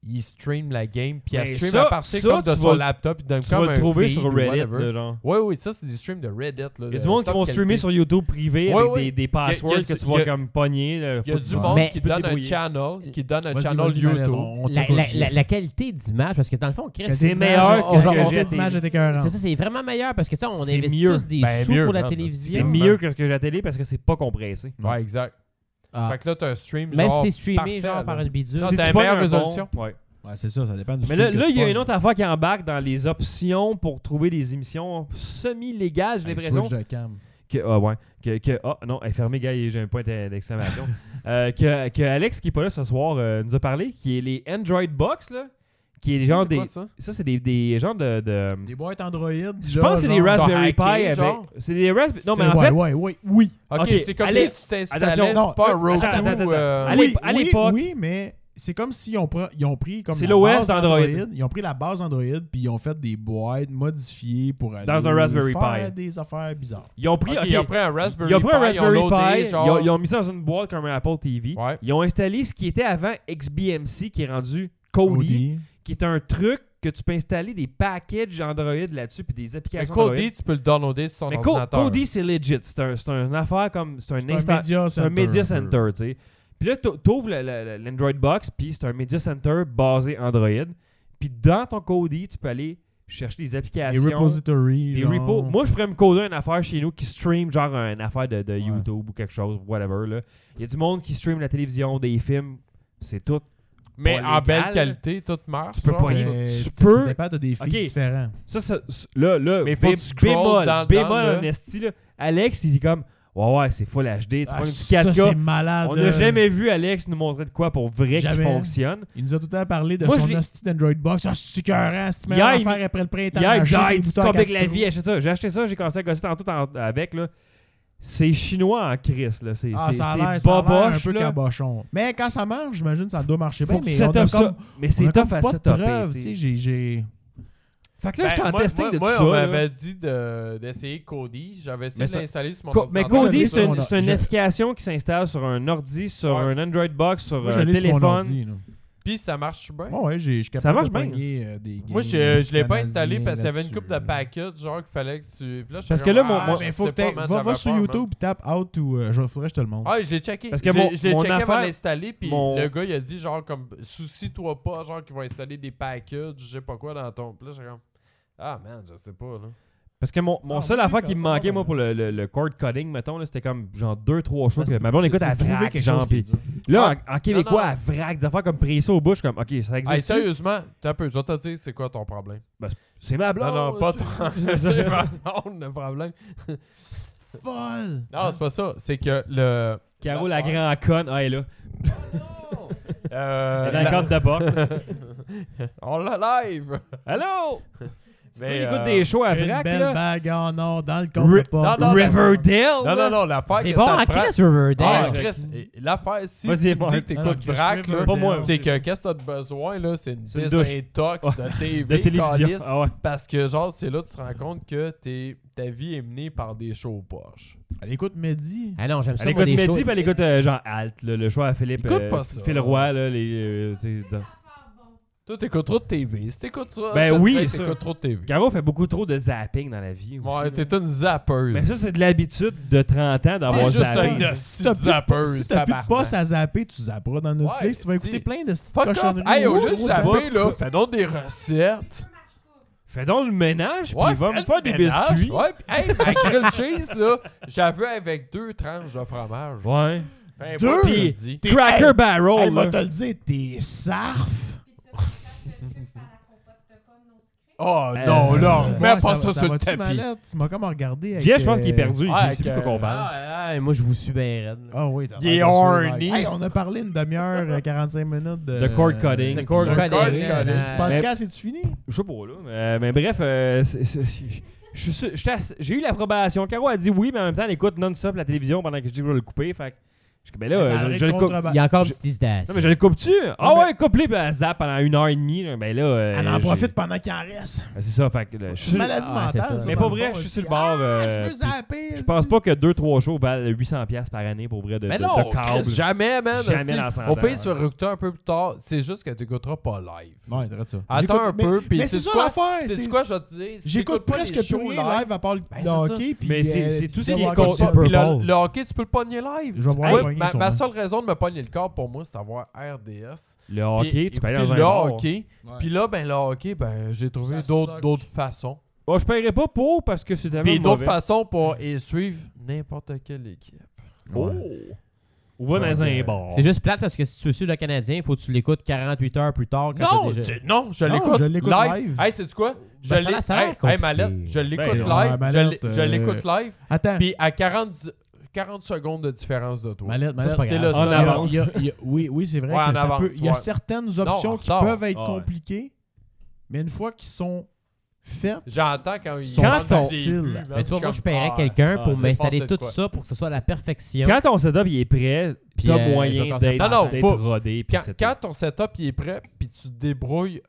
Speaker 2: il stream la game, puis elle
Speaker 3: Mais
Speaker 2: stream
Speaker 3: ça-
Speaker 2: à partir
Speaker 3: ça,
Speaker 2: comme de
Speaker 3: tu
Speaker 2: son
Speaker 3: vas-
Speaker 2: laptop, il donne
Speaker 3: Tu
Speaker 2: comme
Speaker 3: vas
Speaker 2: un
Speaker 3: le trouver
Speaker 2: feed
Speaker 3: sur
Speaker 2: ou
Speaker 3: Reddit,
Speaker 2: whatever.
Speaker 3: là, genre.
Speaker 2: Oui, oui, ça, c'est des streams de Reddit. Là,
Speaker 3: Il y a
Speaker 2: de
Speaker 3: du monde qui
Speaker 2: top
Speaker 3: vont
Speaker 2: qualité.
Speaker 3: streamer sur YouTube privé
Speaker 2: Ouais,
Speaker 3: avec
Speaker 2: ouais.
Speaker 3: des, des
Speaker 2: y a-
Speaker 3: passwords
Speaker 2: y a-
Speaker 3: que tu
Speaker 2: y
Speaker 3: vois
Speaker 2: a-
Speaker 3: comme pogner. là.
Speaker 2: Il y a
Speaker 3: Faut-
Speaker 2: du
Speaker 4: Ouais.
Speaker 2: monde
Speaker 4: Mais-
Speaker 2: qui
Speaker 3: tu peux te
Speaker 2: donne un
Speaker 3: débrouiller.
Speaker 2: channel, qui donne un
Speaker 1: Vas-y,
Speaker 2: channel
Speaker 1: vas-y, Manette,
Speaker 2: YouTube.
Speaker 1: on- on
Speaker 4: La,
Speaker 1: t'écoute.
Speaker 4: la, la, la qualité d'image, parce que dans le fond, Chris,
Speaker 1: Qualité
Speaker 3: c'est
Speaker 1: d'image,
Speaker 3: meilleur
Speaker 1: on-
Speaker 3: que
Speaker 1: on-
Speaker 3: ce que
Speaker 1: on-
Speaker 3: j'ai
Speaker 1: qualité d'image est
Speaker 4: c'est
Speaker 1: écœurante.
Speaker 4: ça, c'est vraiment meilleur parce que ça, on
Speaker 3: C'est
Speaker 4: investit
Speaker 3: mieux.
Speaker 4: tous des
Speaker 2: Ben,
Speaker 4: sous
Speaker 2: mieux,
Speaker 4: pour la
Speaker 2: non,
Speaker 3: C'est
Speaker 4: télévision.
Speaker 2: Exactement.
Speaker 3: mieux que ce que j'ai la télé parce que c'est pas compressé.
Speaker 1: Ouais.
Speaker 2: Ouais, exact.
Speaker 4: Ah.
Speaker 2: Fait que là, t'as un stream
Speaker 4: Même
Speaker 2: genre.
Speaker 4: si c'est streamé
Speaker 2: parfait,
Speaker 4: genre
Speaker 2: là.
Speaker 4: par une bidule.
Speaker 2: Non,
Speaker 3: Si
Speaker 2: t'as
Speaker 3: tu
Speaker 2: une
Speaker 3: pognes
Speaker 2: meilleure
Speaker 3: un
Speaker 2: résolution.
Speaker 3: bon- ouais.
Speaker 1: Ouais, c'est ça, ça dépend du
Speaker 3: Mais
Speaker 1: sub
Speaker 3: là,
Speaker 1: que
Speaker 3: là,
Speaker 1: tu
Speaker 3: il y a
Speaker 1: pognes.
Speaker 3: une autre affaire qui embarque dans les options pour trouver des émissions semi-légales, j'ai
Speaker 1: Hey,
Speaker 3: l'impression.
Speaker 1: switch de cam.
Speaker 3: Que, ah ouais, que, que- ah non, elle est fermée, gars, et j'ai un point d'exclamation. Euh, que, que Alex, qui est pas là ce soir, euh, nous a parlé, qui est les Android Box, là, qui est les genre
Speaker 2: C'est
Speaker 3: des...
Speaker 2: quoi, ça?
Speaker 3: ça, c'est des, des genres de... de-
Speaker 1: Des boîtes Android.
Speaker 3: je pense que c'est des Raspberry Pi
Speaker 2: hacker,
Speaker 3: avec...
Speaker 2: genre?
Speaker 3: C'est des Raspberry... Non, mais en fait,
Speaker 1: Ouais, ouais, ouais, oui.
Speaker 2: Ok,
Speaker 3: Ok,
Speaker 2: c'est comme
Speaker 3: allez-
Speaker 2: si tu t'installais
Speaker 3: attention,
Speaker 1: non,
Speaker 2: pas
Speaker 1: euh,
Speaker 2: Roku.
Speaker 3: attends, attends, attends.
Speaker 2: euh,
Speaker 3: À l'ép-
Speaker 1: Oui,
Speaker 3: à
Speaker 1: oui,
Speaker 3: l'époque-
Speaker 1: Oui, mais c'est comme s'ils ont, pre- ils ont pris comme
Speaker 3: C'est
Speaker 1: la
Speaker 3: l'OS
Speaker 1: base
Speaker 3: d'Android.
Speaker 1: Ils ont pris la base Android puis ils ont fait des boîtes modifiées pour aller
Speaker 3: Dans un Raspberry
Speaker 1: faire
Speaker 3: Pi.
Speaker 1: des affaires bizarres.
Speaker 3: ils ont pris...
Speaker 2: Ok,
Speaker 3: ok,
Speaker 2: ils ont pris un Raspberry
Speaker 3: Ils ont pris un
Speaker 2: Pi, ils ont
Speaker 3: Raspberry
Speaker 2: loadé,
Speaker 3: Pi, ils
Speaker 2: genre-
Speaker 3: ont, ils ont mis ça dans une boîte comme un Apple TV.
Speaker 2: Ouais.
Speaker 3: Ils ont installé ce qui était avant XBMC, qui est rendu Kodi, qui est un truc que tu peux installer des packages Android là-dessus puis des
Speaker 2: Mais
Speaker 3: applications Android.
Speaker 2: Cody, tu peux le downloader sur son
Speaker 3: Mais Co-
Speaker 2: ordinateur.
Speaker 3: Kodi, c'est legit. C'est un, c'est un affaire comme... C'est un,
Speaker 1: C'est un
Speaker 3: insta-
Speaker 1: media
Speaker 3: c'est
Speaker 1: center.
Speaker 3: un media
Speaker 1: un peu.
Speaker 3: center, tu sais. Puis là, t'ou- t'ouvres le- le- le- l'Android Box, puis c'est un media center basé Android. Puis dans ton Kodi, tu peux aller chercher des
Speaker 1: Les
Speaker 3: applications.
Speaker 1: repositories.
Speaker 3: des
Speaker 1: genre.
Speaker 3: repos. Moi, je pourrais me coder une affaire chez nous qui stream genre une affaire de, de
Speaker 1: Ouais.
Speaker 3: YouTube ou quelque chose, whatever. là. Il y a du monde qui stream la télévision, des films, c'est tout.
Speaker 2: Mais
Speaker 3: Pas
Speaker 2: en
Speaker 3: légal.
Speaker 2: belle qualité, tout marche.
Speaker 3: Tu peux
Speaker 2: genre. Ben,
Speaker 3: pas y-
Speaker 1: Euh,
Speaker 3: tu
Speaker 1: ça-
Speaker 3: peux-
Speaker 1: Ça dépend, t'as des filles
Speaker 3: Ok.
Speaker 1: différentes.
Speaker 3: Ça, ça- ça- là, là,
Speaker 2: Mais faut
Speaker 3: bé-
Speaker 2: que tu scrolles
Speaker 3: bémol,
Speaker 2: dans- dans
Speaker 3: bémol
Speaker 2: le-
Speaker 3: en esti, là. Alex, il dit comme Ouais, ouais, c'est full HD. Tu
Speaker 1: Ah,
Speaker 3: pognes du
Speaker 1: ça,
Speaker 3: 4K.
Speaker 1: c'est malade.
Speaker 3: On
Speaker 1: euh.
Speaker 3: n'a jamais vu Alex nous montrer de quoi pour vrai qui
Speaker 1: Jamais.
Speaker 3: fonctionne.
Speaker 1: Il nous a tout le temps parlé de
Speaker 3: Moi, je
Speaker 1: son
Speaker 3: l'ai-
Speaker 1: hostie d'Android Box. Ah, c'est écœurant, c'est
Speaker 3: Hier,
Speaker 1: meilleur
Speaker 3: il-
Speaker 1: affaire après le printemps.
Speaker 3: Hier,
Speaker 1: Acheter des
Speaker 3: j'ai du
Speaker 1: boutons à
Speaker 3: avec
Speaker 1: quatre
Speaker 3: la vie,
Speaker 1: trous.
Speaker 3: achète ça. J'ai acheté ça, j'ai commencé à gosser tantôt en- avec. là. C'est chinois en crise, là. C'est
Speaker 1: Ah,
Speaker 3: c'est-
Speaker 1: ça a
Speaker 3: c'est
Speaker 1: l'air ça a
Speaker 3: pas
Speaker 1: l'air un
Speaker 3: poche,
Speaker 1: peu
Speaker 3: là.
Speaker 1: cabochon. Mais quand ça marche, j'imagine que ça doit marcher
Speaker 3: Faut
Speaker 1: bien.
Speaker 3: que tu
Speaker 1: Mais on a
Speaker 3: setupes ça.
Speaker 1: comme,
Speaker 3: Mais c'est tough à
Speaker 1: pas de preuves,
Speaker 3: setuper.
Speaker 1: tu sais,
Speaker 3: t'sais.
Speaker 1: j'ai- j'ai-
Speaker 3: Fait que là,
Speaker 2: Ben,
Speaker 3: j'étais en
Speaker 2: moi-
Speaker 3: testing
Speaker 2: moi-
Speaker 3: de tout
Speaker 2: moi,
Speaker 3: ça.
Speaker 2: on
Speaker 3: là.
Speaker 2: m'avait dit de- d'essayer Cody. J'avais essayé
Speaker 3: Mais
Speaker 2: de
Speaker 3: ça-
Speaker 2: l'installer sur mon
Speaker 3: Co- mais
Speaker 2: ordinateur.
Speaker 3: Cody,
Speaker 1: Moi,
Speaker 3: c'est
Speaker 1: je l'ai
Speaker 3: une,
Speaker 1: sur
Speaker 3: c'est une
Speaker 1: mon-
Speaker 3: application qui s'installe sur un ordi, sur
Speaker 2: Ouais.
Speaker 3: un Android box, sur
Speaker 1: Moi, je
Speaker 3: un
Speaker 1: l'ai sur mon
Speaker 3: téléphone.
Speaker 1: ordi. là.
Speaker 2: Puis ça marche bien.
Speaker 1: Bon, ouais, j'ai- je suis
Speaker 3: Ça
Speaker 1: capable
Speaker 3: marche
Speaker 1: de
Speaker 3: bien.
Speaker 1: pogner, euh, des games
Speaker 2: Moi, je, je l'ai pas
Speaker 1: canadiens
Speaker 2: installé parce qu'il y avait une
Speaker 1: là-dessus,
Speaker 2: coupe de
Speaker 1: là.
Speaker 2: package, genre qu'il fallait que tu. Puis là, j'étais
Speaker 3: Parce que
Speaker 2: comme,
Speaker 3: là, mon-
Speaker 2: ah,
Speaker 1: Ah,
Speaker 3: moi-
Speaker 2: je
Speaker 1: mais faut
Speaker 2: sais
Speaker 1: que t'ailles-
Speaker 2: pas, man,
Speaker 1: va,
Speaker 2: j'avais
Speaker 1: va sur
Speaker 2: peur,
Speaker 1: YouTube et tape Out to. euh, je faudrait que je te le montre.
Speaker 2: man. Ah, je l'ai checké.
Speaker 3: Parce que
Speaker 2: Je l'ai-
Speaker 3: mon-
Speaker 2: je l'ai
Speaker 3: mon
Speaker 2: checké avant
Speaker 3: affaire-
Speaker 2: d'installer. Puis
Speaker 3: mon-
Speaker 2: le gars, il a dit, genre, comme, soucie-toi pas, genre, qu'ils vont installer des packages, je sais pas quoi dans ton. Puis là, j'étais comme, ah, man, je sais pas, là.
Speaker 3: Parce que mon, mon
Speaker 1: Ah,
Speaker 3: seul
Speaker 1: oui,
Speaker 3: affaire
Speaker 1: ça-
Speaker 3: qui me
Speaker 1: ça va
Speaker 3: manquait,
Speaker 1: bien.
Speaker 3: moi, pour le, le, le cord coding, mettons, là, c'était comme genre deux, trois choses
Speaker 1: Parce
Speaker 3: que
Speaker 1: que
Speaker 3: ma blonde
Speaker 1: c'est-
Speaker 3: écoute
Speaker 1: c'est
Speaker 3: à
Speaker 1: trouver
Speaker 3: vrac,
Speaker 1: quelque
Speaker 3: genre.
Speaker 1: chose qui est
Speaker 3: pis-
Speaker 1: dur.
Speaker 3: Là, en, en québécois,
Speaker 2: non.
Speaker 3: à vrac, des affaires comme pressé au bouche, comme, OK, ça
Speaker 2: Hey,
Speaker 3: existe.
Speaker 2: sérieusement, t'as peu, je vais te dire, c'est quoi ton problème?
Speaker 3: c'est ma blonde.
Speaker 2: Non, non, pas
Speaker 3: c'est-
Speaker 2: ton. c'est ma blonde, le problème.
Speaker 1: C'est folle.
Speaker 2: Non, c'est pas ça. C'est que le.
Speaker 3: Caro, la grande conne. Ah, elle est là.
Speaker 2: Euh,
Speaker 3: Elle est dans le cadre de porte.
Speaker 2: On l'a live!
Speaker 3: Allô? Si
Speaker 2: Mais,
Speaker 3: tu écoutes
Speaker 2: euh,
Speaker 3: des shows à
Speaker 1: Une
Speaker 3: vrac,
Speaker 1: belle
Speaker 3: là.
Speaker 1: bague en or dans le
Speaker 3: Ri-
Speaker 1: compte pas.
Speaker 2: Non, non,
Speaker 3: Riverdale.
Speaker 2: Non, non, non, l'affaire
Speaker 4: C'est
Speaker 2: que
Speaker 4: bon
Speaker 2: ça
Speaker 4: en
Speaker 2: te prend...
Speaker 4: Chris Riverdale.
Speaker 2: Ah,
Speaker 3: Ouais.
Speaker 2: Chris, et l'affaire, si tu me
Speaker 3: Vas-y,
Speaker 2: dis
Speaker 3: bon.
Speaker 2: que
Speaker 1: Ah, Non, non,
Speaker 2: t'écoutes
Speaker 1: Chris
Speaker 2: Vrac, là,
Speaker 1: Riverdale.
Speaker 3: Pas moi.
Speaker 2: c'est que qu'est-ce que t'as de besoin, là, c'est une
Speaker 3: C'est une douche.
Speaker 2: désintox
Speaker 3: Ouais.
Speaker 2: de TV,
Speaker 3: De télévision.
Speaker 2: câlisse,
Speaker 3: Ah ouais.
Speaker 2: parce que genre, c'est là que tu te rends compte que t'es- ta vie est menée par des shows poches.
Speaker 1: Allez, écoute Mehdi.
Speaker 4: Ah non, j'aime ça.
Speaker 3: Elle
Speaker 4: moi,
Speaker 3: écoute
Speaker 4: des shows.
Speaker 3: Mehdi, puis elle écoute euh, genre Alt, là, le choix à Philippe.
Speaker 2: Écoute
Speaker 3: euh,
Speaker 2: pas ça.
Speaker 3: Phil Roy, là, les. euh, tu sais, dans-
Speaker 2: Toi, t'écoutes trop de TV. Si t'écoutes ça,
Speaker 3: Ben
Speaker 2: je te
Speaker 3: oui,
Speaker 2: dirais que
Speaker 3: ça.
Speaker 2: t'écoutes trop de TV.
Speaker 3: Caro fait beaucoup trop de zapping dans la vie. aussi, là.
Speaker 2: Ouais, t'es une zappeuse.
Speaker 3: Mais ça, c'est de l'habitude de 30 ans
Speaker 2: T'es
Speaker 3: d'avoir
Speaker 2: juste
Speaker 3: zappé.
Speaker 2: un hostie
Speaker 3: là.
Speaker 1: Ah Si t'as
Speaker 2: de
Speaker 1: plus-
Speaker 2: zappeuse,
Speaker 1: Si t'as plus de
Speaker 2: tabarnak.
Speaker 1: poste à zapper, tu zapperas dans Netflix.
Speaker 2: Ouais,
Speaker 1: tu vas écouter
Speaker 2: c'est-
Speaker 1: plein de petites
Speaker 2: Fuck off!
Speaker 1: cochonneries.
Speaker 2: Hey, au lieu de
Speaker 1: Ouh,
Speaker 2: zapper,
Speaker 3: va-
Speaker 2: là, fais donc des recettes.
Speaker 3: Fais donc le ménage, puis
Speaker 2: Ouais,
Speaker 3: il va me
Speaker 2: fais
Speaker 3: faire
Speaker 2: le
Speaker 3: des
Speaker 2: ménage.
Speaker 3: biscuits.
Speaker 2: Ouais, pis, hey, ma grilled cheese, là, j'avais avec deux tranches de fromage.
Speaker 3: Ouais.
Speaker 2: Enfin,
Speaker 1: Deux?
Speaker 2: moi, je te le dis.
Speaker 1: T'es-
Speaker 3: Cracker
Speaker 1: hey,
Speaker 3: Barrel,
Speaker 1: Hey, moi,
Speaker 3: là.
Speaker 1: te le dire, t'es sarf.
Speaker 2: Oh
Speaker 3: Euh,
Speaker 2: non, là,
Speaker 3: c'est-
Speaker 2: mets
Speaker 1: Ouais,
Speaker 2: pas
Speaker 1: va-
Speaker 2: ça, sur le
Speaker 1: va-tu,
Speaker 2: tapis.
Speaker 1: Manette? Tu m'as comme regardé avec...
Speaker 3: Jeff, je pense qu'il est
Speaker 1: euh,
Speaker 3: perdu ici.
Speaker 2: ouais,
Speaker 3: c'est plus
Speaker 2: que-
Speaker 3: quoi qu'on parle.
Speaker 4: Ah, ah, moi, je vous suis bien raide. là.
Speaker 1: Ah oui, t'as
Speaker 2: Il est
Speaker 1: l'air de sûr,
Speaker 2: horny.
Speaker 1: mec. Hey, on a parlé une demi-heure, euh, 45 minutes de...
Speaker 3: De cord cutting.
Speaker 1: de
Speaker 4: Cord
Speaker 2: Le
Speaker 4: coding,
Speaker 2: code
Speaker 4: euh,
Speaker 2: coding.
Speaker 1: Le podcast, c'est-tu fini?
Speaker 3: Je sais pas, là. Euh, mais bref, euh, c'est- c'est- je suis sûr- j'étais ass- j'ai eu l'approbation. Caro a dit oui, mais en même temps, elle écoute non-stop la télévision pendant que je dis que je vais le couper. Fait que, je dis, ben là,
Speaker 1: Elle
Speaker 3: euh, je,
Speaker 1: arrête
Speaker 3: je le coupe.
Speaker 1: contrebas-
Speaker 4: Il y a encore une
Speaker 3: Je-
Speaker 4: petite hésitation.
Speaker 3: Non, mais je le coupe-tu? Ah
Speaker 1: Non, mais-
Speaker 3: ouais, coupe-les, puis elle zappe pendant une heure et demie. là. Ben là. euh,
Speaker 1: Elle en
Speaker 3: j'ai-
Speaker 1: profite pendant qu'il en reste.
Speaker 3: Ben, c'est ça, fait que là, je suis.
Speaker 1: C'est une maladie
Speaker 4: ah, c'est ça.
Speaker 1: mentale. ça,
Speaker 3: Mais
Speaker 1: dans
Speaker 3: pas
Speaker 1: le
Speaker 3: vrai,
Speaker 1: fond,
Speaker 3: je suis
Speaker 1: aussi.
Speaker 3: sur le bord.
Speaker 1: Ah,
Speaker 3: euh,
Speaker 1: je veux
Speaker 3: puis
Speaker 1: zapper.
Speaker 3: Je pense pas que 2-3 shows valent 800$ piastres par année pour vrai de,
Speaker 2: Mais
Speaker 3: de-
Speaker 2: non,
Speaker 3: de câble.
Speaker 2: Chris, jamais, man.
Speaker 3: Jamais
Speaker 2: esti.
Speaker 3: dans cent
Speaker 2: On
Speaker 3: ans,
Speaker 2: paye
Speaker 3: ouais.
Speaker 2: sur Rupteur un peu plus tard. C'est juste que t'écouteras pas live.
Speaker 1: Ouais, t'arrêtes ça.
Speaker 2: Attends un
Speaker 1: J'écoute- mais-
Speaker 2: peu, puis
Speaker 1: Mais
Speaker 2: c'est
Speaker 1: c'est ça
Speaker 2: quoi-
Speaker 1: l'affaire.
Speaker 2: C'est
Speaker 1: c'est-
Speaker 2: quoi, je vais te dire? si
Speaker 1: J'écoute
Speaker 2: t'écoutes pas
Speaker 1: presque
Speaker 2: les
Speaker 1: plus
Speaker 2: shows Ben,
Speaker 1: rien live à part le
Speaker 2: c'est
Speaker 1: le
Speaker 2: ça.
Speaker 1: hockey. puis,
Speaker 3: Mais c'est-
Speaker 1: euh,
Speaker 3: c'est tout ce
Speaker 1: The
Speaker 3: qui est
Speaker 1: Walking
Speaker 3: con-
Speaker 1: Dead.
Speaker 2: Pas-
Speaker 3: Super
Speaker 2: puis
Speaker 4: Bowl.
Speaker 2: le, le hockey, tu peux le pogner live.
Speaker 1: Je vais voir
Speaker 2: Moi,
Speaker 1: le pogner,
Speaker 2: ma, ma
Speaker 1: sûrement.
Speaker 2: seule raison de me pogner le corps pour moi, c'est d'avoir RDS.
Speaker 3: Le
Speaker 2: Puis
Speaker 3: hockey, tu peux aller
Speaker 2: écouter
Speaker 3: dans un
Speaker 2: le
Speaker 3: bar.
Speaker 2: hockey.
Speaker 1: Ouais.
Speaker 2: Puis là, ben, le hockey, ben, j'ai trouvé
Speaker 1: Ça
Speaker 2: d'autres
Speaker 1: suck.
Speaker 2: d'autres façons.
Speaker 3: Bon, je paierais pas pour parce que c'est tellement
Speaker 2: Puis d'autres
Speaker 3: mauvais.
Speaker 2: façons pour et suivre n'importe quelle équipe.
Speaker 1: Ouais.
Speaker 3: Ou va dans
Speaker 2: Ouais.
Speaker 3: un bar.
Speaker 4: C'est juste plate parce que si tu veux suivre le Canadien, il faut que tu l'écoutes 48 heures plus tard quand
Speaker 2: Non,
Speaker 4: t'as déjà...
Speaker 2: tu- non, je
Speaker 1: Non,
Speaker 2: l'écoute
Speaker 1: je
Speaker 2: live.
Speaker 1: l'écoute live.
Speaker 2: Hey, c'est quoi? Je
Speaker 4: Ben, ça
Speaker 2: l'ai-
Speaker 4: a- ça a l'air
Speaker 2: hey, hey, Mallette,
Speaker 4: compliqué.
Speaker 2: je l'écoute
Speaker 3: Ben,
Speaker 2: live.
Speaker 1: ouais,
Speaker 2: je l'ai-
Speaker 1: Mallette,
Speaker 2: je l'écoute
Speaker 4: euh,
Speaker 2: live.
Speaker 1: Attends.
Speaker 2: Puis à 40, 40 secondes de différence de toi.
Speaker 1: Mallette,
Speaker 4: Ça, c'est pas
Speaker 1: Mallette,
Speaker 2: c'est
Speaker 4: grave.
Speaker 2: le
Speaker 3: En
Speaker 2: seul.
Speaker 3: avant.
Speaker 1: Il y a- il y a- oui, oui c'est vrai
Speaker 2: Ouais,
Speaker 1: que
Speaker 2: en
Speaker 1: ça
Speaker 2: avance,
Speaker 1: peut- il y a
Speaker 2: ouais.
Speaker 1: certaines
Speaker 2: en
Speaker 1: options qui
Speaker 2: retard.
Speaker 1: peuvent être
Speaker 3: Ah ouais.
Speaker 1: compliquées, mais une fois qu'ils sont faites,
Speaker 2: J'entends quand ils
Speaker 1: Quand
Speaker 2: parlent du
Speaker 1: on-
Speaker 2: début,
Speaker 1: Mais
Speaker 2: man,
Speaker 4: Mais tu vois,
Speaker 2: hein, je suis
Speaker 4: moi, je
Speaker 2: comme,
Speaker 4: paierais
Speaker 2: ah,
Speaker 4: quelqu'un
Speaker 3: ah,
Speaker 4: pour
Speaker 2: c'est
Speaker 4: m'installer
Speaker 2: passé de
Speaker 4: tout
Speaker 2: quoi.
Speaker 4: ça pour que ce soit à la perfection.
Speaker 3: Quand ton setup il est prêt,
Speaker 4: Puis,
Speaker 3: t'as
Speaker 4: euh, je vais
Speaker 3: moyen
Speaker 4: commencer à
Speaker 3: d'être
Speaker 2: parler. Non, non,
Speaker 3: d'être
Speaker 2: faut-
Speaker 3: rodé. puis
Speaker 2: Quand,
Speaker 3: c'est
Speaker 2: quand
Speaker 3: tout.
Speaker 2: ton setup il est prêt, puis tu te débrouilles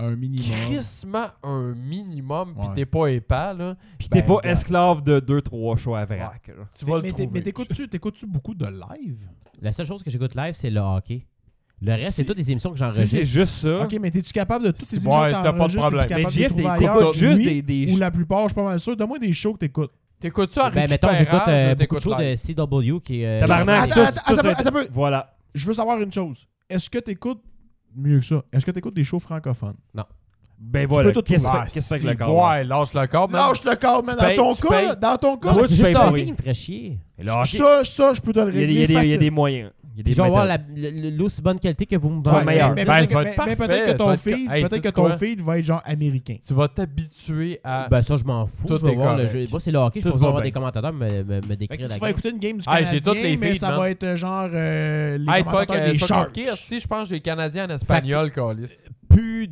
Speaker 1: un minimum.
Speaker 2: crissement un minimum, puis
Speaker 1: Ouais.
Speaker 2: t'es pas épais, là,
Speaker 3: Puis t'es
Speaker 2: ben,
Speaker 3: pas
Speaker 2: regarde.
Speaker 3: esclave de 2-3 choix à vrac. là.
Speaker 2: tu vas le
Speaker 1: Mais t'é-
Speaker 2: trouver.
Speaker 1: mais t'écoutes-tu t'écoutes-tu beaucoup de live?
Speaker 4: La seule chose que j'écoute live, c'est le hockey. Le reste,
Speaker 1: Si-
Speaker 4: c'est toutes des émissions que
Speaker 3: Si c'est
Speaker 4: j'enregistre.
Speaker 3: juste ça.
Speaker 1: Ok, mais t'es-tu capable de toutes
Speaker 2: Si,
Speaker 1: les émissions
Speaker 2: Hein? ouais,
Speaker 1: que
Speaker 2: t'as pas de
Speaker 1: t'enregistres,
Speaker 2: problème.
Speaker 1: t'es-tu
Speaker 3: Mais
Speaker 1: capable de
Speaker 3: Jeff,
Speaker 1: les trouver
Speaker 3: t'écoutes
Speaker 1: ailleurs?
Speaker 3: juste
Speaker 1: Oui,
Speaker 3: des- des.
Speaker 1: Ou la plupart, je suis pas mal sûr. Donne-moi des shows que t'écoutes.
Speaker 2: T'écoutes-tu en
Speaker 4: Ben, mettons, j'écoute
Speaker 2: récupérage,
Speaker 4: euh,
Speaker 2: ou
Speaker 4: beaucoup de
Speaker 2: t'écoutes
Speaker 4: choses
Speaker 2: live?
Speaker 4: de CW qui euh, est...
Speaker 3: Tabarnak,
Speaker 1: Attends,
Speaker 3: tout-
Speaker 1: attends,
Speaker 3: tout-
Speaker 1: attends,
Speaker 3: tout-
Speaker 1: attends un peu.
Speaker 3: Voilà.
Speaker 1: Je veux savoir une chose. Est-ce que t'écoutes mieux que ça? Est-ce que t'écoutes des shows francophones?
Speaker 3: Ben
Speaker 1: peux
Speaker 3: voilà.
Speaker 1: tout
Speaker 3: Qu'est-ce
Speaker 1: trouver.
Speaker 3: que qu'est-ce que fait que
Speaker 2: Ah, si,
Speaker 3: le corps?
Speaker 2: Ouais, lâche le corps, man.
Speaker 1: Lâche le corps, man.
Speaker 2: Tu payes-
Speaker 1: Dans ton
Speaker 2: tu
Speaker 1: cas,
Speaker 2: payes-
Speaker 1: là, dans ton
Speaker 4: Non,
Speaker 1: cas,
Speaker 3: Moi,
Speaker 4: Ah, c'est
Speaker 3: tu
Speaker 4: juste
Speaker 3: fais
Speaker 4: le
Speaker 3: pas
Speaker 4: hockey
Speaker 3: rire.
Speaker 4: qui me ferait chier.
Speaker 3: Le hockey,
Speaker 1: ça, ça, je peux te le
Speaker 3: Il y a des- il y
Speaker 1: régler
Speaker 3: a des- il y a
Speaker 1: facile.
Speaker 3: des moyens. Il y a des
Speaker 4: Puis je vais avoir
Speaker 3: méthodes.
Speaker 4: la- le- le- l'aussi bonne qualité que vous me
Speaker 3: Ouais,
Speaker 4: donnez.
Speaker 3: meilleur.
Speaker 1: Mais, mais
Speaker 3: Ben,
Speaker 1: peut-être
Speaker 2: ça va
Speaker 1: que-
Speaker 2: être
Speaker 1: mais- mais
Speaker 2: parfait,
Speaker 1: peut-être que
Speaker 2: ça va
Speaker 1: ton
Speaker 2: être-
Speaker 1: feed,
Speaker 2: Hey,
Speaker 1: peut-être
Speaker 2: sais-tu
Speaker 1: que ton
Speaker 2: quoi?
Speaker 1: feed va être genre américain.
Speaker 2: Tu vas t'habituer à.
Speaker 4: Ben ça, je m'en fous.
Speaker 2: Tout
Speaker 4: je vais
Speaker 2: est
Speaker 4: voir le
Speaker 2: correct.
Speaker 4: jeu. Moi, c'est le hockey. Je
Speaker 3: Tout
Speaker 4: pense
Speaker 3: va
Speaker 4: avoir
Speaker 3: bien.
Speaker 4: des commentateurs me, me,
Speaker 1: Fait
Speaker 4: me
Speaker 1: que
Speaker 4: décrire
Speaker 1: tu
Speaker 4: la
Speaker 1: vas
Speaker 4: game.
Speaker 1: écouter une game du
Speaker 2: Ah,
Speaker 1: Canadien,
Speaker 2: c'est toutes les
Speaker 1: mais
Speaker 2: feeds,
Speaker 1: ça
Speaker 2: man.
Speaker 1: va être euh, genre euh, les
Speaker 2: Hey, c'est pas,
Speaker 1: commentateurs des
Speaker 2: c'est pas
Speaker 1: Sharks.
Speaker 2: compliqué, si je pense que j'ai Canadiens en espagnol, Calis.
Speaker 4: Plus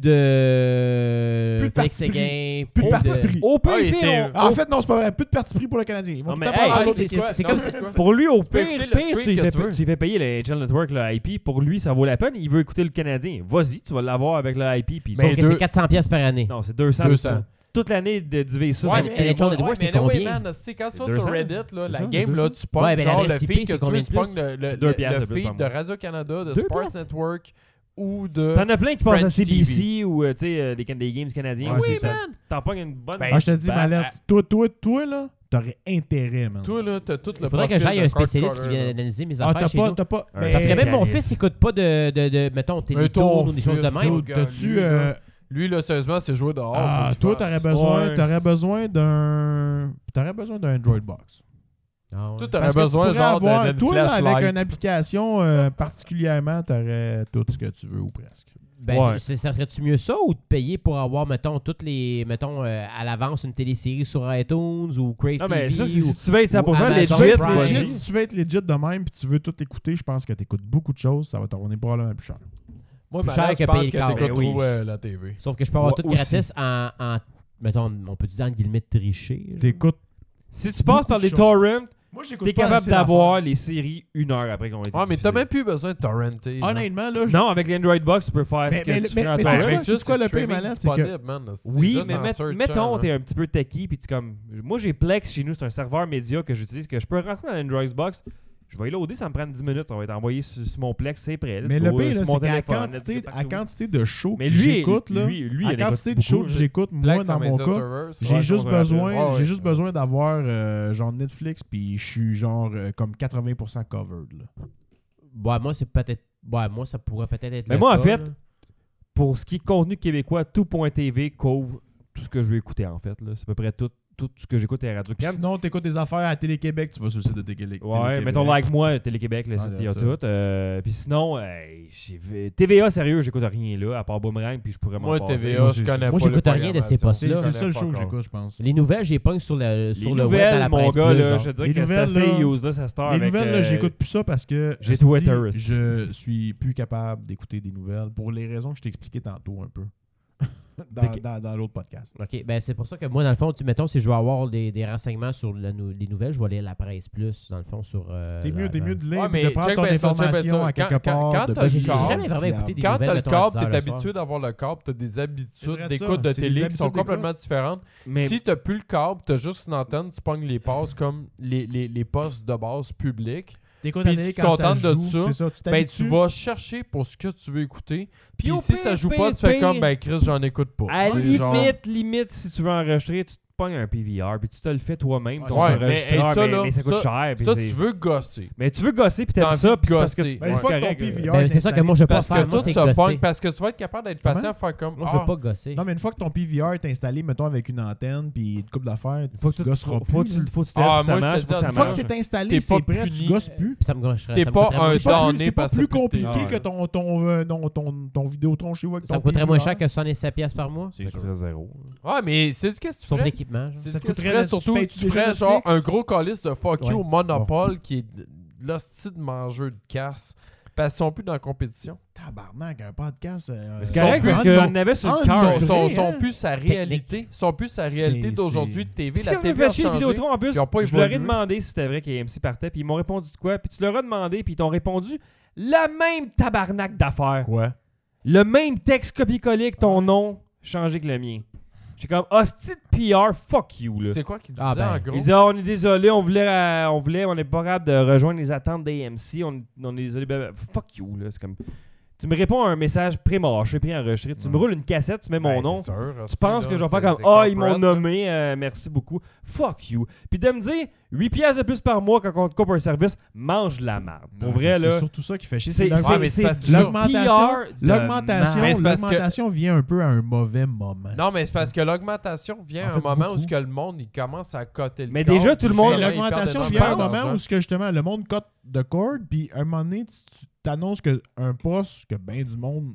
Speaker 4: de...
Speaker 1: Plus de
Speaker 4: Félix
Speaker 1: parti pris.
Speaker 4: Séguin.
Speaker 1: Plus de
Speaker 4: plus
Speaker 1: parti pris.
Speaker 3: Au pire,
Speaker 2: Ah, et
Speaker 3: pire,
Speaker 2: c'est-
Speaker 3: on-
Speaker 1: En fait, non, c'est pas vrai. Plus de parti pris pour le Canadien. Ils vont
Speaker 3: Non,
Speaker 1: tout
Speaker 3: mais,
Speaker 1: le temps prendre
Speaker 3: hey,
Speaker 1: l'autre
Speaker 4: c'est
Speaker 1: équipe.
Speaker 4: quoi?
Speaker 1: C'est
Speaker 4: c'est
Speaker 2: comme
Speaker 4: comme
Speaker 2: ça.
Speaker 4: si-
Speaker 3: Pour lui, au
Speaker 2: peux
Speaker 3: pire,
Speaker 2: écouter le
Speaker 3: pire,
Speaker 2: streak
Speaker 3: tu, lui
Speaker 2: que
Speaker 3: fais,
Speaker 2: tu veux.
Speaker 3: tu lui fais payer le HL Network, le IP. Pour lui, ça vaut la peine. Il veut écouter le Canadien. Vas-y, tu vas l'avoir avec le IP. Puis
Speaker 4: Sauf
Speaker 3: Sauf
Speaker 4: que
Speaker 2: deux-
Speaker 4: c'est 400 pièces par année.
Speaker 3: que- Non, c'est 200.
Speaker 2: 200.
Speaker 3: Toute l'année de diviser ça.
Speaker 4: Ouais,
Speaker 3: c'est-
Speaker 4: mais- NHL Network, c'est
Speaker 2: anyway,
Speaker 4: combien?
Speaker 2: man, c'est quand tu
Speaker 3: C'est
Speaker 2: vas sur
Speaker 3: 200.
Speaker 2: Reddit, là, la
Speaker 1: ça,
Speaker 2: game,
Speaker 1: c'est
Speaker 2: là,
Speaker 1: 200.
Speaker 2: tu pognes
Speaker 4: Ouais, ben,
Speaker 2: genre le
Speaker 4: l'adresse IP,
Speaker 2: feed que
Speaker 4: c'est
Speaker 2: tu veux,
Speaker 4: combien
Speaker 2: tu
Speaker 4: de
Speaker 2: pognes
Speaker 4: plus?
Speaker 2: le, le,
Speaker 3: C'est deux
Speaker 2: le-
Speaker 3: piastres
Speaker 2: le
Speaker 3: de plus par
Speaker 2: feed de
Speaker 3: mois.
Speaker 2: Radio-Canada, de
Speaker 3: Deux
Speaker 2: Sports
Speaker 3: piastres.
Speaker 2: Network ou de...
Speaker 3: T'en as plein qui passent à
Speaker 2: French
Speaker 3: CBC ou euh, tu sais, euh, les, can- les games canadiens.
Speaker 1: Ouais,
Speaker 3: Oui,
Speaker 1: c'est ça.
Speaker 3: man. T'en pognes une bonne.
Speaker 2: Ben,
Speaker 1: Ah, je te dis,
Speaker 2: Ben,
Speaker 1: Malette, toi, toi, toi, là, t'aurais intérêt, man.
Speaker 2: Toi, là, t'as tout le
Speaker 4: Il faudrait que
Speaker 2: profil
Speaker 4: j'aille
Speaker 2: de
Speaker 4: un spécialiste qui
Speaker 2: card-cutter,
Speaker 4: vienne
Speaker 2: là.
Speaker 4: analyser mes
Speaker 1: Ah,
Speaker 4: affaires
Speaker 1: t'as
Speaker 4: chez
Speaker 1: pas,
Speaker 4: nous.
Speaker 1: t'as pas. Ben,
Speaker 3: Un
Speaker 1: mais-
Speaker 4: Parce que même mon
Speaker 3: spécialiste.
Speaker 4: fils n'écoute pas de, de, de, mettons,
Speaker 2: Un ton
Speaker 4: Télétoon ou des choses de
Speaker 2: fils,
Speaker 4: même.
Speaker 1: Dude, T'as-tu.
Speaker 2: Lui, là,
Speaker 1: euh,
Speaker 2: Lui, là, sérieusement, c'est joué dehors.
Speaker 1: ah,
Speaker 2: Oh, faut qu'il
Speaker 1: toi,
Speaker 2: fasse.
Speaker 1: t'aurais besoin,
Speaker 3: Ouais.
Speaker 1: t'aurais besoin d'un. T'aurais besoin d'un Droid Box.
Speaker 4: Ah ouais.
Speaker 2: Toi,
Speaker 1: Parce
Speaker 2: t'aurais
Speaker 1: que tu
Speaker 2: besoin
Speaker 1: pourrais
Speaker 2: genre
Speaker 1: avoir-
Speaker 2: d'un d'une
Speaker 1: Toi, là, avec
Speaker 2: flashlight.
Speaker 1: une application euh, particulièrement, t'aurais tout ce que tu veux ou presque.
Speaker 4: Ben,
Speaker 3: Ouais.
Speaker 4: c'est- ça serait-tu mieux ça ou de payer pour avoir, mettons, toutes les. Mettons, euh, à l'avance, une télésérie sur iTunes ou Crave
Speaker 3: Non, mais
Speaker 4: TV
Speaker 3: Ah, ben, ça, si
Speaker 4: ou-
Speaker 3: si tu veux être 100%
Speaker 1: Ça,
Speaker 4: Ou Amazon
Speaker 3: legit,
Speaker 1: ça va être
Speaker 4: Prime.
Speaker 3: vas-y.
Speaker 1: legit, si tu veux être legit de même puis tu veux tout écouter, je pense que t'écoutes beaucoup de choses, ça va te revenir probablement plus cher.
Speaker 2: Moi,
Speaker 4: plus
Speaker 2: ma
Speaker 4: cher
Speaker 2: mère,
Speaker 4: que
Speaker 2: je pense
Speaker 4: payer le
Speaker 2: que
Speaker 4: câble.
Speaker 2: t'écoutes
Speaker 3: Ben oui.
Speaker 2: trop euh, la TV.
Speaker 4: Sauf que je peux avoir
Speaker 3: Ouais,
Speaker 4: tout
Speaker 3: aussi.
Speaker 4: gratis en, en- Mettons, on peut dire en guillemets tricher. genre.
Speaker 1: T'écoutes.
Speaker 3: Si tu passes par
Speaker 1: Beaucoup de
Speaker 3: les torrents,
Speaker 1: Moi,
Speaker 3: t'es capable d'avoir les séries une heure après qu'on ait été
Speaker 2: Ouais, mais t'as
Speaker 3: diffusées.
Speaker 2: même plus besoin de torrenter. là.
Speaker 1: Honnêtement, là, je-
Speaker 3: Non, avec l'Android Box, tu peux faire
Speaker 1: Mais-
Speaker 3: ce que
Speaker 1: mais-
Speaker 3: tu
Speaker 1: mais-
Speaker 3: fais en
Speaker 2: Ben
Speaker 1: mais tu
Speaker 3: torrent.
Speaker 1: vois,
Speaker 2: Avec juste
Speaker 1: c'est quoi
Speaker 2: le
Speaker 1: le pire
Speaker 2: streaming
Speaker 1: malade, c'est que-
Speaker 2: disponible, man, là, c'est
Speaker 3: Oui,
Speaker 2: juste
Speaker 3: mais
Speaker 2: en
Speaker 3: met-
Speaker 2: search,
Speaker 3: mettons,
Speaker 2: hein.
Speaker 3: t'es un petit peu techie, puis tu comme. Moi, j'ai Plex chez nous, c'est un serveur média que j'utilise, que je peux rentrer dans l'Android Box. Je vais y loader, ça me prend 10 minutes, on va être envoyé sur, sur mon Plex, c'est prêt. let's
Speaker 1: Mais
Speaker 3: go, euh,
Speaker 1: le pire,
Speaker 3: sur
Speaker 1: là,
Speaker 3: mon
Speaker 1: c'est qu'à la
Speaker 3: téléphone,
Speaker 1: quantité,
Speaker 3: let's go
Speaker 1: à
Speaker 3: partout.
Speaker 1: quantité de shows
Speaker 3: Mais
Speaker 1: que
Speaker 3: lui,
Speaker 1: j'écoute, là,
Speaker 3: lui, lui,
Speaker 1: à
Speaker 3: il
Speaker 1: quantité de
Speaker 3: écoute
Speaker 1: shows
Speaker 3: beaucoup,
Speaker 1: que
Speaker 3: là.
Speaker 1: j'écoute, moi,
Speaker 2: Plex
Speaker 1: dans
Speaker 2: en
Speaker 1: mon
Speaker 2: media
Speaker 1: cas,
Speaker 2: servers,
Speaker 1: j'ai
Speaker 2: ouais,
Speaker 1: juste
Speaker 2: on va
Speaker 1: besoin,
Speaker 2: rappeler. Ouais,
Speaker 1: j'ai
Speaker 2: ouais.
Speaker 1: juste besoin d'avoir euh, genre Netflix, puis je suis genre euh, comme 80% covered. là.
Speaker 4: Ouais, moi, c'est peut-être. Ouais, moi, ça pourrait peut-être être.
Speaker 3: Mais
Speaker 4: le
Speaker 3: moi, en
Speaker 4: cas,
Speaker 3: fait,
Speaker 4: là.
Speaker 3: Pour ce qui est contenu québécois, tout.tv couvre tout ce que je vais écouter, en fait. là. C'est à peu près tout, tout ce que j'écoute à la radio
Speaker 1: Puis sinon, t'écoutes des affaires à Télé-Québec, tu vas sur le site de Télé- Télé-Québec.
Speaker 3: Ouais, mettons like moi, Télé-Québec, le
Speaker 1: Ah,
Speaker 3: site, il y
Speaker 1: là,
Speaker 3: a
Speaker 1: ça.
Speaker 3: tout. Euh, puis sinon, hey, j'ai vu- TVA, sérieux, j'écoute rien là, à part Boomerang, puis je pourrais m'en
Speaker 2: Moi,
Speaker 3: passer.
Speaker 2: TVA, je
Speaker 1: Moi,
Speaker 2: connais pas.
Speaker 4: j'écoute
Speaker 2: les
Speaker 4: rien de
Speaker 2: programmations.
Speaker 4: ces
Speaker 1: C'est
Speaker 4: postes-là.
Speaker 1: c'est le
Speaker 2: Je connais
Speaker 1: seul
Speaker 2: pas
Speaker 1: show que
Speaker 2: encore.
Speaker 1: j'écoute, je pense.
Speaker 4: Les nouvelles, j'ai pogne sur le,
Speaker 3: Les
Speaker 4: sur le
Speaker 3: nouvelles,
Speaker 4: web à la
Speaker 3: mon
Speaker 4: presse.
Speaker 3: gars,
Speaker 4: bleue,
Speaker 3: là,
Speaker 4: genre.
Speaker 3: je te
Speaker 1: Les
Speaker 3: dirais que c'est
Speaker 1: nouvelles,
Speaker 3: assez
Speaker 1: là-
Speaker 3: useless à cette heure.
Speaker 1: Les
Speaker 3: avec,
Speaker 1: nouvelles, là,
Speaker 3: euh,
Speaker 1: j'écoute plus ça parce que
Speaker 3: j'ai
Speaker 1: si,
Speaker 3: Twitter aussi.
Speaker 1: je suis plus capable d'écouter des nouvelles pour les raisons que je t'ai expliquées tantôt un peu dans,
Speaker 3: Ok.
Speaker 1: dans- dans l'autre podcast.
Speaker 4: OK, ben c'est pour ça que moi, dans le fond, tu, mettons, si je veux avoir des, des renseignements sur la nou- les nouvelles, je vais aller à la presse plus, dans le fond, sur. euh,
Speaker 1: T'es
Speaker 4: la-
Speaker 1: mieux, t'es
Speaker 4: la-
Speaker 1: mieux de lire
Speaker 2: Ouais,
Speaker 1: puis
Speaker 2: mais
Speaker 1: de prendre
Speaker 2: check
Speaker 1: ton
Speaker 2: bien ça, check bien
Speaker 1: information
Speaker 2: ça.
Speaker 1: à quelque
Speaker 2: Quand-
Speaker 1: part.
Speaker 2: quand-
Speaker 1: de
Speaker 2: quand t'as
Speaker 1: plus
Speaker 2: le
Speaker 1: en plus
Speaker 2: câble-
Speaker 4: J'ai jamais vraiment écouté des
Speaker 2: Quand
Speaker 4: nouvelles,
Speaker 2: t'as le
Speaker 4: mettons, à 10
Speaker 2: câble,
Speaker 4: heures
Speaker 2: t'es
Speaker 4: le soir.
Speaker 2: habitué d'avoir le câble, t'as des
Speaker 1: C'est
Speaker 2: habitudes
Speaker 1: vrai,
Speaker 2: d'écoute
Speaker 1: ça,
Speaker 2: de
Speaker 1: c'est des
Speaker 2: télé qui sont
Speaker 1: habitudes
Speaker 2: complètement différentes.
Speaker 3: mais-
Speaker 2: Si t'as plus le câble, t'as juste une antenne, tu pognes les passes comme les, les, les postes de base publiques.
Speaker 1: T'écoutes
Speaker 2: Puis
Speaker 1: la télé
Speaker 2: tu
Speaker 1: quand ça
Speaker 2: contentes de
Speaker 1: joue,
Speaker 2: ça,
Speaker 1: c'est ça, tu
Speaker 2: Ben,
Speaker 1: t'habitues.
Speaker 2: tu vas chercher pour ce que tu veux écouter. Puis
Speaker 3: au
Speaker 2: si
Speaker 3: pire,
Speaker 2: ça joue
Speaker 3: pire,
Speaker 2: pas, tu fais
Speaker 3: pire,
Speaker 2: comme, ben Chris, j'en écoute pas.
Speaker 3: À
Speaker 2: C'est
Speaker 3: limite,
Speaker 2: genre-
Speaker 3: limite, si tu veux enregistrer, tu te pognes un PVR, puis tu te le fais toi-même,
Speaker 1: Ouais,
Speaker 3: ton
Speaker 1: mais,
Speaker 3: enregistreur,
Speaker 2: hey, ça,
Speaker 3: mais,
Speaker 2: là,
Speaker 3: mais ça coûte cher. puis
Speaker 2: Ça,
Speaker 3: c'est-
Speaker 2: tu veux gosser.
Speaker 3: Mais tu veux gosser, puis
Speaker 2: T'as
Speaker 3: t'aimes
Speaker 2: envie
Speaker 3: ça,
Speaker 2: de
Speaker 3: puis c'est parce que...
Speaker 2: gosser.
Speaker 1: Ben, une
Speaker 2: Ouais.
Speaker 1: fois que ton
Speaker 3: correct, euh,
Speaker 1: PVR
Speaker 4: Ben, c'est ça que moi, je veux pas
Speaker 2: Parce que
Speaker 4: faire. Moi,
Speaker 2: tout
Speaker 4: c'est
Speaker 2: se pogne,
Speaker 4: gosser.
Speaker 2: parce que tu vas être capable d'être patient, faire comme.
Speaker 4: Moi, je veux
Speaker 2: ah,
Speaker 4: pas gosser.
Speaker 1: Non, mais une fois que ton PVR est installé, mettons, avec une antenne puis une coupe d'affaires,
Speaker 3: Faut que
Speaker 1: tu
Speaker 3: tu
Speaker 1: gosseras
Speaker 3: faut,
Speaker 1: plus.
Speaker 3: faut
Speaker 1: là.
Speaker 3: que tu faut que tu testes,
Speaker 2: Ah,
Speaker 3: faut que ça
Speaker 2: moi, je te
Speaker 3: marche,
Speaker 2: dis,
Speaker 3: faut que
Speaker 1: Une
Speaker 2: une
Speaker 3: ça
Speaker 1: fois que
Speaker 3: marche.
Speaker 1: c'est installé,
Speaker 2: T'es
Speaker 1: c'est
Speaker 2: pas
Speaker 1: prêt, tu
Speaker 2: puni.
Speaker 1: gosses plus.
Speaker 4: Puis ça me gaucherait.
Speaker 2: T'es
Speaker 4: ça me
Speaker 2: pas
Speaker 4: coûterait
Speaker 2: un
Speaker 4: moins
Speaker 1: C'est
Speaker 4: cher.
Speaker 1: pas plus,
Speaker 2: Donné
Speaker 1: c'est pas
Speaker 2: par sa
Speaker 1: plus
Speaker 2: publicité.
Speaker 1: compliqué
Speaker 3: Ah,
Speaker 1: que
Speaker 3: ouais.
Speaker 1: ton, ton, euh, non, ton, ton Vidéotron chez vous. avec
Speaker 4: Ça me
Speaker 1: ton
Speaker 4: coûterait moins
Speaker 1: PVR.
Speaker 4: cher que 67 pièces par mois.
Speaker 1: C'est sûr.
Speaker 3: serait zéro.
Speaker 2: Ouais, ah, mais c'est ce que tu
Speaker 4: Sauf
Speaker 2: ferais.
Speaker 4: l'équipement. genre.
Speaker 2: C'est
Speaker 1: Ça te
Speaker 2: ce que tu
Speaker 1: coûterait
Speaker 2: ferais
Speaker 1: net-
Speaker 2: surtout.
Speaker 1: tu payes-tu
Speaker 2: Tu
Speaker 1: déjà
Speaker 2: ferais
Speaker 1: Netflix?
Speaker 2: genre un gros calice de fuck you
Speaker 1: Ouais.
Speaker 2: au Monopole qui est de- de l'hostie de mangeux de casse. Parce qu'ils sont plus dans la compétition.
Speaker 1: Tabarnak, un podcast. euh,
Speaker 3: C'est
Speaker 1: euh,
Speaker 3: correct,
Speaker 1: ils
Speaker 3: parce
Speaker 1: sont-
Speaker 3: qu'on
Speaker 1: ils
Speaker 3: en avait sur
Speaker 1: ah, ils
Speaker 3: le
Speaker 2: Ils
Speaker 1: Ah,
Speaker 2: sont,
Speaker 1: c'est
Speaker 3: cœur.
Speaker 2: sont,
Speaker 1: vrai,
Speaker 2: sont
Speaker 1: hein?
Speaker 2: plus à
Speaker 4: Technique.
Speaker 2: réalité. Ils sont plus à
Speaker 1: C'est-
Speaker 2: réalité d'aujourd'hui
Speaker 1: c'est-
Speaker 2: de TV.
Speaker 3: Puis
Speaker 2: La
Speaker 3: ce qui me
Speaker 2: TV a
Speaker 3: fait chier le
Speaker 2: changé.
Speaker 3: Vidéotron, en plus,
Speaker 2: Ils ont pas
Speaker 3: je leur ai
Speaker 2: évolué.
Speaker 3: demandé si c'était vrai qu'AMC partait, puis ils m'ont répondu de quoi, puis tu leur as demandé, puis ils t'ont répondu la même tabarnak d'affaires.
Speaker 2: Quoi?
Speaker 3: Le même texte copier-coller que ton nom, changé que le mien. J'ai comme, hostie de PR, fuck you, là.
Speaker 2: C'est quoi qu'ils disaient
Speaker 4: Ah, ben,
Speaker 2: en gros?
Speaker 3: Ils disaient, Ah, on est désolé, on voulait, euh, on voulait, on n'est pas capable de rejoindre les attentes d'AMC, on, on est désolé, blablabla. fuck you, là. C'est comme, tu me réponds à un message pré-mâché, pré-enregistré, tu me
Speaker 2: Ouais.
Speaker 3: roules une cassette, tu mets mon
Speaker 2: Ben,
Speaker 3: nom,
Speaker 2: c'est sûr,
Speaker 3: tu
Speaker 2: hostie,
Speaker 3: penses
Speaker 2: là,
Speaker 3: que je vais faire
Speaker 2: c'est-
Speaker 3: comme
Speaker 2: c'est
Speaker 3: Ah, ils m'ont
Speaker 2: corporate, là.
Speaker 3: nommé, euh, merci beaucoup. Fuck you. Puis de me dire 8 piastres de plus par mois quand on te coupe un service, mange de la merde. Pour
Speaker 1: Non,
Speaker 3: vrai,
Speaker 1: c'est-
Speaker 3: là.
Speaker 1: C'est surtout ça qui fait chier.
Speaker 3: C'est
Speaker 1: c'est l'aug-
Speaker 2: Ouais, mais c'est
Speaker 3: c'est-
Speaker 2: parce que
Speaker 3: c'est
Speaker 2: ça-
Speaker 3: du PR de
Speaker 1: L'augmentation
Speaker 3: merde.
Speaker 2: Mais c'est parce que-
Speaker 1: l'augmentation vient un peu à un mauvais moment.
Speaker 2: Non, mais c'est parce que l'augmentation vient
Speaker 1: En
Speaker 2: à
Speaker 1: fait,
Speaker 2: un moment où
Speaker 1: beaucoup.
Speaker 2: ce que le monde il commence à coter le
Speaker 3: Mais déjà,
Speaker 2: corps,
Speaker 3: tout le
Speaker 2: puis
Speaker 3: monde-
Speaker 1: Mais
Speaker 2: finalement, ils
Speaker 1: l'augmentation
Speaker 2: perdent
Speaker 1: vient à un
Speaker 2: énormément
Speaker 3: hein.
Speaker 1: moment où
Speaker 2: d'argent.
Speaker 1: ce que justement le monde cote de corde, puis à un moment donné, tu tu t'annonces qu'un poste que ben du monde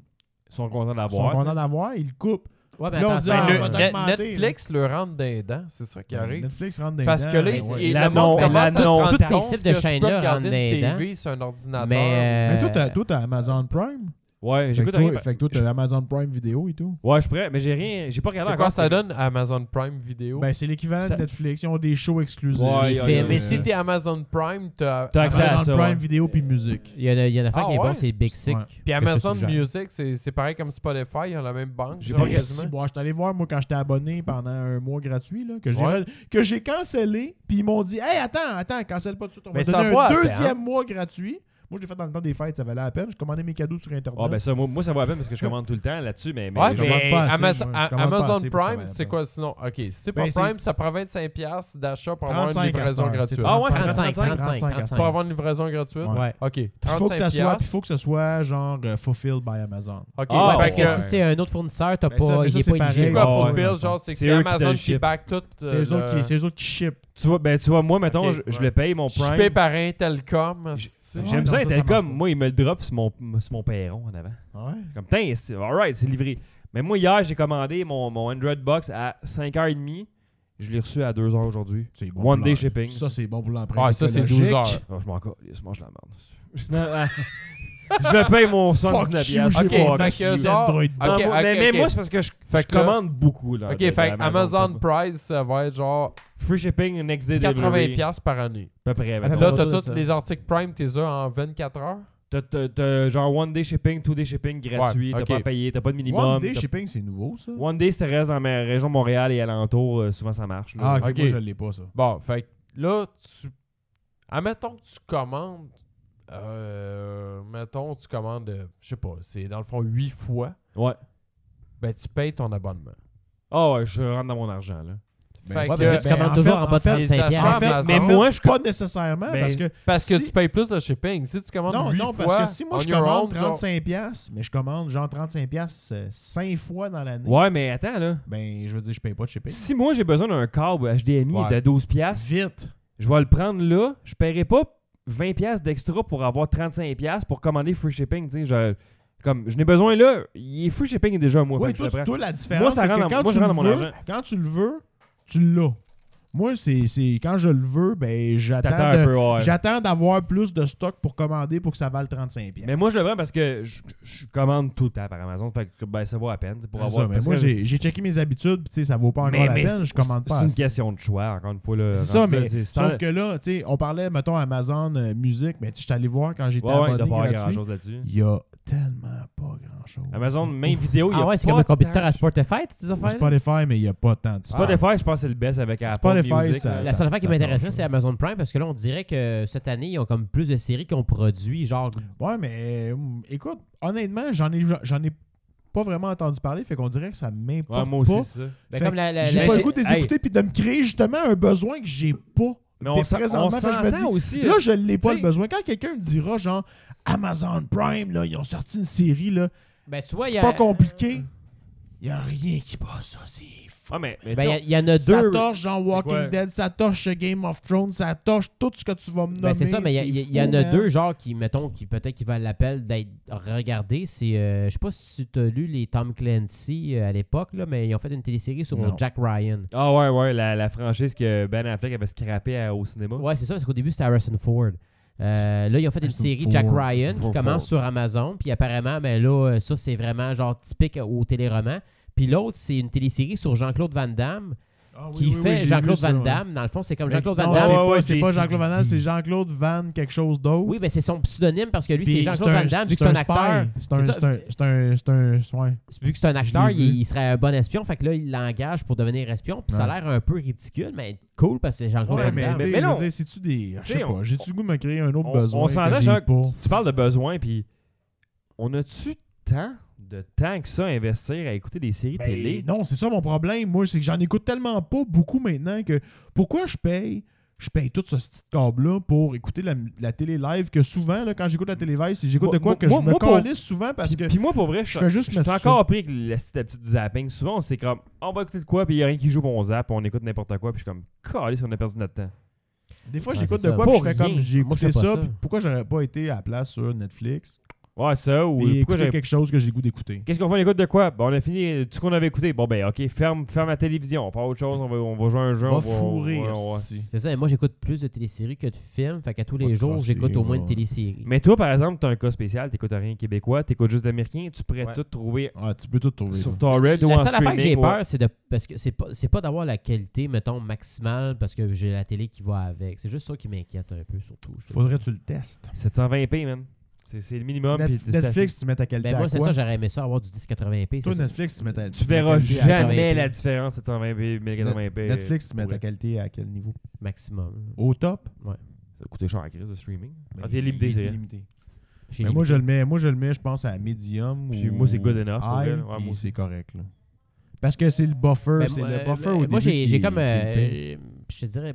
Speaker 3: Ils sont contents
Speaker 1: sont
Speaker 3: d'avoir.
Speaker 1: contents d'avoir, il le coupe.
Speaker 4: Ouais, ben
Speaker 1: Là, on
Speaker 4: attends,
Speaker 1: dit,
Speaker 4: ça-
Speaker 1: ah,
Speaker 2: Le-
Speaker 1: on va
Speaker 2: Net-
Speaker 1: t'augmenter, Ben,
Speaker 2: Netflix le rentre dans les dents, c'est ça qui arrive.
Speaker 1: Netflix rentre dans les
Speaker 2: Parce
Speaker 1: dents,
Speaker 2: que là,
Speaker 1: mais
Speaker 2: il-
Speaker 1: ouais.
Speaker 2: il-
Speaker 3: La
Speaker 2: le monde
Speaker 3: non,
Speaker 2: commence
Speaker 3: la
Speaker 2: à se
Speaker 3: non.
Speaker 2: rendre
Speaker 4: Tous ces
Speaker 2: compte
Speaker 4: types
Speaker 2: que
Speaker 4: de
Speaker 2: je
Speaker 4: chaînes-là
Speaker 2: peux regarder
Speaker 4: rentrent
Speaker 2: une
Speaker 4: dans les
Speaker 2: TV sur un ordinateur.
Speaker 4: Mais,
Speaker 1: Mais
Speaker 4: euh,
Speaker 1: toi, t'as- toi, t'as Amazon Prime.
Speaker 3: Ouais,
Speaker 1: Fait que
Speaker 3: j'écoute
Speaker 1: toi-
Speaker 3: rien.
Speaker 1: Fait que toi, t'as Amazon Prime vidéo et tout.
Speaker 3: Ouais, je pourrais, mais j'ai rien. J'ai pas regardé
Speaker 2: C'est
Speaker 3: encore.
Speaker 2: quoi ça donne à Amazon Prime Vidéo?
Speaker 1: Ben, c'est l'équivalent de
Speaker 3: Ça-
Speaker 1: Netflix. Ils ont des shows exclusifs.
Speaker 3: Ouais,
Speaker 1: Des
Speaker 3: ouais,
Speaker 1: films,
Speaker 3: ouais.
Speaker 2: mais
Speaker 1: euh,
Speaker 2: si t'es Amazon Prime, t'as
Speaker 3: T'as accès à
Speaker 1: Amazon
Speaker 3: ça,
Speaker 1: Prime
Speaker 3: ouais.
Speaker 1: vidéo puis musique.
Speaker 4: Il y a une- il y a une affaire
Speaker 2: Ah,
Speaker 4: qui est bonne,
Speaker 2: ouais?
Speaker 4: c'est Big Sick.
Speaker 1: Ouais.
Speaker 2: Puis
Speaker 4: que
Speaker 2: Amazon
Speaker 4: je suggère.
Speaker 2: Music, c'est c'est pareil comme Spotify, ils ont la même banque.
Speaker 1: J'ai
Speaker 2: genre,
Speaker 1: pas
Speaker 2: quasiment.
Speaker 1: réussi. Moi, j'étais allé voir moi quand j'étais abonné pendant un mois gratuit là, que j'ai
Speaker 2: Ouais.
Speaker 1: que j'ai cancellé, puis ils m'ont dit "Hey, attends, attends, cancelle pas tout de suite, on
Speaker 2: Mais
Speaker 1: va te
Speaker 2: ça
Speaker 1: donner
Speaker 2: vaut
Speaker 1: un
Speaker 2: la peine.
Speaker 1: deuxième mois gratuit." Moi, j'ai fait dans le temps des fêtes, ça valait la peine, je commandais mes cadeaux sur internet.
Speaker 3: Ah, ben ça, moi, moi, ça va à peine parce que je commande tout le temps là-dessus, mais. mais
Speaker 2: Ouais,
Speaker 3: je-
Speaker 1: commande
Speaker 2: mais
Speaker 1: pas assez,
Speaker 2: Amazon,
Speaker 1: moi. Je
Speaker 2: A-
Speaker 1: commande pas assez
Speaker 2: Amazon
Speaker 1: pour que ça
Speaker 2: Prime,
Speaker 1: vaille la
Speaker 2: c'est
Speaker 1: peine.
Speaker 2: quoi sinon? Ok, si t'es pas
Speaker 1: Ben, c'est-
Speaker 2: Prime, ça prend 25$ d'achat pour avoir une
Speaker 1: 35
Speaker 2: livraison
Speaker 1: à cette
Speaker 2: gratuite.
Speaker 1: heure,
Speaker 3: Ah ouais,
Speaker 1: c'est
Speaker 4: 35,
Speaker 1: 35,
Speaker 4: 35,
Speaker 1: 35.
Speaker 2: Pour avoir une livraison gratuite?
Speaker 1: Ouais.
Speaker 4: Ouais.
Speaker 2: Ok,
Speaker 1: Il
Speaker 2: 35$.
Speaker 1: faut que ça soit, puis faut que ça soit genre euh, fulfilled by Amazon.
Speaker 2: Ok,
Speaker 3: Ah,
Speaker 4: Ouais,
Speaker 2: fait
Speaker 4: parce
Speaker 2: que-
Speaker 4: que si c'est un autre fournisseur, t'as
Speaker 1: Ben, ça-
Speaker 4: pas,
Speaker 1: mais
Speaker 4: il
Speaker 1: ça,
Speaker 4: est
Speaker 1: c'est
Speaker 4: pas
Speaker 1: pareil.
Speaker 2: C'est
Speaker 4: éligible.
Speaker 2: quoi
Speaker 3: Ouais,
Speaker 2: Fulfill?
Speaker 1: ouais.
Speaker 2: Genre, c'est que
Speaker 3: C'est
Speaker 2: c'est
Speaker 3: eux qui te le
Speaker 2: Amazon qui
Speaker 3: ship.
Speaker 2: back tout. euh,
Speaker 1: C'est eux, autres
Speaker 2: le-
Speaker 1: qui- c'est eux autres qui ship.
Speaker 3: Tu vois, ben, tu vois, moi, mettons,
Speaker 2: Ok,
Speaker 3: je, je
Speaker 2: ouais.
Speaker 3: le paye, mon
Speaker 2: Je
Speaker 3: Prime.
Speaker 2: suis payé par un Telcom. asti.
Speaker 1: Ouais,
Speaker 3: J'aime
Speaker 1: non, ça,
Speaker 3: ça,
Speaker 1: ça
Speaker 3: Telcom.
Speaker 1: marche pas.
Speaker 3: moi, il me le drop sur mon, sur mon perron en avant.
Speaker 1: Ouais.
Speaker 3: Comme, putain, c'est- alright, c'est livré. Mais moi, hier, j'ai commandé mon, mon Android Box à 5h30. Je l'ai reçu à 2h aujourd'hui.
Speaker 1: C'est bon
Speaker 3: One
Speaker 1: pour
Speaker 3: day
Speaker 1: l'em-
Speaker 3: shipping.
Speaker 1: Ça c'est bon pour l'empreinte.
Speaker 2: Ouais, ça, c'est 12
Speaker 1: écologique.
Speaker 2: heures.
Speaker 3: Ah, je m'en calisse, mange de la merde. je le paye mon
Speaker 1: Fuck
Speaker 3: 79
Speaker 1: you,
Speaker 3: piastres.
Speaker 1: j'ai
Speaker 2: Ok,
Speaker 1: pas
Speaker 2: fait
Speaker 1: acheté
Speaker 2: que
Speaker 1: de
Speaker 2: genre-
Speaker 1: Android
Speaker 2: Ah,
Speaker 1: Box.
Speaker 2: ok,
Speaker 3: Non, moi-
Speaker 2: ok,
Speaker 3: mais, mais
Speaker 2: ok.
Speaker 3: moi, c'est parce que je,
Speaker 2: Fait
Speaker 3: je
Speaker 2: que
Speaker 3: commande beaucoup. Là,
Speaker 2: Ok,
Speaker 3: de- de
Speaker 2: fait que Amazon
Speaker 3: ça.
Speaker 2: Price, ça va être genre
Speaker 3: Free shipping, next day delivery.
Speaker 2: 80$ par année.
Speaker 3: À peu près.
Speaker 4: peu
Speaker 3: mettons.
Speaker 2: Là,
Speaker 4: on
Speaker 2: t'as
Speaker 4: va tout
Speaker 2: tous
Speaker 4: ça.
Speaker 2: les articles Prime, t'es là en 24 heures.
Speaker 3: T'as- T'as t'as genre one day shipping, two day shipping gratuit.
Speaker 2: Ouais, ok.
Speaker 3: T'as pas à payer, t'as pas de minimum.
Speaker 1: One day
Speaker 3: t'as-
Speaker 1: shipping, c'est nouveau ça.
Speaker 3: One day, si tu restes dans ma région de Montréal et alentour, euh, souvent ça marche. là.
Speaker 1: Ah, ok,
Speaker 2: Ok.
Speaker 1: moi je l'ai pas ça.
Speaker 2: Bon, fait que là, tu. Admettons que tu commandes. Euh, mettons, tu commandes, euh, je sais pas, c'est dans le fond 8 fois.
Speaker 3: Ouais.
Speaker 2: Ben, tu payes ton abonnement.
Speaker 3: Ah ouais, je rentre dans mon argent. Là.
Speaker 1: Ben,
Speaker 2: Fait
Speaker 1: ouais,
Speaker 2: que-
Speaker 1: ben,
Speaker 4: Tu
Speaker 1: ben,
Speaker 4: commandes
Speaker 1: en
Speaker 4: toujours
Speaker 1: fait-
Speaker 4: en bas de
Speaker 1: en fait,
Speaker 4: 35
Speaker 2: ça change.
Speaker 4: piastres.
Speaker 1: En fait,
Speaker 3: Mais
Speaker 1: en fait,
Speaker 3: moi, je-
Speaker 1: pas nécessairement
Speaker 3: Ben,
Speaker 1: parce que
Speaker 2: Parce que
Speaker 1: Si-
Speaker 2: tu payes plus de shipping. Si tu commandes
Speaker 1: non
Speaker 2: 8
Speaker 1: non
Speaker 2: fois.
Speaker 1: parce que si moi
Speaker 2: on
Speaker 1: je
Speaker 2: your
Speaker 1: commande
Speaker 2: own, genre-
Speaker 1: 35 pièces mais je commande genre 35 pièces 5 fois dans l'année
Speaker 3: Ouais, mais attends, là.
Speaker 1: ben je veux dire je paye pas de shipping
Speaker 3: Si moi, j'ai besoin d'un câble HDMI
Speaker 2: Ouais.
Speaker 3: de 12$, piastres,
Speaker 1: vite
Speaker 3: je vais le prendre là. Je paierai pas 20$ piastres d'extra pour avoir 35$ piastres pour commander free shipping. Tu sais, je, comme, je n'ai besoin là. Il est free shipping est déjà à moi.
Speaker 1: ouais
Speaker 3: fait que je
Speaker 1: toi,
Speaker 3: le prends.
Speaker 1: toi la
Speaker 3: Moi,
Speaker 1: différence
Speaker 3: ça
Speaker 1: c'est
Speaker 3: rentre
Speaker 1: que
Speaker 3: dans-
Speaker 1: quand
Speaker 3: moi,
Speaker 1: tu
Speaker 3: je rentre dans
Speaker 1: le
Speaker 3: mon
Speaker 1: veux
Speaker 3: argent.
Speaker 1: quand tu le veux tu l'as moi c'est c'est quand je le veux ben
Speaker 3: T'attends
Speaker 1: j'attends
Speaker 3: un
Speaker 1: de-
Speaker 3: peu, ouais.
Speaker 1: j'attends d'avoir plus de stock pour commander pour que ça vale 35 pièces
Speaker 3: Mais moi, je le prends parce que je, je commande tout le temps par Amazon. Fait que ben, ça vaut à peine. c'est Pour avoir,
Speaker 1: mais
Speaker 3: parce
Speaker 1: moi
Speaker 3: que-
Speaker 1: j'ai j'ai checké mes habitudes puis tu sais ça vaut pas encore
Speaker 3: Mais-
Speaker 1: la
Speaker 3: mais
Speaker 1: peine
Speaker 3: c'est-
Speaker 1: je commande pas
Speaker 3: C'est une
Speaker 1: assez.
Speaker 3: question de choix, encore une fois. là.
Speaker 1: C'est ça,
Speaker 3: Rendu là,
Speaker 1: mais
Speaker 3: c'est-
Speaker 1: sauf que là, tu sais, on parlait, mettons, Amazon euh, Music, mais tu sais, je suis allé voir quand j'étais
Speaker 3: Ouais, ouais, il doit
Speaker 1: abonné
Speaker 3: pas avoir
Speaker 1: gratuit.
Speaker 3: grand-chose là-dessus.
Speaker 1: Il y a tellement pas grand-chose.
Speaker 3: Amazon, même vidéo, il y a
Speaker 4: Ah ouais, c'est
Speaker 3: pas
Speaker 4: comme un compétiteur
Speaker 3: tant-
Speaker 4: à Spotify, toutes ces
Speaker 1: Ou
Speaker 4: affaires.
Speaker 1: Spotify, mais il y a pas tant de stock.
Speaker 3: Spotify, je pense que c'est le best avec Apple
Speaker 1: Spotify,
Speaker 3: Music.
Speaker 1: ça-
Speaker 4: La seule affaire qui
Speaker 1: ça
Speaker 4: m'intéressait,
Speaker 1: change,
Speaker 4: c'est
Speaker 1: ouais.
Speaker 4: Amazon Prime parce que là, on dirait que cette année, ils ont comme plus de séries qu'on produit, genre.
Speaker 1: Ouais, mais euh, écoute, honnêtement, j'en ai, j'en ai pas vraiment entendu parler, fait qu'on dirait que ça
Speaker 3: Ouais,
Speaker 1: m'importe
Speaker 3: moi aussi,
Speaker 1: pas.
Speaker 3: c'est ça.
Speaker 4: Ben,
Speaker 1: Fait
Speaker 4: comme la, la-
Speaker 1: J'ai
Speaker 4: la-
Speaker 1: pas le
Speaker 4: la-
Speaker 1: goût de les
Speaker 3: hey.
Speaker 1: écouter puis de me créer justement un besoin que j'ai pas.
Speaker 3: Mais on
Speaker 1: dès
Speaker 3: s'en- on
Speaker 1: présentement, fait que je me
Speaker 3: s'entend
Speaker 1: dis,
Speaker 3: aussi.
Speaker 1: Là,
Speaker 3: euh,
Speaker 1: je l'ai pas le
Speaker 3: t'sais-
Speaker 1: besoin. Quand quelqu'un me dira, genre, Amazon Prime, là, ils ont sorti une série, là,
Speaker 4: Ben, tu vois, il y
Speaker 1: c'est
Speaker 4: a.
Speaker 1: pas compliqué. Il y a rien qui passe, ça, c'est fou.
Speaker 2: Ah,
Speaker 3: Ouais, mais, mais
Speaker 4: Ben, il y a-
Speaker 3: t'sais,
Speaker 4: il y, en a
Speaker 1: Ça
Speaker 4: deux.
Speaker 1: torche genre
Speaker 3: quoi?
Speaker 1: Walking Dead, ça torche Game of Thrones, ça torche tout ce que tu vas me nommer.
Speaker 4: Ben, c'est ça, mais il y a- il y, a- il y en a
Speaker 1: fou, hein. man.
Speaker 4: deux, genre, qui, mettons, qui peut-être qui valent l'appel d'être regardés. C'est, euh, je sais pas si tu as lu les Tom Clancy euh, à l'époque, là, mais ils ont fait une télésérie sur
Speaker 1: Non.
Speaker 4: Jack Ryan.
Speaker 3: Ah ouais, ouais, la, la franchise que Ben Affleck avait scrappée à- au cinéma.
Speaker 4: Ouais, c'est ça, parce qu'au début, c'était Harrison Ford. Euh, là, ils ont fait
Speaker 1: Harrison
Speaker 4: une série
Speaker 1: Ford.
Speaker 4: Jack Ryan
Speaker 3: Harrison
Speaker 4: qui commence sur Amazon. Puis apparemment, mais là, euh, ça, c'est vraiment genre typique au téléroman. Puis l'autre, c'est une télésérie sur Jean-Claude Van Damme
Speaker 1: Ah oui,
Speaker 4: qui
Speaker 1: oui, oui,
Speaker 4: fait
Speaker 1: j'ai
Speaker 4: Jean-Claude
Speaker 1: vu ça,
Speaker 4: Van
Speaker 1: ouais.
Speaker 4: Damme. Dans le fond, c'est comme
Speaker 1: Mais
Speaker 4: Jean-Claude
Speaker 1: non,
Speaker 4: Van
Speaker 1: c'est
Speaker 4: Damme.
Speaker 3: Ouais,
Speaker 1: pas-
Speaker 3: ouais,
Speaker 1: C'est
Speaker 3: j'ai
Speaker 1: pas
Speaker 3: suivi.
Speaker 1: Jean-Claude Van Damme, c'est Jean-Claude Van quelque chose d'autre.
Speaker 4: Oui, ben c'est son pseudonyme parce que lui,
Speaker 1: Puis
Speaker 4: c'est Jean-Claude Van
Speaker 1: un-
Speaker 4: Damme. Vu que
Speaker 1: c'est un
Speaker 4: acteur,
Speaker 1: spy. C'est un-
Speaker 4: c'est ça.
Speaker 1: c'est un- c'est un. C'est un. c'est ouais.
Speaker 4: vu que c'est un acteur,
Speaker 1: Je l'ai vu.
Speaker 4: il, il serait un bon espion. Fait que là, il l'engage pour devenir espion. Puis ça
Speaker 1: Ouais.
Speaker 4: a l'air un peu ridicule, mais cool parce que c'est Jean-Claude
Speaker 1: Ouais,
Speaker 4: Van
Speaker 1: mais,
Speaker 4: Damme.
Speaker 1: tu sais,
Speaker 3: mais
Speaker 1: je veux
Speaker 3: non.
Speaker 1: dire, c'est-tu des. Je
Speaker 3: Tu
Speaker 1: sais
Speaker 3: sais,
Speaker 1: pas,
Speaker 3: on-
Speaker 1: j'ai-tu le goût de me créer un autre
Speaker 3: on-
Speaker 1: besoin
Speaker 3: on
Speaker 1: que
Speaker 3: s'entend,
Speaker 1: j'ai
Speaker 3: Jean-
Speaker 1: pas.
Speaker 3: Tu parles de besoin, puis on a-tu tant de temps que ça à investir à écouter des séries
Speaker 1: Ben,
Speaker 3: télé?
Speaker 1: non, c'est ça mon problème. Moi, c'est que j'en écoute tellement pas beaucoup maintenant que pourquoi je paye je paye tout ce petit câble-là pour écouter la, la télé live. Que souvent, là, quand j'écoute la télé live, c'est j'écoute de
Speaker 3: Moi-
Speaker 1: quoi
Speaker 3: moi-
Speaker 1: que
Speaker 3: moi-
Speaker 1: je me
Speaker 3: moi, pour-
Speaker 1: calisse souvent parce que
Speaker 3: Puis moi, pour vrai, je
Speaker 1: je fais juste
Speaker 3: suis
Speaker 1: mettre
Speaker 3: encore appris avec la petite habitude du zapping. Souvent, on s'est comme, on va écouter de quoi, puis il n'y a rien qui joue, puis on zappe, on écoute n'importe quoi, puis je suis comme, calé si on a perdu notre temps.
Speaker 1: ça. Des fois,
Speaker 4: Ouais,
Speaker 1: j'écoute
Speaker 4: c'est
Speaker 1: de
Speaker 4: ça.
Speaker 1: quoi puis je
Speaker 3: Pour
Speaker 1: fais
Speaker 3: rien.
Speaker 1: comme j'ai
Speaker 4: Moi, je fais
Speaker 1: écouté
Speaker 4: pas
Speaker 1: ça,
Speaker 4: ça.
Speaker 1: puis pourquoi j'aurais pas été à la place sur Netflix
Speaker 3: Ouais, ça, ou
Speaker 1: puis
Speaker 3: pourquoi
Speaker 1: écouter
Speaker 3: j'aurais-
Speaker 1: quelque chose que j'ai le goût d'écouter.
Speaker 3: Qu'est-ce qu'on fait, on écoute de quoi? Ben, on a fini tout ce qu'on avait écouté. Bon, ben, ok, ferme, ferme la télévision, on fait autre chose, on va, on va jouer à un jeu, on
Speaker 1: Va
Speaker 3: va
Speaker 1: fourrer.
Speaker 3: on va- on va-
Speaker 1: esti.
Speaker 4: C'est ça, et moi j'écoute plus de téléséries que de films, fait qu'à tous
Speaker 1: Pas
Speaker 4: les
Speaker 1: de
Speaker 4: jours,
Speaker 1: crosser,
Speaker 4: j'écoute au moins
Speaker 1: ouais.
Speaker 4: une télésérie.
Speaker 3: Mais toi, par exemple, t'as un cas spécial, t'écoutes rien québécois, t'écoutes juste d'américain, tu pourrais
Speaker 2: Ouais.
Speaker 3: tout trouver
Speaker 1: Ah, tu peux tout trouver. là.
Speaker 3: sur Torrent ou
Speaker 4: la
Speaker 3: en
Speaker 4: seule affaire que j'ai
Speaker 3: streaming. ouais.
Speaker 4: peur, c'est de parce que c'est pas c'est pas d'avoir la qualité mettons maximale parce que j'ai la télé qui va avec. C'est juste ça qui m'inquiète un peu surtout. je te
Speaker 1: Faudrait que
Speaker 4: dis.
Speaker 1: tu le testes.
Speaker 3: 720p, man. C'est c'est le minimum.
Speaker 1: Net-
Speaker 3: Ah, puis c'est- c'est
Speaker 1: Netflix, tu mets ta qualité
Speaker 4: Ben moi
Speaker 1: à
Speaker 4: c'est
Speaker 1: quoi?
Speaker 4: ça, j'aurais aimé ça avoir du 1080p,
Speaker 1: Toi,
Speaker 4: c'est ça.
Speaker 1: Netflix, tu mets ta
Speaker 3: assez-
Speaker 1: tu
Speaker 3: Tu
Speaker 1: mets ta
Speaker 3: verras
Speaker 1: qualité à quel-
Speaker 3: jamais
Speaker 4: 1080p.
Speaker 3: la différence 720p, 1080p.
Speaker 1: Netflix, tu mets ta
Speaker 3: Ouais.
Speaker 1: qualité à quel niveau?
Speaker 4: maximum.
Speaker 1: Au top?
Speaker 3: Ça coûte cher à crise de streaming. Ah,
Speaker 1: il
Speaker 3: t'es
Speaker 1: est
Speaker 3: limité, c'est vrai.
Speaker 1: limité.
Speaker 4: J'ai
Speaker 1: Mais ben, moi, je
Speaker 4: limité.
Speaker 1: le mets, moi, je le mets, je pense, à medium.
Speaker 3: Puis
Speaker 1: ou
Speaker 3: moi, c'est good enough, pour
Speaker 1: high,
Speaker 3: vrai, là. Ouais,
Speaker 1: puis
Speaker 3: moi aussi.
Speaker 1: c'est correct. là. Parce que c'est le buffer.
Speaker 4: Ben,
Speaker 1: c'est
Speaker 4: moi,
Speaker 1: le
Speaker 4: euh,
Speaker 1: buffer
Speaker 4: ben,
Speaker 1: au
Speaker 4: Moi
Speaker 1: début
Speaker 4: j'ai
Speaker 1: qui-
Speaker 4: j'ai comme
Speaker 1: qui
Speaker 4: euh,
Speaker 1: le paye.
Speaker 4: je te dirais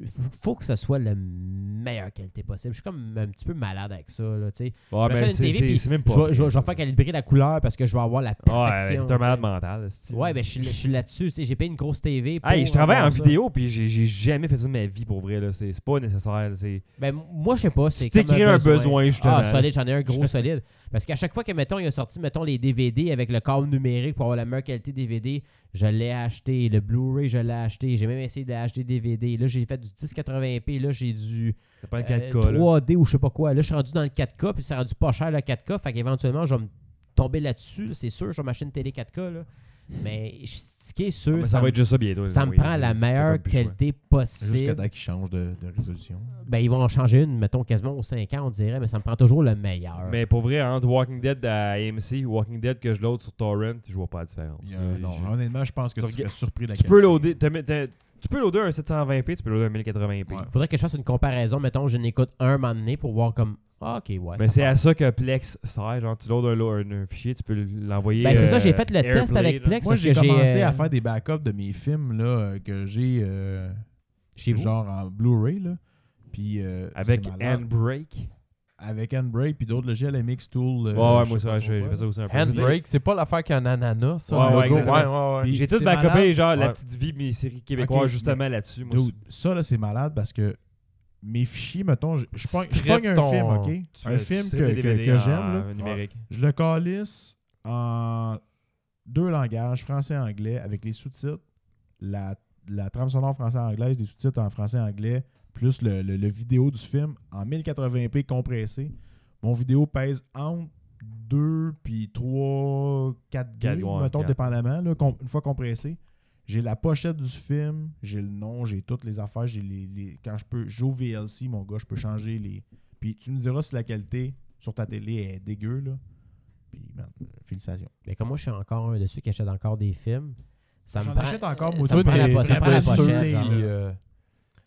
Speaker 4: faut- faut que ça soit la meilleure qualité possible. Je suis comme un petit peu malade avec ça là, tu sais.
Speaker 3: Ouais,
Speaker 4: Je
Speaker 3: mais
Speaker 4: m'achète une
Speaker 3: c'est-
Speaker 4: TV,
Speaker 3: c'est
Speaker 4: puis
Speaker 3: c'est même
Speaker 4: Je
Speaker 3: pas.
Speaker 4: vais- je vais je vais faire calibrer la couleur parce que je vais avoir la perfection.
Speaker 3: Ouais, t'es un
Speaker 4: tu sais.
Speaker 3: malade mental. c'est-
Speaker 4: Ouais, ben je suis- je suis là-dessus, tu sais, j'ai payé une grosse TV pour
Speaker 3: Hey, je travaille en
Speaker 4: avoir ça.
Speaker 3: vidéo, puis j'ai j'ai jamais fait ça de ma vie pour vrai. là. C'est c'est pas nécessaire. c'est-
Speaker 4: Ben, moi, je sais pas.
Speaker 3: Tu
Speaker 4: C'est
Speaker 3: t'es
Speaker 4: comme
Speaker 3: créé un besoin, justement.
Speaker 4: Ah, solide, j'en ai un gros solide. Parce qu'à chaque fois que, mettons, il a sorti, mettons, les DVD avec le câble numérique pour avoir la meilleure qualité DVD, je l'ai acheté. Le Blu-ray, je l'ai acheté. J'ai même essayé d'acheter DVD. Là, j'ai fait du 1080p. Là, j'ai du
Speaker 3: Ça prend
Speaker 4: euh,
Speaker 3: 4K. là.
Speaker 4: 3D ou je sais pas quoi. Là, je suis rendu dans le 4K, puis c'est rendu pas cher le 4K. Fait qu'éventuellement, je vais me tomber là-dessus. C'est sûr, je vais m'acheter une télé 4K, là. Mais je suis stické
Speaker 3: Ah,
Speaker 4: sur...
Speaker 3: mais
Speaker 4: ça
Speaker 3: Ça va
Speaker 4: me-
Speaker 3: être juste ça bientôt.
Speaker 4: ça me
Speaker 3: oui,
Speaker 4: prend
Speaker 3: c'est-
Speaker 4: la
Speaker 3: c'est pas
Speaker 4: meilleure
Speaker 3: comme plus chouette.
Speaker 4: qualité
Speaker 1: Jusqu'à
Speaker 4: possible.
Speaker 1: temps qu'ils changent de, de résolution.
Speaker 4: Ben, ils vont en changer une, mettons, quasiment aux 5 ans, on dirait, mais ça me prend toujours le meilleur.
Speaker 3: Mais pour vrai, entre Walking Dead à AMC Walking Dead que je load sur Torrent, je vois pas la différence.
Speaker 1: Il y a-
Speaker 3: Euh,
Speaker 1: non,
Speaker 3: je-
Speaker 1: honnêtement, je pense que
Speaker 3: Tu
Speaker 1: tu serais
Speaker 3: regardes-
Speaker 1: surpris de la
Speaker 3: tu
Speaker 1: qualité.
Speaker 3: peux loader. t'as mis- t'as- Tu peux loader un 720p, tu peux loader un 1080p.
Speaker 1: Ouais.
Speaker 4: Faudrait que je fasse une comparaison, mettons, je n'écoute un moment donné pour voir comme, ah, ok, ouais.
Speaker 3: Mais
Speaker 4: ça
Speaker 3: c'est
Speaker 4: part.
Speaker 3: à ça que Plex sert. Genre, tu loads un, lo- un- un fichier, tu peux l'envoyer.
Speaker 4: Ben, c'est ça,
Speaker 3: euh,
Speaker 4: j'ai fait le
Speaker 3: Airplay,
Speaker 4: test avec
Speaker 3: là.
Speaker 4: Plex
Speaker 1: Moi,
Speaker 4: parce
Speaker 1: j'ai
Speaker 4: que j'ai.
Speaker 1: commencé
Speaker 4: euh,
Speaker 1: à faire des backups de mes films là, euh, que j'ai euh,
Speaker 4: Chez vous.
Speaker 1: genre en Blu-ray. là. Puis, euh,
Speaker 3: Avec
Speaker 1: c'est malade.
Speaker 3: Handbrake.
Speaker 1: Avec Handbrake puis d'autres logiciels MX Tool. euh,
Speaker 3: Ouais, ouais,
Speaker 1: je
Speaker 3: moi,
Speaker 1: sais
Speaker 3: ça,
Speaker 1: pas
Speaker 3: j'ai
Speaker 1: trop
Speaker 3: j'ai fait ça aussi un peu.
Speaker 2: Handbrake, c'est pas l'affaire qu'il y a un ananas, ça.
Speaker 3: Ouais,
Speaker 2: le
Speaker 3: ouais,
Speaker 2: logo.
Speaker 1: exactement.
Speaker 2: ouais, ouais.
Speaker 1: Puis-
Speaker 3: J'ai tout
Speaker 1: c'est
Speaker 3: backupé,
Speaker 1: malade.
Speaker 3: genre, la
Speaker 2: Ouais.
Speaker 3: petite vie, mes séries québécoises,
Speaker 1: Ok,
Speaker 3: justement là-dessus. moi,
Speaker 1: Dude, ça, là, c'est malade parce que mes fichiers, mettons, je, je, pogne- je
Speaker 2: Strip
Speaker 1: pogne un
Speaker 2: ton-
Speaker 1: film, OK?
Speaker 3: tu
Speaker 1: Un
Speaker 3: fais-
Speaker 1: film
Speaker 3: tu fais
Speaker 1: que,
Speaker 3: des
Speaker 1: que-
Speaker 3: DVD
Speaker 1: que
Speaker 3: en-
Speaker 1: j'aime, là.
Speaker 3: en numérique.
Speaker 1: Je le calisse en deux langages, français et anglais, avec les sous-titres, la, la trame sonore français-anglaise, des sous-titres en français-anglais, plus le, le- le vidéo du film en 1080p compressé. Mon vidéo pèse entre 2 puis 3, 4
Speaker 3: Quatre,
Speaker 1: gigs,
Speaker 3: ouais,
Speaker 1: mettons,
Speaker 3: quatre.
Speaker 1: dépendamment, là, com- une fois compressé. J'ai la pochette du film, j'ai le nom, j'ai toutes les affaires, j'ai les, les- Quand je peux. J'ouvre VLC, mon gars, je peux changer les. Puis tu me diras si la qualité sur ta télé est dégueu, là. Puis, man, euh, félicitations.
Speaker 4: Mais comme moi, je suis encore un dessus qui achète encore des films. Ça me
Speaker 1: J'en
Speaker 4: prend- euh,
Speaker 1: achète encore, moi,
Speaker 4: ça
Speaker 1: tout
Speaker 4: me
Speaker 2: Toi,
Speaker 4: prend
Speaker 1: des-
Speaker 4: la
Speaker 2: t'es
Speaker 4: po-
Speaker 1: des
Speaker 4: ça me prend la
Speaker 1: dessus,
Speaker 4: pochette.
Speaker 1: t'es-
Speaker 4: genre.
Speaker 1: genre.
Speaker 2: euh,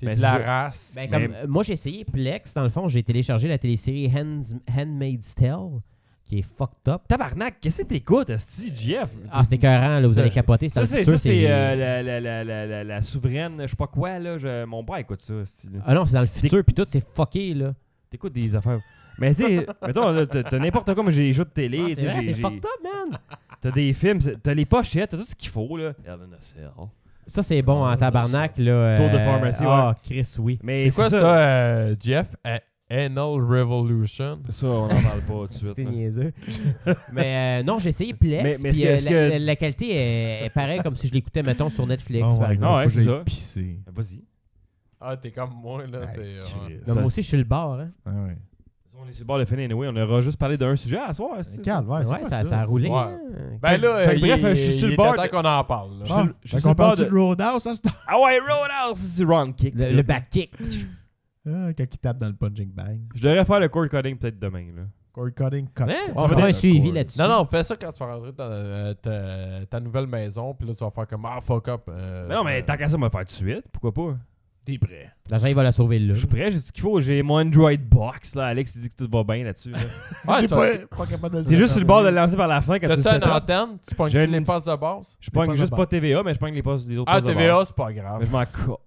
Speaker 3: Ben,
Speaker 2: T'es de la
Speaker 3: c'est-
Speaker 2: race.
Speaker 4: Ben,
Speaker 3: Mais-
Speaker 4: comme, euh, moi, j'ai essayé Plex. Dans le fond, j'ai téléchargé la télésérie Hands- Handmaid's Tale, qui est fucked up.
Speaker 3: Tabarnak, qu'est-ce que t'écoutes, Asti, Jeff?
Speaker 4: Ah, c'était écœurant, là, vous
Speaker 3: Ça-
Speaker 4: allez capoter.
Speaker 3: Ça,
Speaker 4: dans le
Speaker 3: c'est,
Speaker 4: futur,
Speaker 3: ça, c'est euh, la, la, la, la, la, la souveraine, je sais pas quoi, là. je- mon père écoute ça, Asti. là.
Speaker 4: Ah non, c'est dans le futur, puis tout, c'est fucké, là.
Speaker 3: T'écoutes des affaires. Mais tu sais, mettons, là, t'as, t'as n'importe quoi, mais j'ai des jeux de
Speaker 4: Ah,
Speaker 3: télé.
Speaker 4: c'est
Speaker 3: tu sais,
Speaker 4: vrai,
Speaker 3: j'ai-
Speaker 4: c'est
Speaker 3: j'ai-
Speaker 4: fucked up, man.
Speaker 3: T'as des films, c'est- t'as les pochettes, t'as tout ce qu'il faut, là. Helen of Cell.
Speaker 4: Ça, c'est bon en tabarnak, là.
Speaker 3: Tour de
Speaker 4: euh,
Speaker 3: pharmacie,
Speaker 4: Ah, Chris, oui.
Speaker 3: Mais
Speaker 2: C'est quoi ça, euh, Jeff? A- Anal Revolution?
Speaker 3: Ça, on en parle pas tout de suite.
Speaker 4: C'était
Speaker 3: là.
Speaker 4: niaiseux. mais euh, non, j'ai essayé
Speaker 3: Mais-
Speaker 4: Plex,
Speaker 3: mais est-ce
Speaker 4: puis
Speaker 3: que-
Speaker 4: euh,
Speaker 3: est-ce
Speaker 4: la,
Speaker 3: que-
Speaker 4: la- la qualité est, est pareille comme si je l'écoutais, mettons, sur Netflix,
Speaker 1: Oh
Speaker 4: par
Speaker 1: my God,
Speaker 4: exemple.
Speaker 3: ouais,
Speaker 1: faut que
Speaker 3: c'est
Speaker 1: j'aille
Speaker 3: ça.
Speaker 1: pisser.
Speaker 3: Vas-y.
Speaker 2: Ah, t'es comme moi, là.
Speaker 1: Ah,
Speaker 2: t'es,
Speaker 1: Christ.
Speaker 2: ouais.
Speaker 4: Donc, moi aussi, je suis le bar, hein.
Speaker 1: Ah, ouais.
Speaker 3: On est sur le bord de fin, anyway. On aura juste parlé d'un sujet à soir. Asti, ça.
Speaker 1: Calvaire,
Speaker 4: Ouais,
Speaker 1: Ah, c'est quoi
Speaker 4: ça, ça a roulé.
Speaker 2: Ouais.
Speaker 4: hein.
Speaker 2: Ben là,
Speaker 3: Fait que
Speaker 2: euh, il,
Speaker 3: bref,
Speaker 2: est-
Speaker 3: je suis sur le
Speaker 2: il est
Speaker 3: bord
Speaker 2: temps
Speaker 3: de-
Speaker 2: qu'on en parle. là.
Speaker 3: Je-
Speaker 1: Ah,
Speaker 3: je
Speaker 1: fait
Speaker 3: sais
Speaker 1: qu'on
Speaker 3: pas
Speaker 1: parle
Speaker 3: de-
Speaker 1: du Roadhouse, ça, c'est...
Speaker 3: Ah ouais, Roadhouse, c'est round kick.
Speaker 4: Le,
Speaker 3: là.
Speaker 4: le back kick.
Speaker 1: Ah, quand il tape dans le punching bag.
Speaker 3: Je devrais faire le cord cutting peut-être demain, là.
Speaker 1: Cord cutting, cut.
Speaker 2: Hein?
Speaker 4: On va
Speaker 2: veut
Speaker 4: faire un
Speaker 2: dire-
Speaker 4: suivi là-dessus.
Speaker 2: Non, non, fais ça quand tu vas rentrer dans euh, ta, ta nouvelle maison, puis là, tu vas faire comme « Ah, fuck up! euh,
Speaker 3: Mais non, mais
Speaker 2: euh,
Speaker 3: tant qu'à ça, on va le faire tout de suite. Pourquoi pas?
Speaker 1: T'es prêt.
Speaker 4: L'argent, il va la sauver là.
Speaker 3: Je suis prêt, j'ai tout ce qu'il faut. J'ai mon Android box. Là. Alex, il dit que tout va bien là-dessus. là.
Speaker 2: Ouais,
Speaker 1: T'es
Speaker 2: Ah, ça-
Speaker 1: pas, pas capable de
Speaker 3: C'est juste sur le bord de le lancer par la fin quand tu
Speaker 2: T'as-tu une
Speaker 3: sais
Speaker 2: antenne? Tu pognes
Speaker 3: J'ai
Speaker 2: les
Speaker 3: une-
Speaker 2: passes de base?
Speaker 3: Je pogne
Speaker 1: Dépendamment.
Speaker 3: juste pas TVA, mais je pogne les postes des autres
Speaker 2: Ah,
Speaker 3: postes de bord.
Speaker 2: TVA, c'est pas
Speaker 3: Mais
Speaker 2: grave.
Speaker 3: je m'en